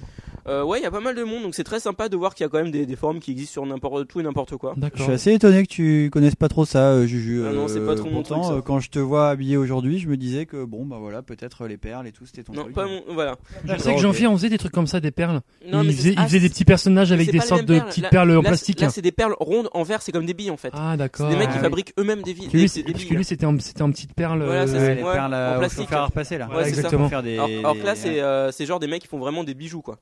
euh, ouais, il y a pas mal de monde, donc c'est très sympa de voir qu'il y a quand même des, des forums qui existent sur n'importe tout et n'importe quoi.
Je
D'accord.
suis assez étonné que tu connaisses pas trop ça, euh, Juju.
Ah non, c'est pas
Euh,
trop mon
pourtant,
truc, ça.
euh, quand je te vois habillé aujourd'hui, je me disais que bon, bah voilà, peut-être les perles et tout, c'était ton
Non,
truc.
pas mon. Ah, Voilà.
Je sais que Jean-Pierre, on faisait des trucs comme ça, des perles.
Non,
il
mais
faisait,
c'est- ah,
il faisait des
c'est-
petits personnages avec
c'est
des
pas les
sortes
mêmes
de
perles.
petites
Là-
perles en
là,
plastique. hein.
c'est- Là, c'est des perles rondes en verre, c'est comme des billes en fait.
Ah,
c'est
d'accord.
des mecs
Ah,
qui
oui.
fabriquent eux-mêmes des, billes
Parce que lui,
des,
c'est-
des
parce que
billes.
lui, c'était en, c'était en petites perles.
Voilà, ça,
Ouais,
c'est-
les
ouais,
perles
en
euh, au
plastique.
chauffeur à repasser là.
Ouais, c'est
exactement.
Faire des-
Alors, alors que là,
des-
c'est euh, c'est genre des mecs qui font vraiment des bijoux quoi.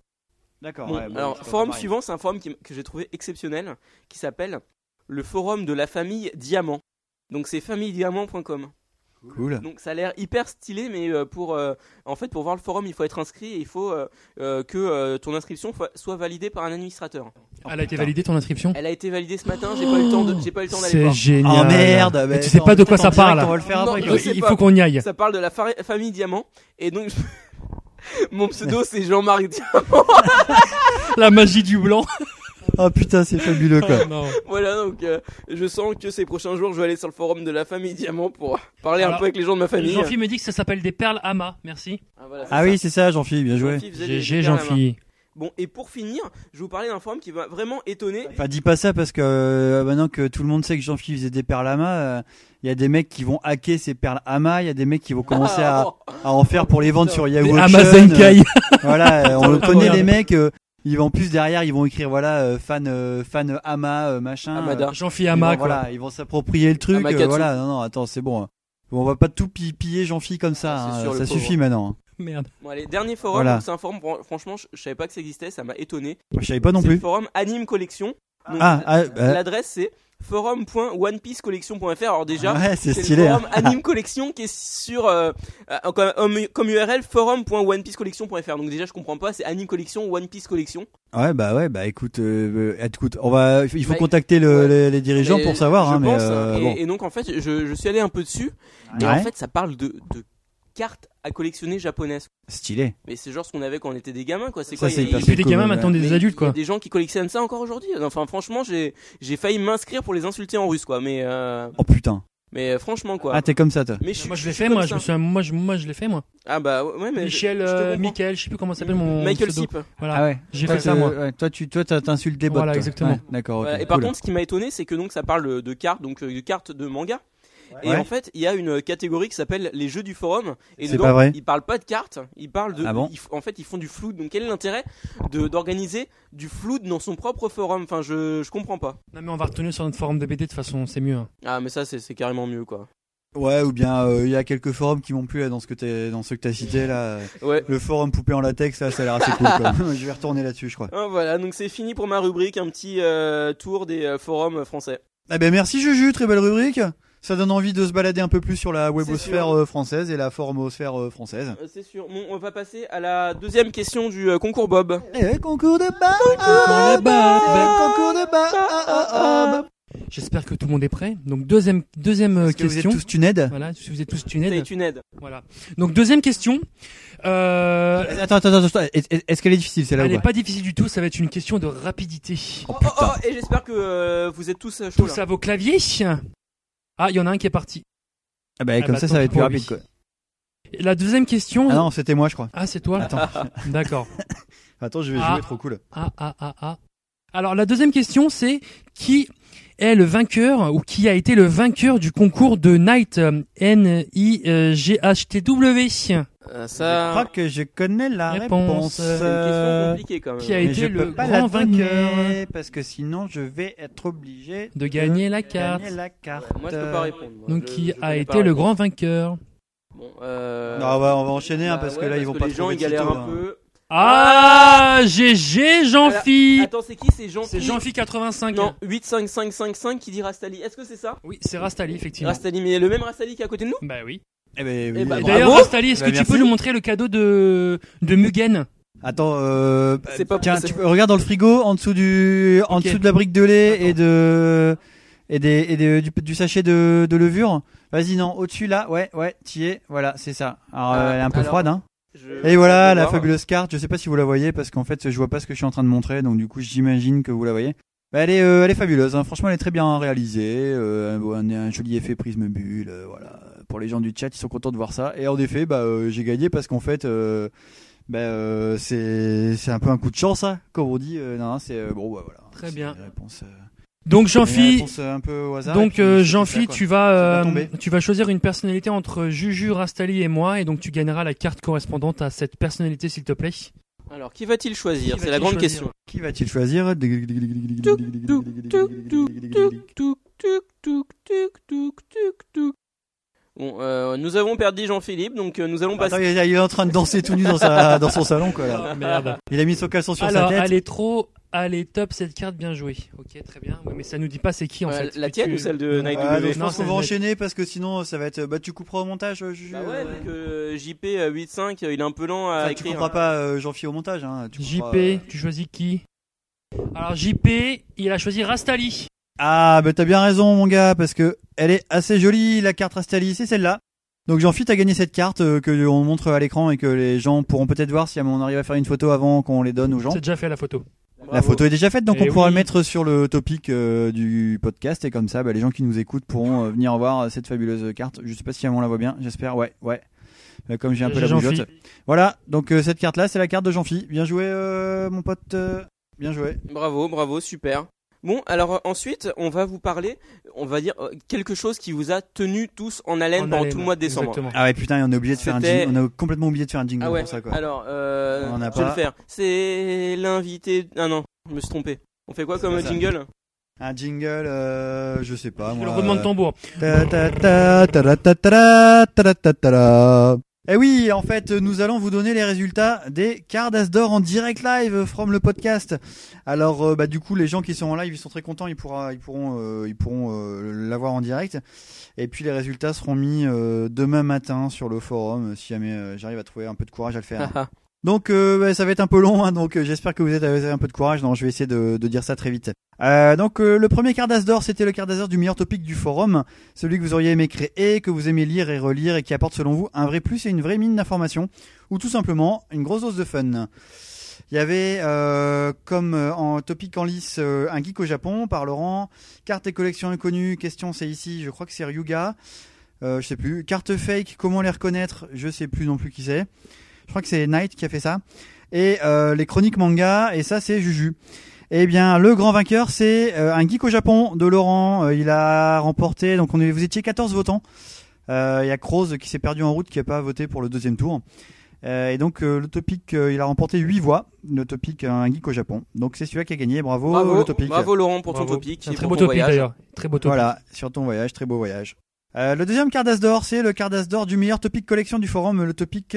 D'accord.
Bon,
ouais, bon,
alors,
c'est pas
forum
pareil.
suivant, c'est un forum qui m- que j'ai trouvé exceptionnel qui s'appelle le forum de la famille Diamant. Donc c'est famillediamant.com.
Cool.
Donc ça a l'air hyper stylé, mais euh, pour euh, en fait pour voir le forum, il faut être inscrit et il faut euh, euh, que euh, ton inscription fo- soit validée par un administrateur.
Elle a été
Putain.
validée ton inscription
Elle a été validée ce matin, j'ai pas eu le temps de- j'ai pas eu le temps d'aller
C'est
voir.
génial.
Oh merde
Mais
bah,
tu sais
attends,
pas de quoi
peut-être
ça
en direct,
parle.
On va le faire
Non,
après.
je
quoi.
sais
Il
pas.
faut qu'on y aille.
Ça parle de la fa- famille Diamant et donc je- mon pseudo c'est Jean-Marc Diamant.
La magie du blanc.
Oh putain, c'est fabuleux quoi.
Ah, non.
Voilà donc euh, je sens que ces prochains jours je vais aller sur le forum de la famille Diamant pour parler un
Alors,
peu avec les gens de ma famille.
Jean-Philippe me dit que ça s'appelle des perles Ama. Merci.
Ah, voilà, c'est
Ah
ça.
oui, c'est ça, Jean-Philippe, bien joué.
Jean-Philippe faisait des-
GG
des perles à main.
Jean-Philippe.
Bon et pour finir, je vais vous parler d'un forum qui m'a vraiment étonné.
Enfin, dis pas ça parce que euh, maintenant que tout le monde sait que Jean-Philippe faisait des perles à main, il y a des mecs qui vont hacker ces perles à main, il y a des mecs qui vont commencer à,
Ah,
à en faire pour les vendre sur Yahoo. Auction.
Amazon Kai.
Voilà, euh, on le
Attends,
connaît
regarde.
les mecs. euh, ils vont en plus derrière, ils vont écrire voilà euh, fan euh, fan Ama euh, machin.
Amada.
euh,
Jean-Philippe
ils vont-
Ama, quoi.
voilà, ils vont s'approprier le truc.
Amakatsu.
euh, voilà, non non, attends, c'est bon. On va pas tout pi- piller Jean-Philippe comme ça.
Ah, c'est
hein,
sûr, le
ça
pauvre.
suffit maintenant.
Merde.
Bon allez, dernier forum,
Voilà.
donc c'est un forum fran- franchement je, je savais pas que ça existait, ça m'a étonné.
Je savais pas non
c'est le
plus.
forum Anime Collection. Donc,
Ah, ah, bah,
L'adresse c'est forum.onepiececollection.fr. Alors déjà,
ouais, c'est
c'est
stylé.
le
hein.
forum Anime Collection qui est sur euh, euh, comme, comme URL forum.onepiececollection.fr. Donc déjà je comprends pas, c'est Anime Collection, One Piece Collection.
Ouais, bah ouais, bah écoute, euh, euh, écoute, on va, il faut
Bah,
contacter le-
ouais.
les, les dirigeants
Et
pour savoir,
je
hein, mais
pense,
euh,
et,
bon.
et donc en fait je, je suis allé un peu dessus et
Ouais.
en fait ça parle de, de cartes à collectionner japonaises.
stylé.
Mais c'est genre ce qu'on avait quand on était des gamins quoi. C'est
Ça,
quoi
c'est
il-
hyper
il-
Plus des
cool,
gamins,
ouais.
maintenant
Mais
des adultes,
Il y
quoi.
a des gens qui collectionnent ça encore aujourd'hui. Enfin, franchement, j'ai j'ai failli m'inscrire pour les insulter en russe, quoi. Mais euh,
Oh putain.
mais euh, franchement, quoi.
Ah, t'es comme ça, toi.
mais suis-
Moi, je l'ai
suis
fait,
comme
moi.
ça.
Je me souviens, moi, je, moi, je l'ai fait, moi.
Ah bah ouais, mais je-
Michel,
je te
euh,
comprends.
Michael, je sais plus comment ça s'appelle mon.
Michael
pseudo.
Sip.
Voilà.
Mmh. Ah ouais.
J'ai
Toi,
fait ça,
t'es-
moi.
ouais, toi, tu, toi, t'as- t'insultes des bots.
Voilà,
toi.
exactement.
Ouais, D'accord. ok,
Voilà. Et par
cool.
contre, ce qui m'a étonné, c'est que donc ça parle de cartes, donc euh, de cartes de manga. Et
Ouais.
en fait, il y a une catégorie qui s'appelle les jeux du forum. Et
C'est
dedans,
pas vrai.
ils parlent pas de cartes, ils parlent de.
Ah bon
ils f- en fait, ils font du flou. Donc, quel est l'intérêt de- d'organiser du flou dans son propre forum Enfin, je, je comprends pas.
Non, mais on va retenir sur notre forum de BD, de toute façon, c'est mieux. hein.
Ah, mais ça, c'est c'est carrément mieux, quoi.
Ouais, ou bien euh, il y a quelques forums qui m'ont plu là, dans ce que t'es- dans ceux que t'as cités là.
Ouais.
Le forum poupée en latex, là, ça a l'air assez cool. Quoi. je vais retourner là-dessus, je crois.
Ah, voilà, donc c'est fini pour ma rubrique, un petit euh, tour des euh, forums français.
Eh ben merci Juju, très belle rubrique. Ça donne envie de se balader un peu plus sur la webosphère
sûr.
euh, française et la formosphère euh, française.
Euh, C'est sûr. Bon, on va passer à la deuxième question du euh, concours Bob.
Et Eh, concours de bas,
de
Ah,
bas,
ben,
concours de bas, ah, ah, ah, bah.
J'espère que tout le monde est prêt. Donc, deuxième, deuxième euh,
Est-ce que vous êtes
question.
tous une aide
Voilà, si vous êtes tous tunés.
C'est une aide.
Voilà. Donc, deuxième question. Euh,
Attends, attends, attends, attends. Est- est- est-ce qu'elle est difficile celle-là
elle
ou
n'est
pas
pas difficile du tout, ça va être une question de rapidité.
Oh
Oh, oh,
putain.
et j'espère que euh, vous êtes tous euh, chauds.
Tous
là.
à vos claviers Ah, il y en a un qui est parti.
Ah bah,
Ah
comme
bah,
ça,
tant
ça va
pis
être plus
pour lui.
rapide quoi.
La deuxième question.
Ah non, c'était moi je crois.
Ah, c'est toi
Attends,
D'accord.
attends, je vais
Ah.
jouer trop cool.
Ah, ah, ah, ah. Alors, la deuxième question, c'est qui est le vainqueur ou qui a été le vainqueur du concours de euh, Night N-I-G-H-T-W
Je crois
Euh, ça.
que je connais la
Réponse.
réponse.
C'est une
C'est une question compliquée quand
euh, Qui
même.
a
Mais
été
je
le
peux pas
grand
la donner,
vainqueur
parce que sinon je vais être obligé
de gagner la carte.
Euh, gagner la carte. Euh,
Moi, je peux pas répondre. moi.
euh, Donc,
Je-
qui
je
a
connais
été
pas
le
la
grand vainqueur
Bon, euh...
Non, on va, on va enchaîner hein,
bah
parce que
ouais,
là ils vont pas
les gens
trouver
ils galèrent
sitôt,
un
hein.
peu.
Ah, GG, Jean-Phi
Attends, c'est qui C'est Jean
C'est Jean-Phi 85.
Non, 85555 qui dit Rastali. Est-ce que c'est ça
Oui, c'est Rastali, effectivement.
Rastali, mais le même Rastali qui est à côté de nous
Bah oui.
Eh ben,
Eh
oui.
bah,
Et
Bravo.
d'ailleurs, Rastali, est-ce que
Bah,
tu
merci.
peux nous montrer le cadeau de, de Mugen
Attends, euh,
C'est pas
tiens,
possible.
tu peux- regarde dans le frigo en dessous du, en
Ok.
dessous de la brique de lait et de et des et des- du, du sachet de, de levure. Vas-y non, au-dessus là, ouais, ouais, t'y es, voilà, c'est ça. Alors
Euh,
euh, elle est un peu
alors-
froide, hein.
Je-
Et voilà
je vais
la
voir.
fabuleuse carte. Je sais pas si vous la voyez parce qu'en fait je vois pas ce que je suis en train de montrer, donc du coup j'imagine que vous la voyez. Bah, elle est euh, elle est fabuleuse. hein. Franchement elle est très bien réalisée. euh, un, un joli effet prisme bulle. euh, voilà. Pour les gens du chat ils sont contents de voir ça. Et en effet bah euh, j'ai gagné parce qu'en fait euh, bah, euh, c'est c'est un peu un coup de chance hein, comme on dit. Euh, non non, c'est euh, bon bah, voilà.
Très
C'est
bien.
une Réponse, euh,
Donc,
une
Jean-Phi,
réponse, euh, un peu au hasard. et
donc
puis,
euh,
c'est
Jean-Phi,
ça, quoi.
tu vas,
va
euh,
tomber.
tu vas choisir une personnalité entre Juju, Rastali et moi, et donc tu gagneras la carte correspondante à cette personnalité, s'il te plaît.
Alors, qui va-t-il choisir
Qui
C'est la
va-t-il
grande
choisir
question.
Qui va-t-il choisir
Touk, touk, touk, touk, touk, touk, touk. Bon, euh, nous avons perdu Jean-Philippe, donc euh, nous allons
Attends,
passer.
il est il est en train de danser tout nu dans, sa, dans son salon, quoi, là.
Ah, merde.
Il a mis son caleçon sur
Alors,
sa tête.
elle est trop, elle est top cette carte, bien jouée. Ok, très bien. Ouais, mais ça nous dit pas c'est qui en
Euh,
fait.
la
Et
tienne
tu- Ah,
ou celle de Nike
Ouais,
W
mais Ah, je
Non,
pense qu'on
c'est
va
vrai.
enchaîner parce que sinon ça va être. Bah, tu couperas au montage, euh, Juju.
Bah
euh,
ouais, donc euh, JP85, il est un peu lent à
enfin, tu
écrire. hein.
couperas pas euh, Jean-Phi au montage. Hein. Tu couperas, euh,
JP, tu choisis qui Alors JP, il a choisi Rastali.
Ah, bah t'as bien raison, mon gars, parce que elle est assez jolie, la carte Rastali, c'est celle-là. Donc Jean-Phi, t'as gagné cette carte euh, que l'on montre à l'écran et que les gens pourront peut-être voir si on arrive à faire une photo avant qu'on les donne aux gens.
C'est déjà fait la photo.
La
Bravo.
photo est déjà faite, donc
Eh
on pourra
oui.
le mettre sur le topic euh, du podcast et comme ça, bah, les gens qui nous écoutent pourront euh, venir voir euh, cette fabuleuse carte. Je sais pas si on la voit bien, j'espère. Ouais, ouais. Euh, Comme j'ai un peu la
Jean-Phi.
bougeotte. Voilà, donc euh, cette carte-là, c'est la carte de Jean-Phi. Bien joué, euh, mon pote. euh, bien joué.
Bravo, bravo, super. Bon, alors euh, ensuite, on va vous parler, on va dire euh, quelque chose qui vous a tenu tous en haleine
En
pendant
haleine,
tout le mois de décembre.
exactement.
Ah ouais, putain, et on a oublié de faire un
C'était-
jingle. On a complètement oublié de faire un jingle
Ah ouais.
pour ça, quoi.
Alors, euh,
On en a
je vais
pas.
le faire. C'est l'invité. Ah non, je me suis trompé. On fait quoi comme
pas ça.
jingle
Un jingle, euh, je sais pas.
Le
moi,
roulement de
euh,
tambour.
Ta ta ta ta ra ta ta ra, ta ra ta ta ra. Eh oui, en fait, nous allons vous donner les résultats des quarts d'As d'or en direct live from le podcast. Alors, euh, bah, du coup, les gens qui sont en live, ils sont très contents, ils, pourra, ils pourront, euh, ils pourront euh, l'avoir en direct. Et puis, les résultats seront mis euh, demain matin sur le forum, si jamais euh, j'arrive à trouver un peu de courage à le faire. Donc euh, bah, ça va être un peu long, hein, donc euh, j'espère que vous êtes vous avez un peu de courage. Non, je vais essayer de, de dire ça très vite. Euh, donc euh, le premier quart d'as d'or, c'était le quart d'as d'or du meilleur topic du forum, celui que vous auriez aimé créer, que vous aimez lire et relire et qui apporte selon vous un vrai plus et une vraie mine d'informations, ou tout simplement une grosse dose de fun. Il y avait euh, comme euh, en topic en lice euh, un geek au Japon par Laurent, cartes et collections inconnues, question c'est ici, je crois que c'est Ryuga, euh, je sais plus, cartes fake, comment les reconnaître, je sais plus non plus qui c'est. Je crois que c'est Knight qui a fait ça. Et euh, les chroniques manga, et ça c'est Juju. Eh bien, le grand vainqueur, c'est euh, un geek au Japon de Laurent. Euh, il a remporté, donc on est, vous étiez 14 votants. Euh, Il y a Croze qui s'est perdu en route, qui n'a pas voté pour le deuxième tour. Euh, et donc, euh, le topic, euh, il a remporté 8 voix, le topic euh, un geek au Japon. Donc, c'est celui-là qui a gagné. Bravo,
Bravo,
le topic.
bravo Laurent pour ton
Bravo.
topic.
C'est un
et
très
pour
beau
ton
topic
voyage.
d'ailleurs. Très beau topic.
Voilà, sur ton voyage, très beau voyage. Euh, le deuxième cardasdor d'or, c'est le cardasdor d'or du meilleur topic collection du forum, le topic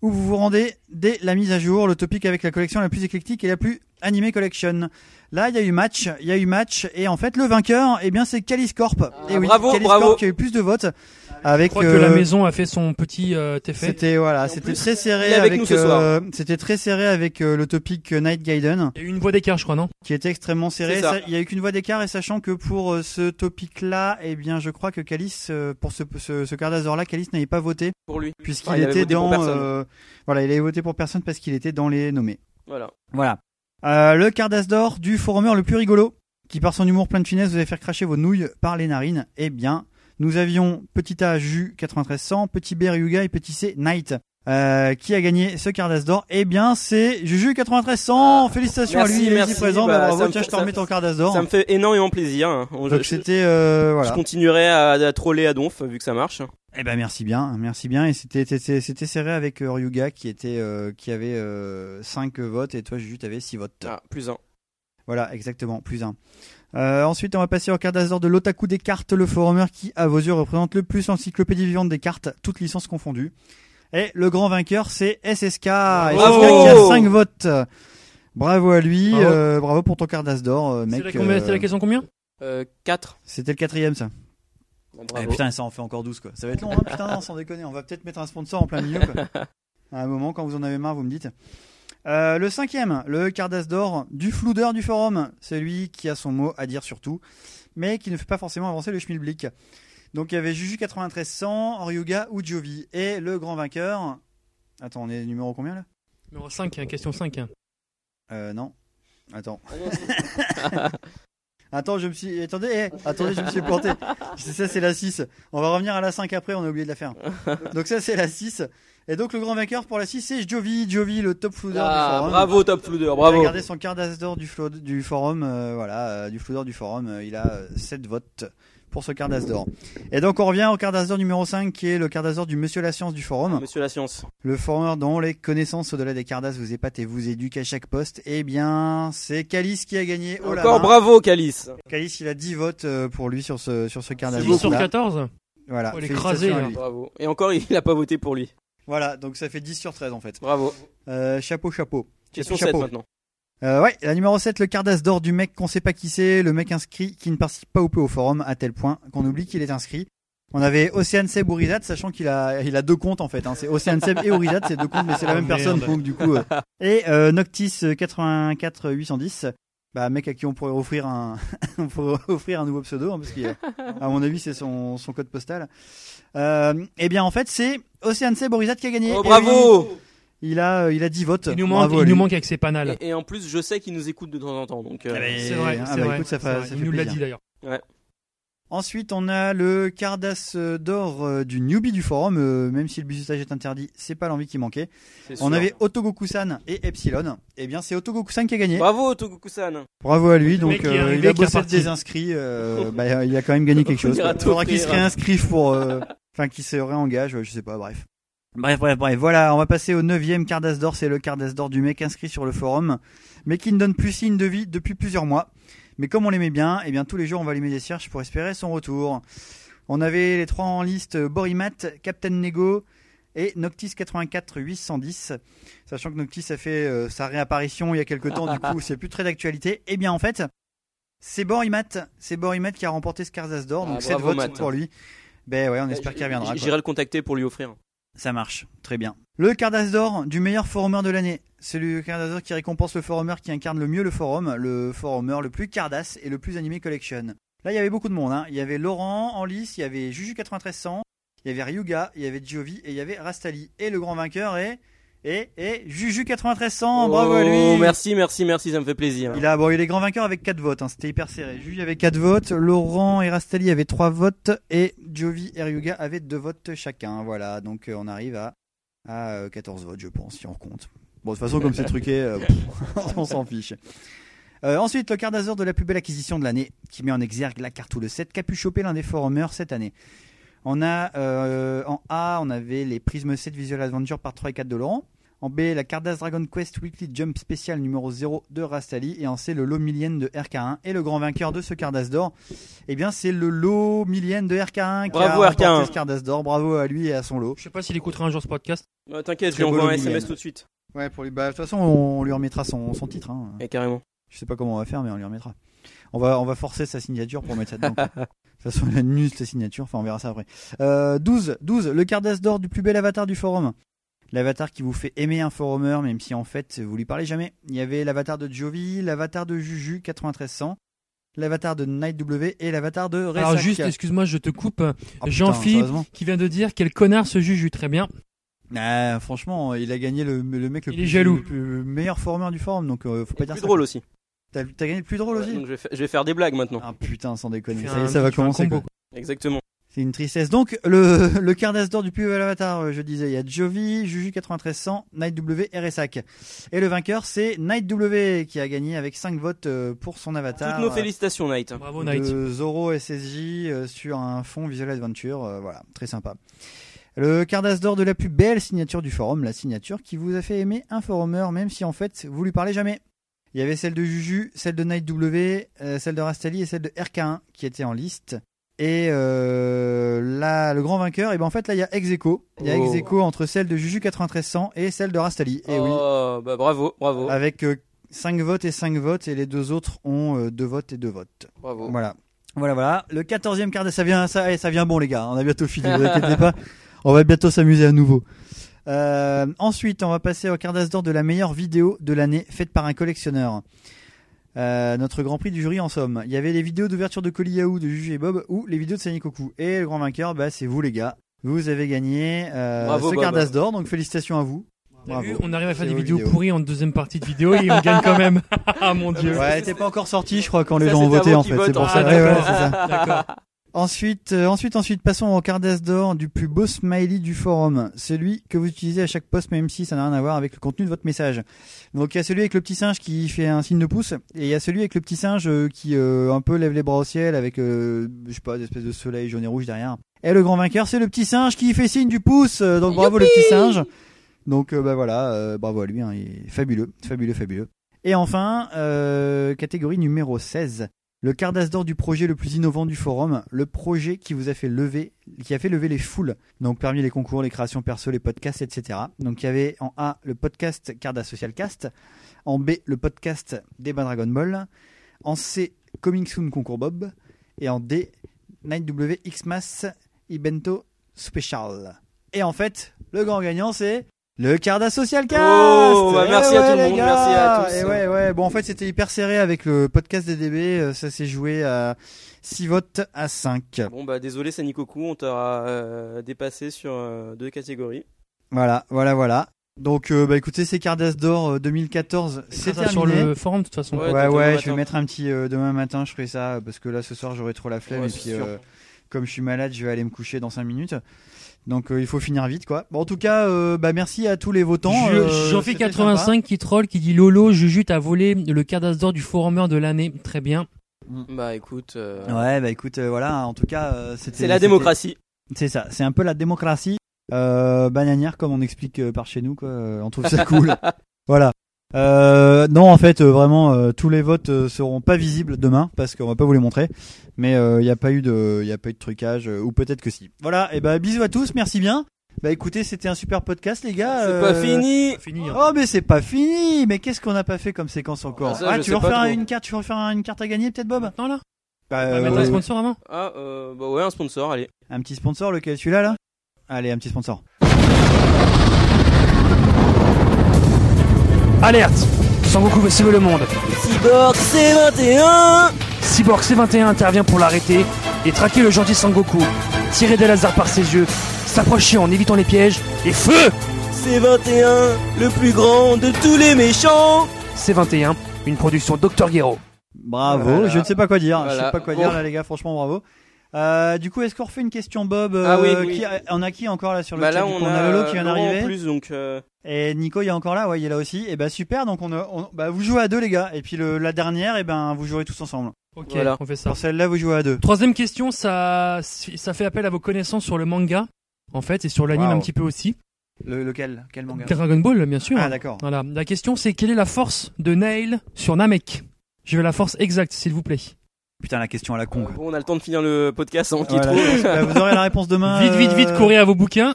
où vous vous rendez dès la mise à jour, le topic avec la collection la plus éclectique et la plus animée collection. Là, il y a eu match, il y a eu match, et en fait, le vainqueur, eh bien, c'est Caliscorp. et oui,
Ah, bravo,
Caliscorp
bravo.
qui a eu plus de votes. Avec,
Je crois que
euh,
la maison a fait son petit euh, TF.
c'était voilà,
Et en
c'était
plus,
très
il
serré
est avec nous ce soir.
euh, c'était très serré avec euh, le topic euh, Night Gaiden
Il y a eu une voix d'écart, je crois, non
qui était extrêmement serré.
C'est ça.
Ça- Il y a eu qu'une voix d'écart et sachant que pour euh, ce topic-là, eh bien, je crois que Calice, euh, pour ce, ce, ce Cardazor-là, Calice n'avait pas voté
Pour lui.
puisqu'il
Ah, il avait
était
voté pour
dans,
personne.
euh, voilà, il avait voté pour personne parce qu'il était dans les nommés.
Voilà.
Voilà. Euh, le Cardasdor du forumer le plus rigolo, qui par son humour plein de finesse vous allez faire cracher vos nouilles par les narines. Eh bien, nous avions petit A Ju 9300, petit B Ryuga et petit C Knight. Euh, qui a gagné ce Cardasdor Eh bien, c'est Juju 9300. Félicitations
Ah, Merci,
à lui, il est
merci.
ici présent.
Bah,
Bah,
ça
bravo,
me
tiens, je te
fait-
remets ton Cardasdor.
Ça me fait énormément plaisir. hein. On-
Donc
je, je-
c'était euh,
je
voilà.
continuerai à, à troller à Donf vu que ça marche.
Eh ben merci bien, merci bien. Et c'était c'était- c'était serré avec euh, Ryuga qui était euh, qui avait 5 votes et toi Juju t'avais 6 votes.
Ah, plus un.
Voilà, exactement, plus un. Euh, ensuite, on va passer au quart d'azur de l'Otaku des cartes, le forumer qui, à vos yeux, représente le plus l'encyclopédie vivante des cartes, toutes licences confondues. Et le grand vainqueur, c'est SSK.
Bravo
SSK qui a 5 votes. Bravo à lui, euh,
Bravo.
bravo, pour ton quart d'or, euh,
C'est
mec.
la, combien-
euh,
c'est la question combien
4.
C'était le quatrième, ça.
Euh, Bravo.
Eh, putain, ça en fait encore 12, quoi. Ça va être long, hein, putain, non, sans déconner. On va peut-être mettre un sponsor en plein milieu, quoi. À un moment, quand vous en avez marre, vous me dites. Euh, le cinquième, le Cardas d'or du floudeur du forum. Celui qui a son mot à dire sur tout, mais qui ne fait pas forcément avancer le schmilblick. Donc il y avait Juju 9300, Ryuga ou Jovi. Et le grand vainqueur. Attends, on est numéro combien là
Numéro 5, question hein. 5.
euh, non. Attends.
Ah
Attends, je me suis. Attendez, eh, attendez, je me suis planté. Ça, c'est la 6. On va revenir à la 5 après, on a oublié de la faire. Donc, ça, c'est la 6. Et donc, le grand vainqueur pour la 6, c'est Jovi. Jovi, le top floudeur du
Ah,
forum.
bravo Top Flooder,
Il a
bravo.
gardé son quart d'as d'or du, flo- du forum, euh, voilà, euh, du floudeur du forum. Euh, il a 7 votes pour ce quart d'as d'or. Et donc, on revient au quart d'as d'or numéro 5, qui est le quart d'as d'or du Monsieur la Science du forum.
Monsieur la science.
Le former dont les connaissances au-delà des cardas vous épatent et vous éduquent à chaque poste, eh bien, c'est Calice qui a gagné. Oh là
Encore
là.
bravo Calice.
Calice, il a 10 votes euh, pour lui sur ce, sur ce cardas.
10 sur 14
Voilà,
Oh, il est
félicitations
crasé,
à
là.
lui.
Bravo. Et encore il a pas voté pour lui.
Voilà, donc ça fait 10 sur 13 en fait.
Bravo.
Euh, chapeau, chapeau.
Question
Chapeau.
7 maintenant.
Euh, ouais, la numéro 7, le cardas d'or du mec qu'on sait pas qui c'est, le mec inscrit qui ne participe pas ou peu au forum à tel point qu'on oublie qu'il est inscrit. On avait Océane Seb ou Rizat, sachant qu'il a, il a deux comptes en fait. Hein. C'est Océane Seb et Rizat, c'est deux comptes, mais c'est la
Oh,
même
merde.
personne. Donc du coup, euh. et euh, Noctis 84 810, bah mec à qui on pourrait offrir un, on pourrait offrir un nouveau pseudo hein, parce qu'il, à mon avis, c'est son, son code postal. Euh, eh bien en fait, c'est Océane Seb ou Rizat qui a gagné.
Oh,
Eh oui,
bravo.
il a, euh, il a 10 votes.
Il nous manque,
Bravo à
il nous
lui.
manque avec ses panales.
Et, et en plus je sais qu'il nous écoute de temps en temps donc. euh,
Ah, mais-
C'est vrai,
ah,
c'est
bah,
vrai.
écoute, ça
c'est
fait,
vrai.
ça
Il
fait
nous l'a
plaisir.
dit d'ailleurs.
Ensuite, on a le Cardas d'or euh, du newbie du forum. euh, même si le busutage est interdit, c'est pas l'envie qui manquait.
c'est sûr.
On avait Otogoku-san et Epsilon. Eh bien, c'est Otogoku-san qui a gagné.
Bravo Togoku-san.
Bravo à lui.
Le mec
Donc,
qui est
euh,
arrivé,
il a
qui est
bossé de
reparti.
désinscrit. euh, bah, euh, il a quand même gagné quelque
On
chose.
ira
Il faudra qu'il se
t'offrir.
réinscrive pour. euh, Enfin, qu'il se réengage. ouais, je sais pas, bref. Bref, bref, bref. Voilà, on va passer au neuvième Cardas d'or. C'est le Cardas d'or du mec inscrit sur le forum, mais qui ne donne plus signe de vie depuis plusieurs mois. Mais comme on l'aimait bien, eh bien tous les jours on va allumer des cierges pour espérer son retour. On avait les trois en liste euh, Borimat, Captain Nego et Noctis 84 810. Sachant que Noctis a fait euh, sa réapparition il y a quelque temps, du coup c'est plus très d'actualité. Eh bien en fait, c'est Borimat, c'est Borimat qui a remporté ce Cardas d'or,
Ah,
donc 7
bravo,
votes
Matt.
pour lui. Ben ouais, on espère
Eh,
qu'il reviendra. quoi.
J'irai le contacter pour lui offrir.
Ça marche, très bien. Le Cardas d'or du meilleur forumer de l'année. C'est le Cardas d'or qui récompense le forumer qui incarne le mieux le forum, le forumer le plus Cardas et le plus animé collection. Là, il y avait beaucoup de monde. hein. Il y avait Laurent en lice, il y avait Juju 9300, il y avait Ryuga, il y avait Jovi et il y avait Rastali. Et le grand vainqueur est et et Juju 9300. bravo à
Oh,
lui.
Merci, merci, merci, ça me fait plaisir.
Il a bon, il est grand vainqueur avec 4 votes. hein. C'était hyper serré. Juju avait 4 votes, Laurent et Rastali avaient 3 votes et Jovi et Ryuga avaient 2 votes chacun. Voilà, donc euh, on arrive à, à euh, 14 votes, je pense, si on compte. Bon, de toute façon, comme c'est truqué, euh, pff, on s'en fiche. Euh, ensuite, le quart d'Azur de la plus belle acquisition de l'année, qui met en exergue la carte ou le 7 qu'a pu choper l'un des forumers cette année. On a, euh, en A, on avait les Prismes 7 Visual Adventure par 3 et 4 de Laurent. En B, la Cardas Dragon Quest Weekly Jump Special numéro 0 de Rastali. Et en C, le lot millième de RK1. Et le grand vainqueur de ce Cardas d'or, eh bien, c'est le lot millième de RK1 qui
Bravo,
a remporté
RK1.
ce Cardas d'or. Bravo à lui et à son lot.
Je sais pas s'il écoutera un jour ce podcast.
Bah, T'inquiète, je
Très
lui envoie
beau
un
Lomilien.
SMS tout de suite.
Ouais, pour lui, bah, de toute façon, on lui remettra son, son titre. Hein.
Et Eh, carrément.
Je sais pas comment on va faire, mais on lui remettra. On va, on va forcer sa signature pour mettre ça dedans. quoi. De toute façon, elle annule sa signature. Enfin, on verra ça après. Euh, 12, 12, le Cardas d'or du plus bel avatar du forum. L'avatar qui vous fait aimer un forumer, même si en fait, vous lui parlez jamais. Il y avait l'avatar de Jovi, l'avatar de Juju 9300, l'avatar de Night W et l'avatar de Resak.
Alors juste, excuse-moi, je te coupe.
Oh, putain,
Jean-Philippe.
sérieusement.
Qui vient de dire quel connard ce juge eu très bien.
Ah, franchement, il a gagné le, le mec le,
Il
plus-
est jaloux.
le plus- le meilleur forumer du forum, donc euh, faut pas dire
Plus
ça.
drôle aussi.
T'as t'as gagné le plus drôle aussi
Donc, je, vais fa- je vais faire des blagues maintenant.
Ah putain, sans déconner.
Fais
Ça, y est,
un-
ça va
tu fais un
commencer.
combo.
quoi.
Exactement.
C'est une tristesse. Donc, le, le quart d'as d'or du plus bel avatar, euh, je disais, il y a Jovi, Juju 9300, Night W, RSAC. Et le vainqueur, c'est Night W qui a gagné avec 5 votes euh, pour son avatar.
Toutes nos félicitations, Knight.
Bravo
euh,
Knight.
De Zoro SSJ euh, sur un fond Visual Adventure. euh, voilà, très sympa. Le quart d'as d'or de la plus belle signature du forum, la signature qui vous a fait aimer un forumer, même si en fait vous lui parlez jamais. Il y avait celle de Juju, celle de Night W, euh, celle de Rastali et celle de RK1 qui étaient en liste. Et euh, là, le grand vainqueur, et ben en fait là il y a Execo. Il y a
Oh.
Execo entre celle de Juju 9300 et celle de Rastali. Et Eh oui, Ah.
Oh, bah bravo, bravo,
avec 5 votes et 5 votes, et les deux autres ont 2 votes et 2 votes.
bravo.
Voilà. Voilà, voilà. Le 14e quart d'heure, ça vient, ça, eh, ça vient bon, les gars. On a bientôt fini, vous inquiétez pas. On va bientôt s'amuser à nouveau. Euh, ensuite, on va passer au quart d'as d'or de la meilleure vidéo de l'année faite par un collectionneur. Euh, notre grand prix du jury en somme. Il y avait les vidéos d'ouverture de Colis Yahoo de Juju et Bob ou les vidéos de Sanikoku. Et le grand vainqueur, bah, c'est vous les gars. Vous avez gagné euh,
Bravo,
ce quart
Bob.
d'as d'or, donc félicitations à vous.
T'as vu,
Bravo.
on arrive à faire des
Vidéo,
vidéos
vidéo.
pourries en deuxième partie de vidéo et on gagne quand même. ah mon dieu.
Ouais, t'es pas encore sorti, je crois, quand les
Ça,
gens ont
c'était
voté
avant
en
qu'ils
fait. C'est
votent.
pour
Ah,
ça. Ouais,
d'accord.
ouais, c'est ça.
D'accord.
Ensuite, euh, ensuite, ensuite, passons au quart d'as d'or du plus beau smiley du forum. Celui que vous utilisez à chaque post, même si ça n'a rien à voir avec le contenu de votre message. Donc, il y a celui avec le petit singe qui fait un signe de pouce, et il y a celui avec le petit singe euh, qui euh, un peu lève les bras au ciel avec, euh, je sais pas, des espèces de soleil jaune et rouge derrière. Et le grand vainqueur, c'est le petit singe qui fait signe du pouce. Euh, Donc, bravo le petit singe. Donc, euh, bah voilà, euh, bravo à lui. hein. il est fabuleux, fabuleux, fabuleux. Et enfin, euh, catégorie numéro 16. Le quart d'as d'or du projet le plus innovant du forum, le projet qui vous a fait lever, qui a fait lever les foules. Donc parmi les concours, les créations perso, les podcasts, etc. Donc il y avait en A le podcast Cardas Social Cast, en B le podcast Débat Dragon Ball, en C Coming Soon Concours Bob, et en D Night W Xmas Ibento Special. Et en fait, le grand gagnant c'est le Cardas Social Cast.
Oh, bah,
Eh
merci à tout le
les
monde, merci à tous.
Eh ouais, ouais. Bon en fait c'était hyper serré avec le podcast des DB, euh, ça s'est joué à 6 votes à 5.
Bon bah désolé Sanikoku, on t'aura euh, dépassé sur euh, deux catégories.
Voilà, voilà, voilà. Donc, euh, bah écoutez, ces Cardas d'or euh, 2014, c'est
Ça
terminé.
sur le forum de toute façon.
Ouais,
Ouais, demain
ouais,
matin.
je vais mettre un petit euh, demain matin, je ferai ça euh, parce que là ce soir j'aurai trop la flemme
Ouais,
et
c'est
puis
sûr.
euh, comme je suis malade, je vais aller me coucher dans 5 minutes. Donc euh, il faut finir vite quoi. Bon, en tout cas, euh, bah merci à tous les votants. euh,
J'en fais
c'était
85
sympa.
qui troll, qui dit Lolo, Juju t'as volé le cardas d'or du forumer de l'année. Très bien.
Bah écoute, euh,
Ouais, bah écoute, euh, voilà, en tout cas, euh, c'était
c'est la
c'était-
démocratie.
C'est ça, c'est un peu la démocratie euh, bananière comme on explique euh, par chez nous, quoi. Euh, On trouve ça cool. voilà. Euh, non, en fait, euh, vraiment, euh, tous les votes euh, seront pas visibles demain parce qu'on va pas vous les montrer. Mais il n'y a pas eu de, y a pas eu de trucage euh, ou peut-être que si. Voilà. Et ben bisous à tous, merci bien. Bah écoutez, c'était un super podcast, les gars.
C'est
euh,
pas fini.
Fini. hein.
Oh mais c'est pas fini. Mais qu'est-ce qu'on n'a pas fait comme séquence encore
Ah, ça, je
Tu
sais
veux
pas
refaire
trop.
une carte Tu veux refaire une carte à gagner peut-être, Bob
Maintenant là.
Bah,
On va mettre
euh,
un sponsor avant.
Ah euh, bah ouais un sponsor, allez.
un petit sponsor, lequel celui-là là Allez, un petit sponsor.
Alerte Sangoku veut sauver le monde.
Cyborg C21
Cyborg C21 intervient pour l'arrêter et traquer le gentil Sangoku. Tirer des lasers par ses yeux, s'approcher en évitant les pièges et feu
C21, le plus grand de tous les méchants
C21, une production Dr. Guero.
Bravo,
Voilà.
je ne sais pas quoi dire. Je
Voilà.
sais pas quoi
Bon.
dire là les gars, franchement bravo. Euh, du coup, est-ce qu'on refait une question, Bob euh,
Ah oui, oui.
Qui a- on a qui encore là sur le
Bah
chat
là,
Du coup,
on a,
Lolo qui vient
euh, Laurent en
d'arriver.
plus, donc, euh,
Et Nico, il est encore là, ouais, il est là aussi. Et bah super, donc on, a- on- bah, vous jouez à deux, les gars. Et puis le- la dernière, et ben vous jouez tous ensemble.
Ok, Voilà. on fait ça.
Pour celle-là, vous jouez à deux.
Troisième question, ça, ça fait appel à vos connaissances sur le manga, en fait, et sur l'anime
Wow.
un petit peu aussi.
Le, lequel Quel manga
Dragon Ball, bien sûr.
Ah, d'accord.
Voilà. La question, c'est quelle est la force de Nail sur Namek Je veux la force exacte, s'il vous plaît.
Putain, la question à la con. quoi.
Bon, on a le temps de finir le podcast avant qu'il
Voilà.
trouve.
Bah,
Euh,
vous aurez la réponse demain. euh,
Vite, vite, vite, courez à vos bouquins.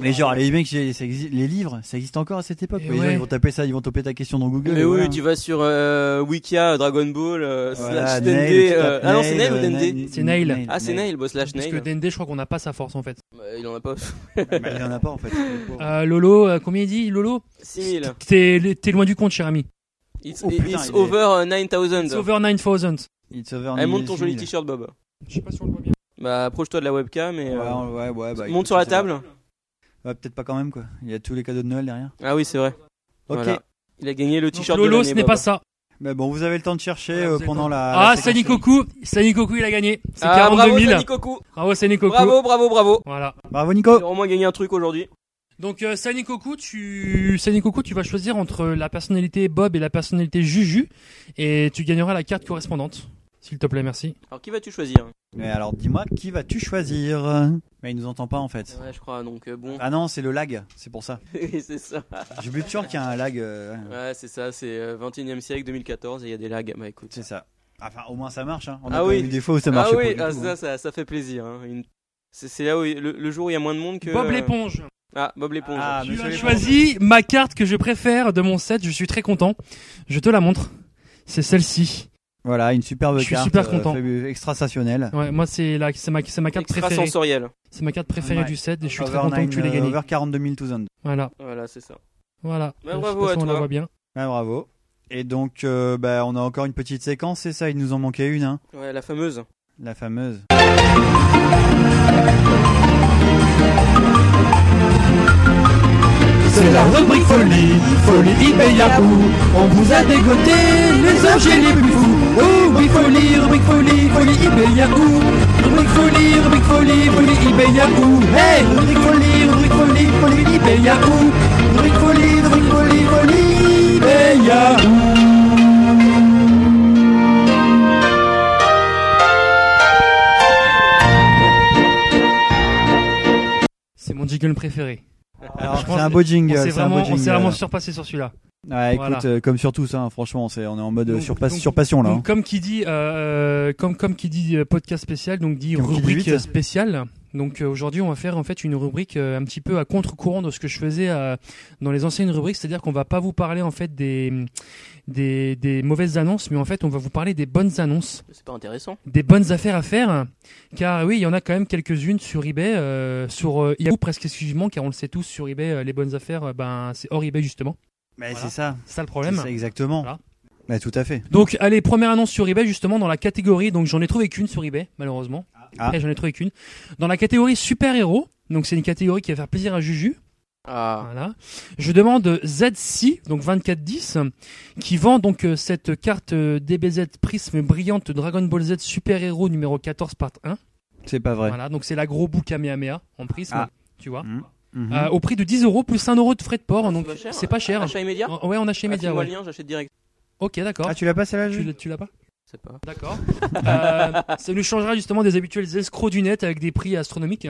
Mais genre, les mecs, j'ai- ça existe- les livres, ça existe encore à cette époque.
Et
quoi. Les gens,
ouais.
ils vont taper ça, ils vont taper ta question dans Google.
Mais
et
oui,
voilà.
tu vas sur euh, Wikia, Dragon Ball, euh,
Voilà,
slash
Nail,
DND.
tu tapes
euh, ah non, c'est
Nail,
Nail ou
euh,
DND
Nail,
C'est Nail.
Ah, c'est Nail, bah, slash
Parce
Nail.
que DND, je crois qu'on n'a pas sa force, en fait.
Bah, il en a pas.
Bah, il y en a pas en fait.
Euh, Lolo, euh, combien il dit Lolo
6000.
T'es t'es loin du compte, cher ami.
It's,
Oh, putain,
it's
il est-
over euh, 9000.
It's over 9000.
It's over
Allez, monte ton
9000.
joli t-shirt, Bob.
Je sais pas si on le voit bien.
Bah, approche-toi de la webcam et.
Ouais,
euh,
on- ouais, ouais, bah, écoute,
monte sur la
ça va.
table.
Ouais, peut-être pas quand même quoi. Il y a tous les cadeaux de Noël derrière.
Ah oui, c'est vrai.
Ok.
Voilà. Il a gagné le
Donc,
t-shirt de
Lolo,
l'année,
ce n'est
Bob.
pas ça.
Mais bon, vous avez le temps de chercher
Voilà,
euh,
vous avez
pendant
le
la. la
Ah,
séquence
Sani Koku Sani Koku, il a gagné. C'est
Ah,
42 000.
Bravo, Sani Koku.
Bravo, Sani Koku.
Bravo, bravo, bravo.
Voilà.
Bravo
Il
Nico.
a au moins gagné un truc aujourd'hui.
Donc euh, Sani Koku, tu Sani Koku, tu vas choisir entre la personnalité Bob et la personnalité Juju et tu gagneras la carte correspondante. S'il te plaît, merci.
Alors, qui vas-tu choisir
Mais alors, dis-moi, qui vas-tu choisir Mais il nous entend pas en fait.
Ouais, je crois, donc euh, bon.
Ah non, c'est le lag, c'est pour ça.
Oui, c'est ça.
J'oublie toujours qu'il y a un lag. euh, ouais.
Ouais, c'est ça, c'est euh, 21 e siècle 2014 et il y a des lags. Bah, écoute.
C'est ça. Enfin, au moins ça marche. Hein. On a
Ah
pas
oui.
eu des fois où ça
Ah
marchait
oui,
pas.
ah,
du tout,
ça,
hein.
ça, ça fait plaisir. hein. Une- C'est c'est là où il- le, le jour où il y a moins de monde que.
Bob
euh,
l'éponge.
Ah, Bob l'éponge.
Ah,
tu
monsieur
as
l'éponge.
choisi ma carte que je préfère de mon set. Je suis très content. Je te la montre. C'est celle-ci.
Voilà, une superbe
Je suis
carte.
super content.
fabu- extra-sationnelle.
Ouais, moi c'est la, c'est ma, c'est ma carte
Extra
préférée.
sensoriel.
C'est ma carte préférée
Ouais. euh,
du set et je suis
Over
très content que tu l'aies
nine,
gagnée.
Over 42 000 to zone.
Voilà,
Voilà, c'est ça.
voilà.
Bah,
Je sais
bravo
pas
à
si on la
toi.
voit bien.
Ouais, bravo. Et donc, euh, bah, on a encore une petite séquence, c'est ça Il nous en manquait une, hein,
Ouais, la fameuse.
la fameuse.
C'est la rubrique folie, folie Ibeyabou. On vous a dégoté les objets les plus fous. Oh oui, folie, rubrique folie, folie Ibeyabou. Rubrique folie, rubrique folie, folie Ibeyabou. Hey, rubrique folie, rubrique folie, folie Ibeyabou. Rubrique folie, rubrique folie, folie Ibeyabou.
C'est mon jingle préféré.
Alors,
je
c'est
pense-
un beau
On
jingle.
s'est
c'est un beau
vraiment, on s'est
jingle.
vraiment surpassé sur celui-là.
Ouais, écoute,
Voilà.
euh, comme sur tous, hein, franchement, c'est, on est en mode
Donc-
surpas-
donc-
surpassion là.
Donc, comme qui dit, euh, comme comme qui dit euh, podcast spécial, donc dit
Comme qui dit
rubrique
huit.
euh, spéciale. Donc euh, aujourd'hui, on va faire en fait une rubrique euh, un petit peu à contre-courant de ce que je faisais euh, dans les anciennes rubriques, c'est-à-dire qu'on va pas vous parler en fait des, des des mauvaises annonces, mais en fait, on va vous parler des bonnes annonces,
C'est pas intéressant.
des bonnes affaires à faire, car oui, il y en a quand même quelques-unes sur eBay, euh, sur euh, Yahoo presque exclusivement, car on le sait tous sur eBay, euh, les bonnes affaires, euh, ben c'est hors eBay justement,
Mais
Voilà.
hein. c'est ça,
c'est ça le
c'est
problème.
ça exactement.
Voilà.
Mais tout à fait.
Donc, allez, première annonce sur eBay, justement, dans la catégorie. Donc, j'en ai trouvé qu'une sur eBay, malheureusement.
Ah.
Après, j'en ai trouvé qu'une. Dans la catégorie super-héros. Donc, c'est une catégorie qui va faire plaisir à Juju.
Ah.
Voilà. Je demande ZC, donc 2410, qui vend donc euh, cette carte euh, DBZ Prisme brillante Dragon Ball Z super-héros numéro 14 part 1.
C'est pas vrai.
Voilà. Donc, c'est la gros bout Kamehameha en prisme.
Ah.
Tu vois.
Mhm. Mhm.
Euh, au prix de 10 euros plus 1 euro de frais de port. Oh, Donc,
Ah, pas cher.
c'est pas cher.
Achat immédiat
Oh, Ouais, on a chez Media.
Affile-moi
ouais.
Ah, le lien, j'achète direct.
Ok, d'accord.
Ah, tu l'as pas celle-là,
Tu
Jules
l'as- tu l'as pas
Je sais pas.
D'accord. Euh, ça nous changera justement des habituels escrocs du net avec des prix astronomiques.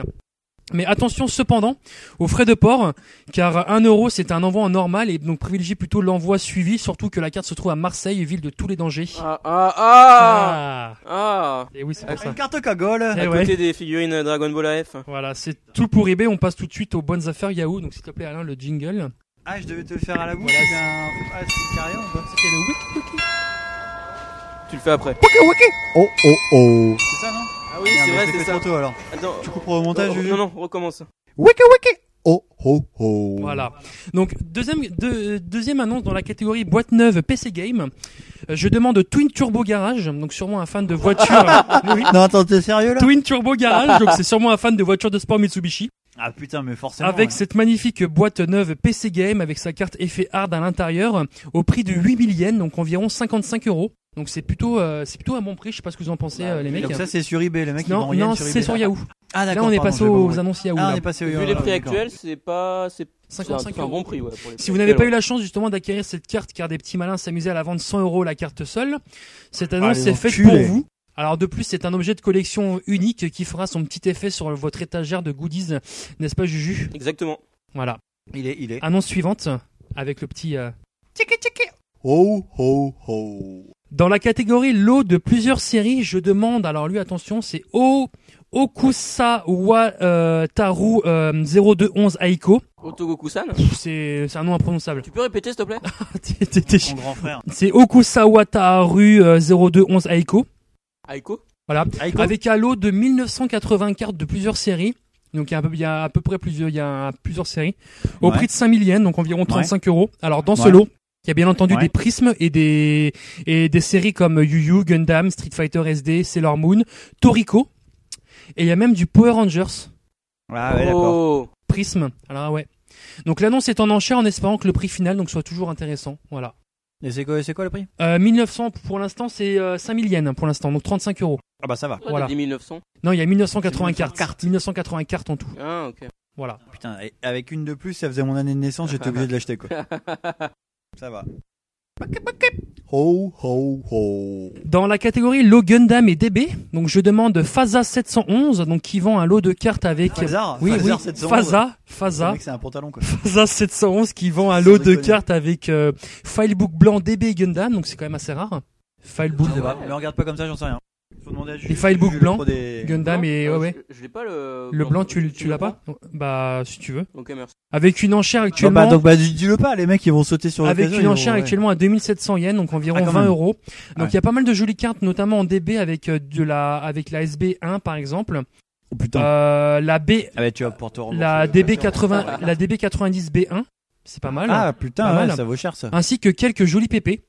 Mais attention cependant aux frais de port, car 1 euro c'est un envoi en normal et donc privilégie plutôt l'envoi suivi, surtout que la carte se trouve à Marseille, ville de tous les dangers.
Ah, ah, ah, ah.
Et oui, c'est pour ça.
Une carte cagole.
Eh
À
ouais.
côté des figurines Dragon Ball AF.
Voilà, c'est tout pour eBay, on passe tout de suite aux bonnes affaires Yahoo, donc s'il te plaît Alain, le jingle.
Ah, je devais te le faire à la bouche.
Voilà,
eh bien, Ah, c'est carré, ou pas
C'était le Wiki
Tu le fais après.
Oh oh oh. C'est ça, non
Ah oui,
Merde,
c'est vrai,
je l'ai
c'est
fait
ça.
trop tôt, alors.
Attends.
Tu couperas au
Oh,
montage, Jules
Non, non, recommence.
Ah,
Wiki wiki. Oh oh oh.
Voilà. Donc deuxième deux- deuxième annonce dans la catégorie boîte neuve PC game. Euh, Je demande Twin Turbo Garage, donc sûrement un fan de voitures. Ah Oui.
Non, attends, t'es sérieux là
Twin Turbo Garage, donc c'est sûrement un fan de voitures de sport Mitsubishi,
Ah putain, mais forcément.
avec
ouais.
cette magnifique boîte neuve PC Game avec sa carte effet hard à l'intérieur, au prix de 8000 yens, donc environ 55 euros. Donc c'est plutôt, euh, c'est plutôt à bon prix. Je sais pas ce que vous en pensez, euh, les mecs.
Donc Bah, ça, c'est sur eBay, le mec, il
Non,
vend rien
non,
sur
c'est
eBay.
sur Yahoo.
Ah, d'accord,
Là, on est
pardon,
passé
j'ai pas
aux
compris.
annonces Yahoo.
Ah, on
là.
est passé aux
Vu les prix actuels, c'est pas. C'est c'est un, c'est un bon prix, ouais. pour les
Si
prix
vous n'avez pas eu
actuels,
la chance justement d'acquérir cette carte car des petits malins s'amusaient à la vendre 100 euros la carte seule,
Ah,
cette annonce
les
est faite pour
enculés.
vous. Alors de plus, c'est un objet de collection unique qui fera son petit effet sur votre étagère de goodies, n'est-ce pas Juju
Exactement.
Voilà.
Il est, il est.
Annonce suivante avec le petit. euh,
Oh, oh, oh.
Dans la catégorie lot de plusieurs séries, je demande, alors lui attention, c'est O Okusa wa euh, Taru euh, 0211 Aiko.
Otogoku-san
C'est c'est un nom imprononçable.
Tu peux répéter, s'il te plaît
T'es- t'es- t'es-
grand frère.
C'est Okusawa Taru euh, 0211 Aiko. Ah.
Aiko
Voilà.
Ah,
Aiko.
Avec un lot de 1980 cartes de plusieurs séries. Donc il y a, un peu- il y a à peu près plusieurs, il y a plusieurs séries. Au
Ouais.
prix de 5000 yens, donc environ 35 euros. Alors dans ce
Ouais.
lot, il y a bien entendu
Ouais.
des prismes et des, et des séries comme Yu Yu, Gundam, Street Fighter SD, Sailor Moon, Toriko. Et il y a même du Power Rangers.
Ah ouais,
Oh.
d'accord.
Prisme. Alors ah ouais. Donc l'annonce est en enchère en espérant que le prix final donc soit toujours intéressant. Voilà.
Et c'est quoi, c'est quoi le prix
Euh, 1900 pour l'instant, c'est euh, 5000 yens pour l'instant, donc 35 euros.
Ah bah ça va.
t'as dit 1900
Non, il y a
1980
1980 cartes. 1980 cartes en tout.
Ah, ok.
Voilà.
Putain, et avec une de plus, ça faisait mon année de naissance, j'étais obligé de l'acheter quoi. ça va. Ho, ho, ho.
Dans la catégorie Low Gundam et DB, donc je demande Faza 711, donc qui vend un lot de cartes avec. euh,
Fazar
oui,
Fazar
oui,
711.
Faza,
Le
Faza.
mec, c'est un pantalon quoi.
Faza 711 qui vend un lot de cartes avec euh, Filebook blanc DB Gundam, donc c'est quand même assez rare. Filebook.
Je sais pas, mais regarde pas comme ça, j'en sais rien. Faut demander à Jules.
Les Filebook
Jules, le
blancs,
pro des- Ah,
Gundam et ouais, ouais.
Je, l'ai pas le.
Le blanc, tu, tu l'as pas Bah, si tu veux.
Ok, merci.
Avec une enchère
Bon,
actuellement.
bah, donc, bah, dis- dis-le pas, les mecs, ils vont sauter sur
avec
l'occasion,
une
ils vont-
enchère
ouais.
actuellement à 2700 yens, donc environ
Ah, quand
20
même.
euros. Donc il
Ouais.
y a pas mal de jolies cartes, notamment en DB avec euh, de la avec la SB1 par exemple.
Oh,
Euh, la B,
Ah bah, tu vas pouvoir te rembourser.
la DB 80, la DB 90 B1, c'est pas mal. hein.
Ah, putain,
Pas
ouais,
mal.
ça vaut cher, ça.
Ainsi que quelques jolis pépés.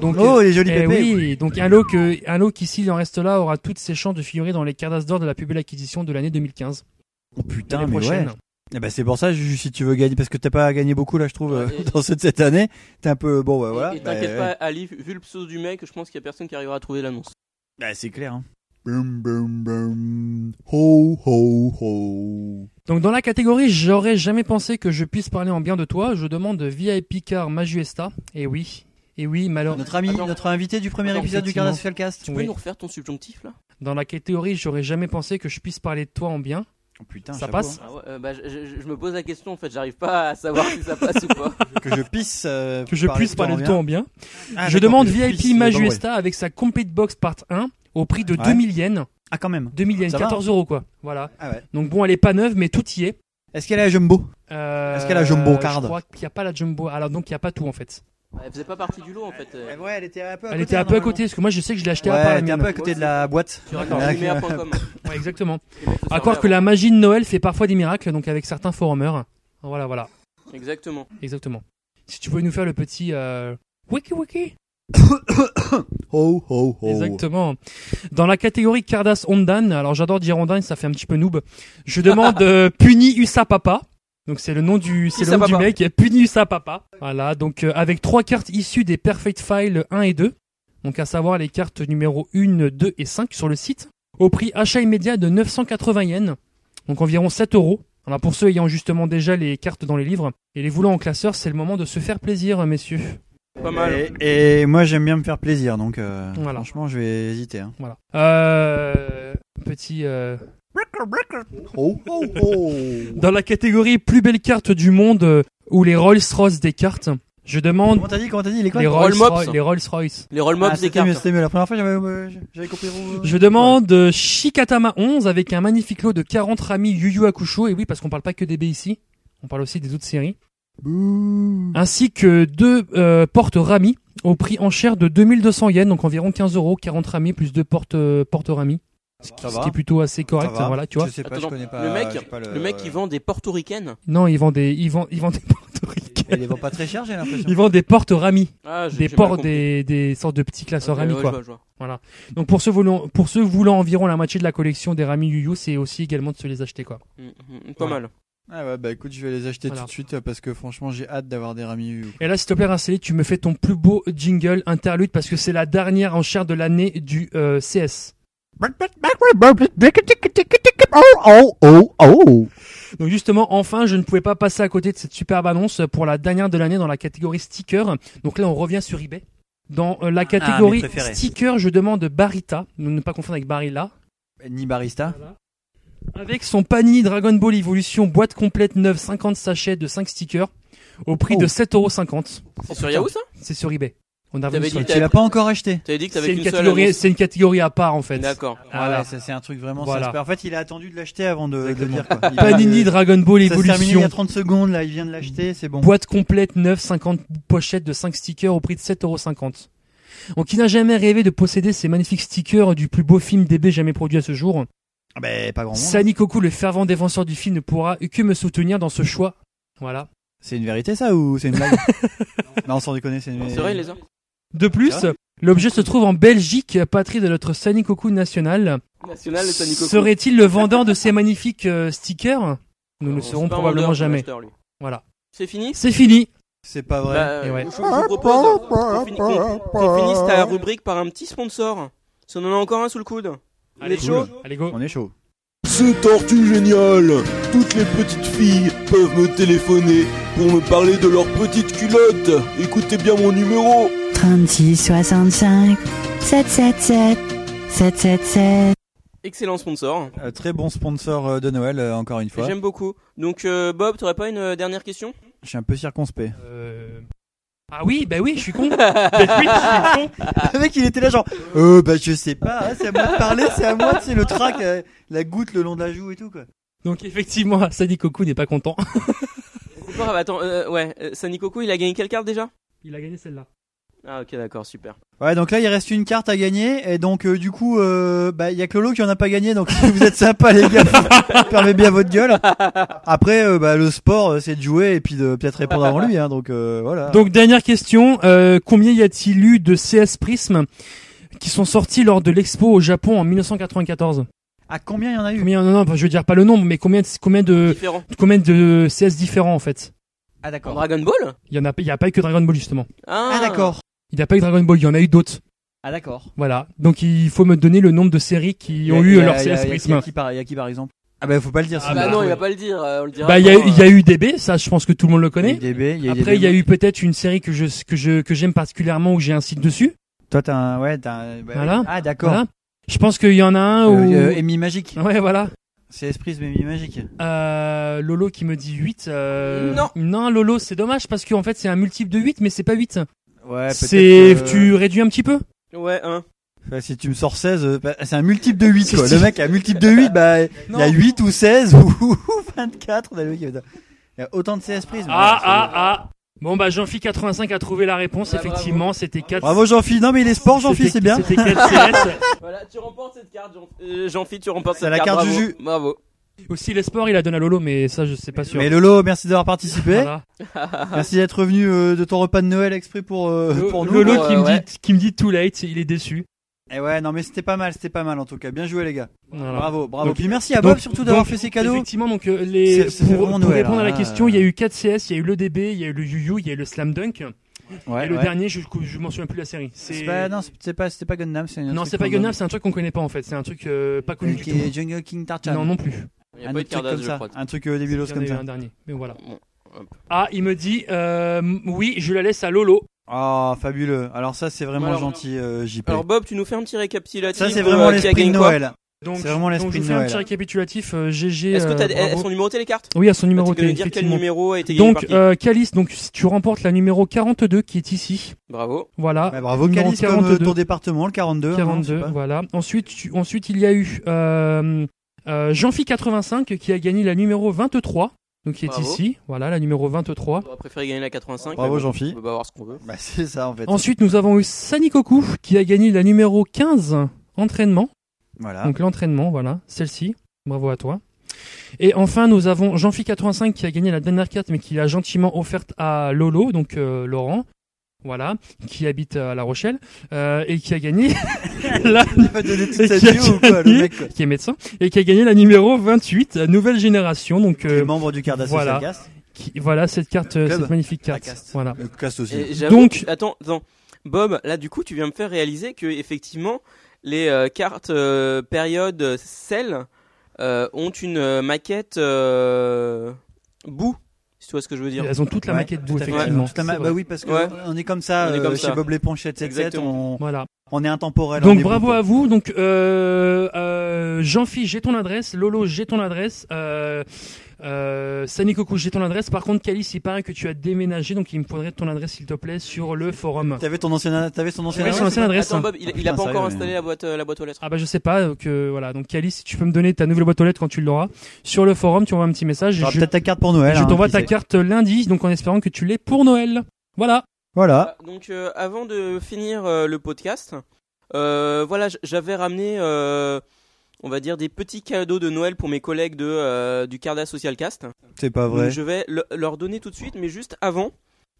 Donc,
Oh,
euh,
les jolis
eh
pépés.
Oui, donc un lot que un lot qui s'il en reste là aura toutes ses chances de figurer dans les cartes d'or de la plus belle acquisition de l'année 2015.
Oh, Putain,
L'année
mais ouais.
prochaine.
Eh ben, c'est pour ça, Juju, si tu veux gagner, parce que t'as pas gagné beaucoup là, je trouve, euh, dans cette, cette année. T'es un peu. Bon, bah voilà.
Et
bah,
t'inquiète
ouais.
pas, Ali, vu le pseudo du mec, je pense qu'il y a personne qui arrivera à trouver l'annonce.
Bah, c'est clair. hein. Boum, boum, boum. Ho, ho, ho.
Donc dans la catégorie j'aurais jamais pensé que je puisse parler en bien de toi, je demande VIP car Majuesta. Et oui. Et oui, malheureusement.
Notre ami, notre invité du premier épisode du Cardas Cast.
Tu peux nous refaire ton subjonctif là
Dans la catégorie j'aurais jamais pensé que je puisse parler de toi en bien.
Oh, putain,
ça passe.
Ah ouais, euh, bah, je, je- je me pose la question en fait, j'arrive pas à savoir si ça passe ou pas.
hein. Que je pisse. euh,
que je
parler
puisse
de
parler de
bien.
toi en bien.
Ah,
je
d'accord,
demande
que je
VIP
puisse,
Majuesta avec sa Complete Box Part 1 au prix de
Ouais.
2000 yens.
Ah, quand même.
2000 yens,
Ça va.
14 euros quoi. Voilà.
Ah ouais.
Donc bon, elle est pas neuve, mais tout y est.
Est-ce qu'elle est à Jumbo
Euh,
Est-ce qu'elle a Jumbo Card
Je crois qu'il n'y a pas la Jumbo. Alors donc il n'y a pas tout en fait.
Elle faisait pas partie du lot en fait.
Eh
euh,
Ouais, ouais elle était un peu hein,
Elle était un peu à côté parce que moi je sais que je l'ai acheté à
Ouais,
part
elle était un peu à côté de la boîte.
Sur accordslimea.com.
Ouais, exactement.
se
À croire
sont
Ah, que la magie de Noël fait parfois des miracles, donc avec certains forumers. Voilà, voilà.
Exactement.
Exactement. Si tu pouvais nous faire le petit. euh, Wiki wiki.
Ho, ho, ho.
Exactement. Dans la catégorie Cardas Ondan, alors j'adore dire Ondan, ça fait un petit peu noob. Je demande euh, Puni Usa Papa. Donc c'est le nom du c'est le nom du
Usapapa.
mec, Puni Usa Papa. Voilà, donc euh, avec trois cartes issues des Perfect File 1 et 2. Donc à savoir les cartes numéro 1, 2 et 5 sur le site au prix achat immédiat de 980 yens. Donc environ 7 euros. Alors pour ceux ayant justement déjà les cartes dans les livres et les voulant en classeur, c'est le moment de se faire plaisir, messieurs.
Pas mal.
Et, et moi, j'aime bien me faire plaisir, donc euh,
Voilà.
franchement, je vais hésiter. hein.
Voilà. Euh, petit. euh,
Oh, oh, oh.
Dans la catégorie plus belle carte du monde euh, ou les Rolls-Royce des cartes, je demande
Comment t'as dit Comment t'as dit Les quoi
les Rolls-Royce.
Roll-Mops.
les Rolls-Royce.
Les roll
Ah,
mobs des
c'était mieux,
cartes.
c'était mieux. La première fois, j'avais, euh, j'avais compris.
Je demande euh, Shikatama 11 avec un magnifique lot de 40 ramis Yu Yu Hakusho. Et oui, parce qu'on parle pas que des B ici, on parle aussi des autres séries. Ainsi que deux euh, portes ramis au prix enchère de 2200 yens, donc environ 15 euros. 40 ramis plus deux portes, euh, portes ramis. Ce qui,
Ça
ce
va.
qui est plutôt assez correct,
Ça va.
voilà, tu vois.
Je sais pas, je
Attends,
connais pas.
le
j'ai
mec,
pas
le mec qui vend des portoricaines.
Non, ils vendent des, ils vendent, ils vendent des portes
Il les vend pas très cher, j'ai l'impression.
ils vendent des portes ramis.
Ah, j'ai-
des
j'ai mal
ports,
compris.
des, des sortes de petits classeurs
Ok,
ramis
ouais,
quoi.
je vois, je vois.
Voilà. Donc pour ceux voulant, pour ceux voulant environ la moitié de la collection des ramis Yu-Yu, c'est aussi également de se les acheter quoi.
Mm, mm, Pas
Voilà.
mal.
Ah ouais, bah écoute, je vais les acheter
Voilà.
tout de suite euh, parce que franchement, j'ai hâte d'avoir des Rami U.
Et là, s'il te plaît, Rinceli, tu me fais ton plus beau jingle interlude parce que c'est la dernière enchère de l'année du euh, CS.
Bah, Oh, oh, oh
Donc justement, enfin, je ne pouvais pas passer à côté de cette superbe annonce pour la dernière de l'année dans la catégorie sticker. Donc là, on revient sur eBay. Dans euh, la catégorie
Ah, mes préférés.
sticker, je demande Barita, ne pas confondre avec Barilla,
Ni barista.
avec son panier Dragon Ball Evolution boîte complète neuve 50 sachets de 5 stickers au prix
Oh.
de 7,50€.
C'est sur Yahoo, ça
C'est sur eBay. On a
T'avais
revenu sur
dit
le-
que Tu l'as
pas encore acheté.
T'avais dit que t'avais
C'est une
qu'une seule
catégorie,
annonce.
c'est une catégorie à part en fait.
D'accord.
Ah ouais, ça c'est un truc vraiment
Voilà.
ça se perd. En fait, il a attendu de l'acheter avant de, de le dire quoi. Il a-
Panini
euh,
Dragon Ball
ça se termine il y
Evolution.
a 30 secondes là, il vient de l'acheter, c'est bon.
Boîte complète neuve, 50 pochettes de 5 stickers au prix de 7,50€. Donc il n'a jamais rêvé de posséder ces magnifiques stickers du plus beau film DB jamais produit à ce jour.
Ah ben pas grand monde.
Sani Koku, le fervent défenseur du film, ne pourra que me soutenir dans ce choix. Voilà.
C'est une vérité ça ou c'est une blague Non, sans déconner, c'est une
C'est vrai, il les a.
De plus,
C'est vrai
l'objet se trouve en Belgique, patrie de notre Sani Koku national.
National, le Sani Koku.
Serait-il le vendeur de ces magnifiques euh, stickers Nous ne le
C'est
saurons
pas un
probablement
vendeur, c'est un
jamais.
acheteur, lui.
Voilà.
C'est fini
C'est fini.
C'est pas vrai.
Bah,
Et ouais.
Je je vous propose qu'on fini- qu'on- qu'on finisse ta rubrique par un petit sponsor. Si on en a encore un sous le coude. On est chaud
Allez go.
On est chaud.
C'est tortue génial Toutes les petites filles peuvent me téléphoner pour me parler de leurs petites culottes. Écoutez bien mon numéro
36 65 777 777
Excellent sponsor.
Euh, très bon sponsor euh, de Noël euh, encore une fois.
J'aime beaucoup. Donc, euh, Bob, t'aurais pas une euh, dernière question
Je suis un peu circonspect.
Ah oui, bah oui, je suis con. Bah oui, je suis con.
Ah.
le mec, il était là genre Euh bah je sais pas, hein, c'est à moi de parler, c'est à moi, c'est le trac, euh, la goutte le long de la joue et tout quoi.
Donc effectivement, Sani Koku n'est pas content.
Pourquoi Ah, bah, Attends, euh, ouais. euh, Sani Koku, il a gagné quelle carte déjà
Il a gagné celle-là.
Ah, ok, d'accord, super.
Ouais, donc là, il reste une carte à gagner. Et donc, euh, du coup, euh, bah, il y a que Lolo qui en a pas gagné. Donc, si vous êtes sympa, les gars, vous- fermez bien votre gueule. Après, euh, bah, le sport, euh, c'est de jouer et puis de peut-être répondre avant lui. Hein, donc, euh, voilà.
Donc dernière question, euh, combien y a-t-il eu de CS Prism qui sont sortis lors de l'expo au Japon en 1994
à Ah, combien il y en a eu
Combien non, non, enfin, je veux dire pas le nombre, mais combien de, combien de
Différents.
combien de CS différents en fait
Ah, Euh, d'accord.
Dragon Ball
Il y en a, pas- il y a pas eu que Dragon Ball justement.
Ah,
d'accord.
Il n'y a pas eu Dragon Ball, il y en a eu d'autres.
Ah, d'accord.
Voilà. Donc il faut me donner le nombre de séries qui ont eu leur CS
Il y a
Prism.
qui par, y a qui, par exemple Ah, bah, faut pas le dire.
Ah, bah, non, il va pas le dire. euh, on le dira.
Bah il y, a-
quand,
il y a
euh,
eu DB, ça je pense que tout le monde le connaît.
DB, il y a eu
Après il y a
DB.
eu peut-être une série que je que je que j'aime particulièrement où j'ai un site dessus.
Toi, t'as un. Ouais, t'as un- bah,
Voilà.
Ah, d'accord.
Voilà. Je pense qu'il y en a un
Euh,
où.
euh, Emmy Magique.
Ouais, voilà.
C'est Esprit, mais Emmy Magique.
Euh, Lolo qui me dit 8. euh,
Non.
Non, Lolo, c'est dommage parce qu'en fait, c'est un multiple de 8, mais c'est pas 8.
Ouais, peut-être
c'est.
que-
Tu réduis un petit peu
Ouais, hein.
Enfin, si tu me sors 16, euh, bah, c'est un multiple de 8. Quoi.
Si, si.
Le mec, un multiple de 8, bah, il y a
Non.
8 ou 16 ou 24. on a le mec qui va dire, Il y a autant de CS prises.
Ah, ah, ah. Bon, bah, Jean-Phi85 a trouvé la réponse,
Ouais,
effectivement. C'était 4.
Bravo Jean-Phil. Non, mais il est sport, Jean-Phil,
C'était-
c'est bien.
C'était 4 CS.
Voilà, tu remportes cette carte, Jean- euh, Jean-Phi, tu remportes
C'est
cette
la
carte.
carte
bravo.
Juju.
Bravo.
Aussi, les sports, il a donné à Lolo, mais ça, je sais pas sûr.
Mais Lolo, merci d'avoir participé.
Voilà.
Merci d'être revenu euh, de ton repas de Noël exprès pour, euh, pour nous.
Lolo qui,
euh, ouais.
me dit, qui me dit too late, il est déçu.
Et ouais, non, mais c'était pas mal, c'était pas mal en tout cas. Bien joué, les gars.
Voilà.
Bravo, bravo.
Donc-
Puis merci à Bob
donc-
Ah, bah, surtout d'avoir
donc,
fait ses cadeaux.
Effectivement, donc euh, les
C'est- c'est
pour,
vraiment
pour
Noël,
répondre à la
hein.
question, il y a eu 4 CS, il y a eu le DB, il y a eu le Yu-Yu, il y a eu le Slam Dunk.
Ouais,
et le
ouais.
dernier, je je m'en souviens plus de la série.
C'est pas, non, c'est- c'est pas, c'était pas Gundam, c'est un
Non,
truc
c'est pas
random.
Gunnam, c'est un truc qu'on connaît pas en fait. C'est un truc euh, pas connu
Qui
du
est
tout.
Jungle King Tartan.
Non, non plus.
Il y a
Un
pas eu
autre
de
truc
carte d'as,
comme
je
ça.
crois.
Un truc euh, débilos
Il y en a
comme
eu
ça.
un dernier. Mais voilà.
Bon, hop.
Ah, il me dit euh, oui, je la laisse à Lolo.
Ah, fabuleux. Alors ça, c'est vraiment
Alors-
gentil, euh, JP.
Alors, Bob, tu nous fais un petit récapitulatif.
Ça, c'est
de,
vraiment
euh, qui a
l'esprit
gagné
de
quoi
Noël.
Donc,
C'est vraiment
donc
l'esprit
je
de
fais un
Noël. hein.
petit récapitulatif. euh, GG.
Est-ce que t'as
euh, bravo.
elles sont numérotées les cartes
Oui, à son numéro.
Est-ce que Bah, tu peux nous dire quel
effectivement.
numéro a été gagné
Donc,
par qui
euh, Calice, donc tu remportes la numéro 42 qui est ici.
Bravo.
Voilà.
Ouais, bravo,
Numéro
Calice, comme euh, ton département, le 42. Bah, hein, je
42,
sais pas.
voilà. Ensuite, tu- ensuite, il y a eu euh, euh, Jean-Phi85 qui a gagné la numéro 23, donc qui est
Bravo.
ici. Voilà, la numéro 23.
On aurait préféré gagner la 85.
Bravo,
mais bon,
Jean-Phi.
On peut pas avoir ce qu'on veut.
Bah, c'est ça, en fait.
Ensuite, nous avons eu Sanikoku qui a gagné la numéro 15, entraînement.
Voilà.
Donc l'entraînement, voilà, celle-ci. Bravo à toi. Et enfin, nous avons Jean-Phi85 qui a gagné la dernière carte, mais qui l'a gentiment offerte à Lolo, donc euh, Laurent. voilà, qui habite à La Rochelle euh, et qui a gagné la,
Il va donner toute
et
sa
qui a
bio ou quoi, le
gagné-
mec, euh, quoi
qui est médecin et qui a gagné la numéro 28, la nouvelle génération. Donc euh,
membre du Cardass
voilà,
Social Cast.
Qui- voilà cette carte, euh,
Club.
cette magnifique
La
carte.
cast.
Voilà.
Le cast aussi.
Et j'avoue
Donc
que- attends, attends. Bob, là du coup, tu viens me faire réaliser que effectivement, les euh, cartes euh, période euh, sel euh, ont une euh, maquette euh, boue, si tu vois ce que je veux dire.
Elles ont toute la
Ouais,
maquette boue,
tout à fait.
effectivement.
Toute la ma-
C'est vrai.
bah oui, parce que
Ouais.
on est comme ça
On est
euh,
comme
chez
ça.
Bob l'éponge 777.
Exactement.
On,
voilà.
on est intemporel. on
Donc
est
bravo
bon.
à vous. Donc euh, euh, Jean-Phi, j'ai ton adresse. Lolo, j'ai ton adresse. Euh, euh, Sani Coco, j'ai ton adresse. Par contre, Calice, il paraît que tu as déménagé, donc il me faudrait ton adresse, s'il te plaît, sur le forum.
T'avais ton ancien, t'avais son ancien.
Oui, son ancienne adresse.
Attends, Bob, il, il a pas encore installé la boîte, euh, la boîte aux lettres.
Ah bah je sais pas. Donc euh, voilà. Donc Calice, si tu peux me donner ta nouvelle boîte aux lettres quand tu l'auras sur le forum, tu envoies un petit message.
T'auras
Je-
peut-être ta carte pour Noël,
Je
hein,
t'envoie
qui
ta
sait.
carte lundi, donc en espérant que tu l'aies pour Noël. Voilà.
Voilà.
Donc euh, avant de finir euh, le podcast, euh, voilà, j- j'avais ramené, euh, on va dire, des petits cadeaux de Noël pour mes collègues de, euh, du Carda Social Cast.
C'est pas vrai.
Donc, je vais le- leur donner tout de suite, mais juste avant.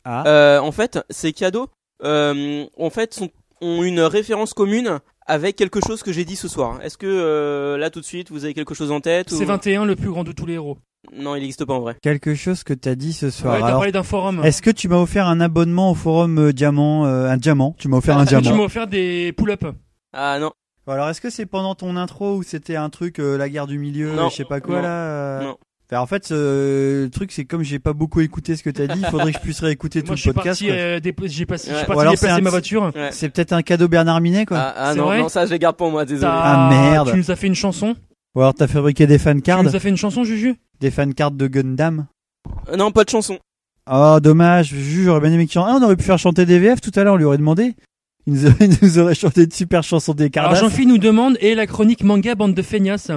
Ah.
Euh, en fait, ces cadeaux, euh, en fait, sont- ont une référence commune avec quelque chose que j'ai dit ce soir. Est-ce que euh, là tout de suite, vous avez quelque chose en tête ou-
C'est 21, le plus grand de tous les héros.
Non, il n'existe pas en vrai.
Quelque chose que t'as dit ce soir.
Ouais, t'as
Alors,
parlé d'un forum.
Est-ce que tu m'as offert un abonnement au forum euh, diamant, euh, un diamant Tu m'as offert un
Est-ce que Tu m'as
diamant.
offert des pull-ups.
Ah non.
Alors est-ce que c'est pendant ton intro où c'était un truc euh, la guerre du milieu,
Non.
je sais pas quoi
Non.
là euh,
Non.
Enfin, en fait, euh, le truc c'est comme j'ai pas beaucoup écouté ce que t'as dit, il faudrait que je puisse réécouter tout
Moi,
le
je suis
podcast.
parti,
quoi.
euh, dépo- j'ai passé, je suis
Ouais.
parti
Ou alors,
déplacer
c'est un-
ma voiture.
C'est peut-être un cadeau Bernard Minet quoi.
Ah, ah,
C'est
non,
vrai
non, ça je les garde pour moi, désolé.
Ah, merde.
Tu nous as fait une chanson.
Ou alors t'as fabriqué des fan cards,
Tu nous as fait une chanson, Juju.
des fan cards de Gundam.
Euh, non, pas de chanson.
Oh dommage, Juju, j'aurais bien aimé qu'il chante. Ah, on aurait pu faire chanter des VF tout à l'heure, on lui aurait demandé. Il nous aurait, il nous aurait chanté de super chansons des
Alors,
Cardass.
Jean-Phil nous demande et la chronique manga bande de feignasses.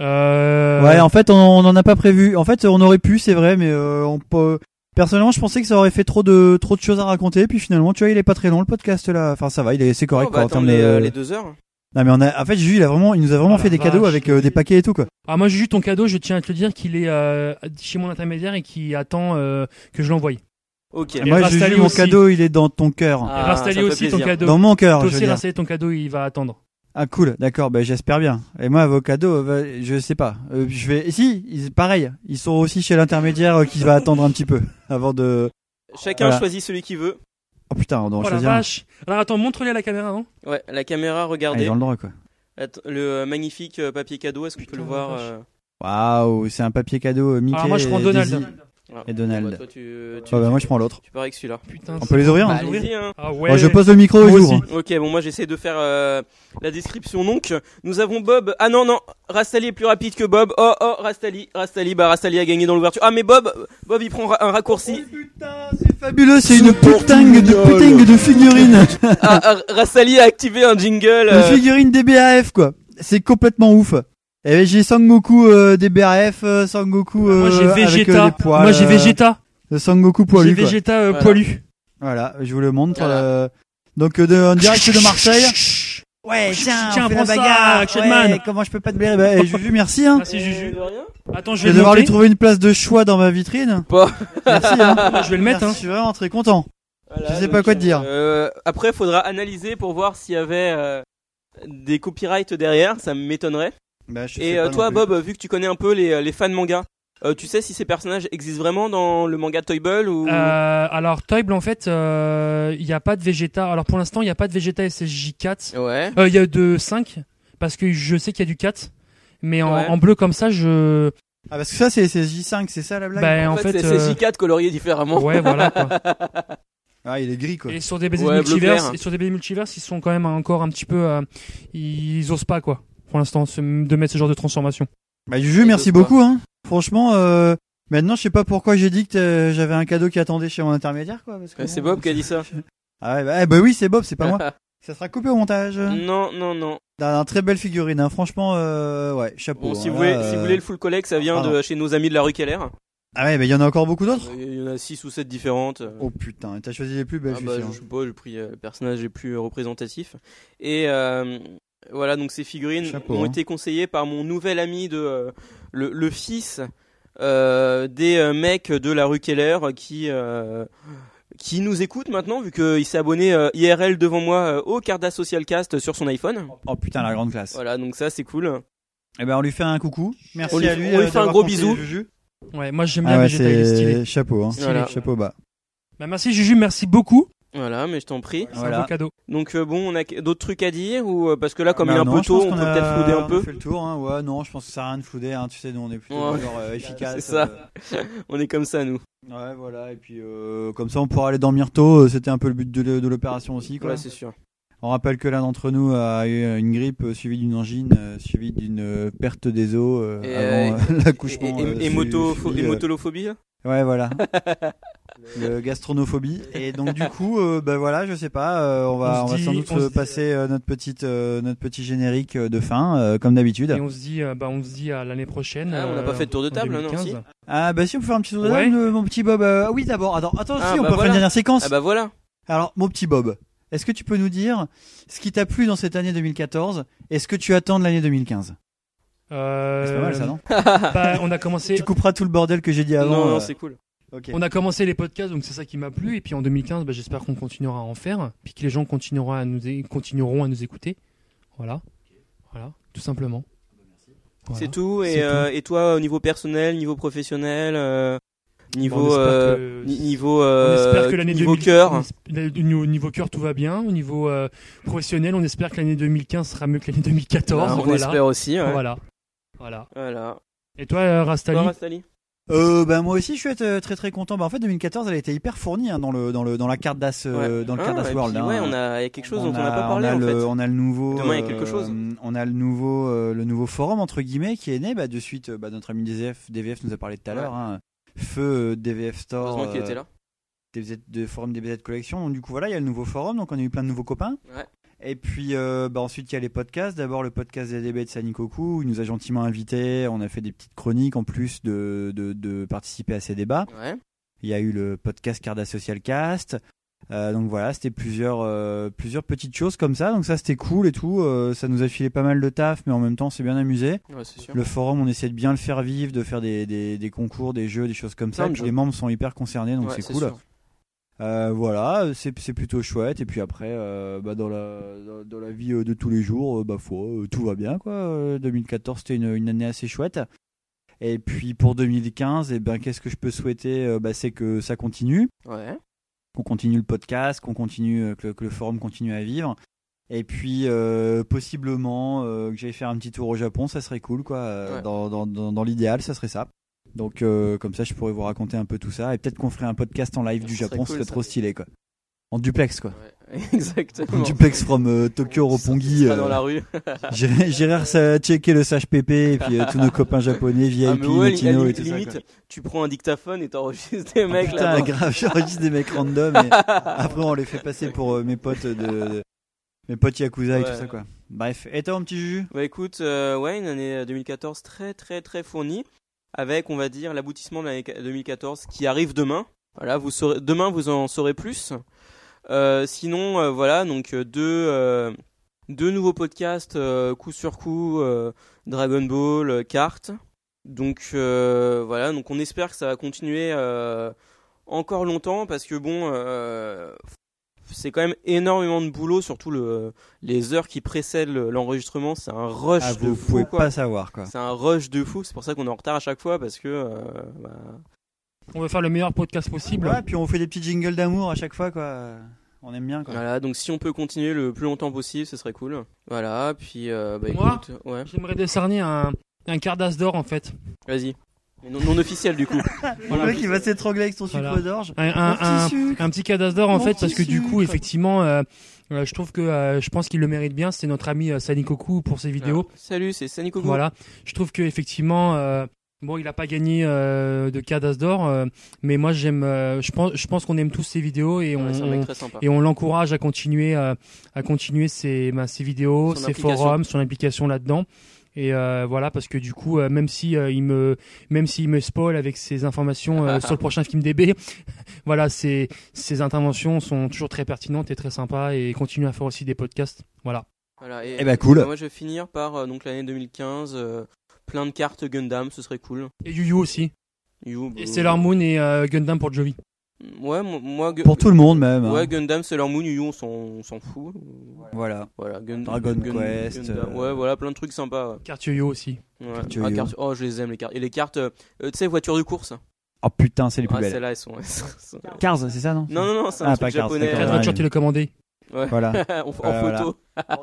Euh...
Ouais, en fait, on on n'en a pas prévu. En fait, on aurait pu, c'est vrai, mais euh, on peut. Personnellement, je pensais que ça aurait fait trop de trop de choses à raconter. Puis finalement, tu vois, il est pas très long le podcast là. Enfin, ça va, il est c'est correct
Oh,
quoi,
bah,
en termes
attends, les,
de-
euh, les deux heures.
Non mais on a. En fait, Jules, il a vraiment, il nous a vraiment
Ah,
fait
la
des cadeaux
vache.
avec euh, des paquets et tout quoi.
Ah moi Juju ton cadeau je tiens à te le dire qu'il est euh, chez mon intermédiaire et qui attend euh, que je l'envoie.
Ok.
Et
Moi,
Rastali
Juju, mon
aussi.
cadeau, il est dans ton cœur.
Ah,
Et Rastali
ça fait
aussi ton
plaisir.
cadeau.
Dans mon cœur,
Toi
je
aussi
veux dire.
Rastali ton cadeau il va attendre.
Ah cool, d'accord, bah, j'espère bien. Et moi, vos cadeaux, euh, je sais pas. Euh, je vais. Si, ils- pareil, ils sont aussi chez l'intermédiaire euh, qui va attendre un petit peu avant de.
Chacun
Voilà.
choisit celui qu'il veut.
Oh putain, on doit en
Oh la
choisir. un.
vache. Alors attends montre-les à la caméra hein. non
Ouais, la
Ah,
caméra,
il est
regardez.
dans le droit quoi.
Att- le euh, magnifique euh, papier cadeau, est-ce qu'on peut le voir euh,
Waouh, c'est un papier cadeau euh, Mickey.
Alors moi je prends
et
Donald.
Daisy.
voilà.
Et Donald.
Bon, bah, toi, tu, tu-
Ah bah, moi, je prends l'autre.
Tu pars avec celui-là.
Putain.
On
c'est
peut les ouvrir,
bon,
hein.
on peut les
Allez-y, hein.
Ah ouais.
Moi, je pose le micro et
Moi
j'ouvre.
aussi.
Ok, bon, moi j'essaie de faire euh, la description. Donc, nous avons Bob. Ah non, non, Rastali est plus rapide que Bob. Oh, oh, Rastali, Rastali, bah Rastali a gagné dans l'ouverture. Ah, mais Bob, Bob il prend ra- un raccourci.
Fabuleux, c'est une putain de putain de figurine.
Ah, ah, Rastali a activé un jingle.
Une
euh,
figurine DBAF quoi. C'est complètement ouf. Et j'ai Sangoku euh, DBAF, euh, Sangoku euh,
Moi j'ai
avec, euh,
Vegeta.
des poils,
moi j'ai
euh,
Vegeta.
Le Sangoku
J'ai
poilu. quoi.
Vegeta euh,
Voilà.
poilu.
Voilà, je vous le montre.
Voilà.
euh, donc euh, de, en direct de Marseille. Ouais,
tiens, on fait la bagarre, Actionman.
comment je peux pas te blairer bah, eh, Juju, merci. Hein.
Merci Juju.
de rien.
Attends
Je
je
vais
vais
devoir
le
lui
monter.
trouver une place de choix dans ma vitrine.
Pas.
Merci. hein.
Je vais le mettre.
Merci,
Hein.
Je suis vraiment très content.
Voilà,
je sais
donc,
pas quoi te dire.
euh, après, faudra analyser pour voir s'il y avait euh, des copyrights derrière. Ça m'étonnerait.
Bah, je sais
Et
pas
euh,
non
toi,
plus.
Bob, euh, vu que tu connais un peu les, euh, les fans manga, euh, tu sais si ces personnages existent vraiment dans le manga Toy Bull ou
Euh, alors Toible en fait euh, il n'y a pas de Vegeta. Alors pour l'instant il n'y a pas de Vegeta SSJ 4.
Ouais.
Euh, Il y a de 5, parce que je sais qu'il y a du 4, mais en,
Ouais.
en bleu comme ça, je.
Ah parce que ça c'est c'est J5, c'est ça la blague
Ben,
En,
en
fait,
fait.
c'est
euh,
c'est J4 colorié différemment.
Ouais, voilà quoi.
Ah, il est gris quoi.
Et sur des BZ
Ouais, bleu
multiverse,
clair.
et sur des BZ multiverse, ils sont quand même encore un petit peu. euh, ils osent pas quoi, pour l'instant, se- de mettre ce genre de transformation.
Bah Juju,
Il
merci
ose pas.
beaucoup hein. Franchement euh, maintenant je sais pas pourquoi j'ai dit que euh, j'avais un cadeau qui attendait chez mon intermédiaire quoi parce que
Euh, C'est
bon,
Bob qui a dit ça.
Ah ouais, bah, eh, bah oui, c'est Bob, c'est pas moi. Ça sera coupé au montage.
non, non, non.
D'un très belle figurine hein. franchement euh, ouais, chapeau.
Bon, si,
hein,
vous voulez,
là,
si vous
euh,
voulez le full collect, ça vient de
pardon.
chez nos amis de la rue Keller.
Ah ouais, mais il y en a encore beaucoup d'autres.
Il y en a 6 ou 7 différentes.
Oh putain, t'as choisi les plus belles, hein.
Ah
je
bah,
suis
je
sûr.
sais pas, j'ai pris euh, le personnage les plus euh, représentatif. Et euh, voilà, donc ces figurines
Chapeau,
ont
hein.
été conseillées par mon nouvel ami, de, euh, le, le fils euh, des euh, mecs de la rue Keller, qui, euh, qui nous écoute maintenant, vu qu'il s'est abonné euh, IRL devant moi euh, au Carda Social Cast sur son iPhone.
Oh putain, la grande classe.
Voilà, donc ça, c'est cool.
Eh ben, on lui fait un coucou. Merci
On lui-
à lui.
on lui
euh,
fait un
d'avoir
gros
conseillé
bisou.
Juju.
Ouais, moi j'aime bien
Ah ouais,
Vegeta, il est
c'est
stylé.
chapeau, hein.
Stylé.
chapeau bas.
Bah, merci Juju, merci beaucoup.
Voilà, mais je t'en prie.
C'est un Voilà. beau cadeau.
Donc euh, bon, on a d'autres trucs à dire ou euh, parce que là, comme il est
Bah
un
non,
peu
je
tôt,
pense
on
qu'on
peut
a-
peut-être flouder un
On
peu.
fait le tour, hein. Ouais, non, je pense que ça sert à rien de flouder, hein. Tu sais, nous, on est plutôt
Ouais.
genre, euh, efficace.
C'est ça.
euh.
on est comme ça nous.
Ouais, voilà. Et puis euh, comme ça, on pourra aller dormir tôt. euh, C'était un peu le but de, l'e- de l'opération aussi, quoi.
Ouais, c'est sûr.
On rappelle que l'un d'entre nous a eu euh, une grippe euh, suivie d'une angine, euh, suivie d'une euh, perte des os euh,
Et,
avant
euh,
euh, l'accouchement.
et- et-
euh,
et
su-
moto-
suivi,
et
euh,
motolophobie, hein là
Ouais, voilà. Le gastronophobie. Et donc du coup, euh, bah voilà, je sais pas, euh, on va,
On
on
se
va
dit-
sans doute
on se
euh,
dit-
passer euh, notre petite, euh, notre petit générique euh, de fin, euh, comme d'habitude.
Et on se dit, euh, bah, on se dit à l'année prochaine.
Ah, on n'a
euh,
pas fait de tour de
en
table, non,
2015.
si
Ah bah si on peut faire un petit tour de
Ouais.
table, euh, mon petit Bob. euh, ah oui d'abord, attends, attends
Ah,
si on peut
bah
faire
voilà.
une dernière séquence.
Ah bah voilà.
Alors mon petit Bob, est-ce que tu peux nous dire ce qui t'a plu dans cette année 2014 et ce que tu attends de l'année 2015
Euh,
C'est pas mal, ça, non
bah, on a commencé.
Tu couperas tout le bordel que j'ai dit avant. euh,
cool.
On a commencé les podcasts, donc c'est ça qui m'a plu. Et puis en 2015, bah, j'espère qu'on continuera à en faire, puis que les gens continueront à nous, é- continueront à nous écouter. Voilà, voilà, tout simplement. Voilà.
C'est tout.
C'est
Et, euh, et toi, au niveau personnel, niveau professionnel, euh,
Bon, on
niveau
espère
euh,
que-
ni- niveau
on espère que
euh,
l'année
niveau
2000
cœur.
on esp- la- Au niveau cœur, tout va bien. Au niveau euh, professionnel, on espère que l'année 2015 sera mieux que l'année 2014.
Ah, on
voilà.
espère aussi, ouais. Bah,
Voilà. Voilà.
Voilà.
Et toi, euh, Rastali
Toi, Rastali
Euh, ben moi aussi je suis euh, très très content. Bah, en fait 2014 elle a été hyper fournie hein, dans le dans le dans la carte d'as euh,
Ouais.
dans le
Ah,
carte d'as
et
world.
puis,
hein.
ouais, on a- il y a quelque chose dont on n'a pas
a- euh,
parlé,
On a
en
le
fait.
on a le nouveau.
Demain, il y a quelque chose.
On a le nouveau euh, le nouveau forum entre guillemets qui est né bah, de suite. euh, bah, notre ami DVF DVF nous a parlé tout à
Ouais.
l'heure. hein. Feu euh, DVF Store.
Heureusement qu'il était là.
DBZ de forum DBZ Collection. Donc du coup voilà il y a le nouveau forum donc on a eu plein de nouveaux copains.
Ouais.
Et puis euh, bah, ensuite il y a les podcasts. D'abord le podcast des DB de Sanikoku, où il nous a gentiment invités. On a fait des petites chroniques en plus de, de, de participer à ces débats.
Ouais.
Il y a eu le podcast Carda Social Cast. Euh, donc voilà, c'était plusieurs, euh, plusieurs petites choses comme ça. Donc ça c'était cool et tout. Euh, ça nous a filé pas mal de taf, mais en même temps c'est bien amusé.
Ouais, c'est sûr.
le forum, on essaie de bien le faire vivre, de faire des, des, des concours, des jeux, des choses comme ça.
Plein de
Et puis,
jeux.
les membres sont hyper concernés, donc
Ouais,
c'est
c'est
cool.
sûr.
Euh, voilà, c'est c'est plutôt chouette. Et puis après, euh, bah, dans, la, dans, dans la vie euh, de tous les jours, euh, bah, faut, euh, tout va bien. Quoi. Euh, 2014, c'était une, une année assez chouette. Et puis pour 2015, eh ben, qu'est-ce que je peux souhaiter Euh, bah, C'est que ça continue
Ouais.
qu'on continue le podcast, qu'on continue euh, que le, que le forum continue à vivre. Et puis euh, possiblement euh, que j'aille faire un petit tour au Japon, ça serait cool quoi. Euh,
Ouais.
Dans, dans- dans- dans l'idéal, ça serait ça. Donc euh, comme ça, je pourrais vous raconter un peu tout ça et peut-être qu'on ferait un podcast en live du
Ça serait
Japon, ce
cool,
serait
ça.
trop stylé quoi. En duplex quoi. En
Exactement.
duplex from euh, Tokyo Roppongi.
Pas
euh,
dans la rue.
J'irai j'irai resa- checker le SHPP et puis euh, tous nos copains japonais, VIP,
Ah, mais ouais, à
Latino
la
et tout ça.
limite,
quoi. Ah,
tu prends un dictaphone et t'enregistres des mecs
Putain,
là.
grave, j'enregistre des mecs random et après on les fait passer pour euh, mes potes de, mes potes yakuza et
Ouais.
tout ça quoi. Bref, et toi mon petit Juju
Bah écoute, euh, ouais, une année 2014 très très très fournie, avec on va dire l'aboutissement de l'année 2014 qui arrive demain. Voilà, vous saurez, demain vous en saurez plus. Euh, sinon, euh, voilà, donc euh, deux, euh, deux nouveaux podcasts euh, coup sur coup, euh, Dragon Ball, euh, Carte. Donc euh, voilà, donc on espère que ça va continuer euh, encore longtemps parce que bon, euh, c'est quand même énormément de boulot, surtout le, les heures qui précèdent le- l'enregistrement, c'est un rush
Ah,
de
vous
fou.
pouvez
quoi.
pas savoir, quoi.
C'est un rush de fou, c'est pour ça qu'on est en retard à chaque fois parce que. euh, bah,
On va faire le meilleur podcast possible.
Ouais, puis on fait des petits jingles d'amour à chaque fois quoi. On aime bien quoi.
Voilà, donc si on peut continuer le plus longtemps possible, ce serait cool. Voilà, puis euh, bah
Moi
écoute, ouais.
J'aimerais décerner un un Cardas d'or en fait.
Vas-y. Mais non, non officiel du coup.
Le mec il va s'étrangler avec son sucre d'orge.
Un, un,
Mon
un,
petit sucre.
un petit cadastre d'or
Mon
en fait,
petit
parce que du coup,
sucre.
effectivement, euh, euh, je trouve que euh, je pense qu'il le mérite bien. C'est notre ami euh, Sani Koku pour ses vidéos.
Salut, c'est Saniko.
Voilà, je trouve que effectivement, euh, bon, il a pas gagné euh, de cadastre d'or, euh, mais moi j'aime, euh, je pense, je pense qu'on aime tous ses vidéos et on,
c'est un mec
on-
très sympa.
et on l'encourage à continuer euh, à continuer ses, ben, ses vidéos,
Son
ses
implication.
forums, son implication là-dedans. Et euh, voilà, parce que du coup, euh, même si euh, il me, même s'il me spoil avec ses informations euh, sur le prochain film DB, voilà, ses, ses interventions sont toujours très pertinentes et très sympas et continue à faire aussi des podcasts. Voilà.
Voilà, et,
Eh ben, cool.
et moi je vais finir par euh, donc l'année 2015, euh, plein de cartes Gundam, ce serait cool.
Et Yu Yu aussi.
You, bah, mm,
Et Sailor Moon et euh, Gundam pour Jovi.
Ouais, moi- moi, Gu-
Pour tout le monde, même, hein.
Ouais, Gundam, Sailor Moon, Yu-Yu, on s'en- on s'en fout.
Voilà.
Voilà, Gun-
Dragon
Gun-
Quest,
Gundam.
euh,
Ouais, voilà, plein de trucs sympas. ouais.
Carte Yo-Yo aussi.
Ouais.
Carte Yo-Yo.
Ah, carte- Oh, je les aime les cartes. Et les cartes, euh, euh, tu sais, voitures de course.
Oh putain, c'est les plus
Ah,
belles.
celles-là, elles sont. elles sont- elles sont-
Cars, c'est ça, non
Non, non, non, c'est un
Ah,
truc
pas Cars,
japonais.
d'accord. Quatre voitures, tu l'as
commandé.
Ouais.
Voilà.
en, en
Voilà,
photo.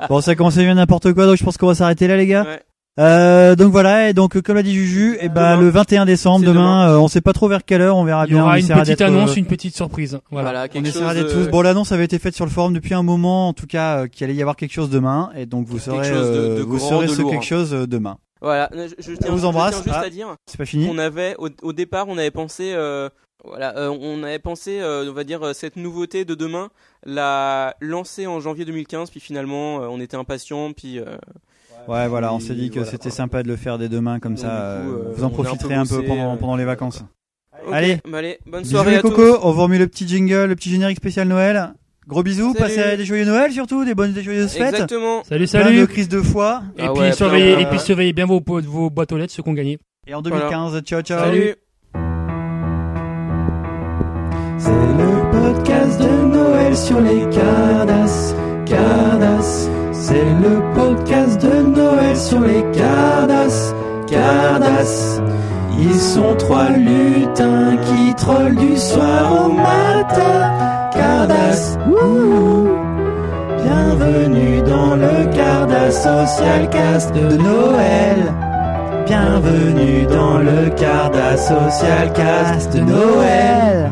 Bon, ça commence à devenir n'importe quoi, donc je pense qu'on va s'arrêter là, les gars.
Ouais.
Euh, donc voilà, et donc comme l'a dit Juju, et ben le 21 décembre demain, euh, on sait pas trop vers quelle heure, on verra
Il y
bien. on
aura une
essaiera
petite
d'être,
annonce,
euh,
une petite surprise. Voilà.
on essaiera d'être tous. Bon, l'annonce avait été faite sur le forum depuis un moment, en tout cas, euh, qu'il allait y avoir quelque chose demain, et donc vous saurez,
chose de-
euh,
de
vous
grand,
saurez
de
ce
lourd.
quelque chose euh, demain.
Voilà, je, je tiens,
vous
je tiens
embrasse.
juste
Ah,
à dire.
c'est pas fini
On avait au, au départ, on avait pensé, euh, voilà, euh, on avait pensé, euh, on va dire euh, cette nouveauté de demain, la lancer en janvier 2015, puis finalement, euh, on était impatient, puis. euh,
Ouais, voilà, on
puis
s'est dit que
voilà.
c'était sympa de le faire dès demain, comme
Donc,
ça,
du coup,
euh,
euh,
vous en
on a un peu
profiterez un peu,
bossé,
pendant,
euh,
pendant les vacances.
Ok,
Allez.
bah allez, bonne
Bisous
soirée
les
à tous.
cocos, on vous remet le petit jingle, le petit générique spécial Noël. Gros bisous,
Salut.
passez des joyeux Noël surtout, des bonnes des joyeuses fêtes.
Exactement.
Salut,
Plein
salut.
de crises de foi.
Et
ah
puis surveillez,
bah,
et puis surveillez bien vos, po- vos boîtes aux lettres, ceux qui ont gagné.
Et en 2015, ciao ciao.
Salut.
C'est le podcast de Noël sur les Cardas, Cardas. C'est le podcast de Noël sur les Cardas, Cardas. Ils sont trois lutins qui trollent du soir au matin, Cardas. ouh. Bienvenue dans le Cardas Social Cast de Noël. Bienvenue dans le Cardas Social Cast de Noël.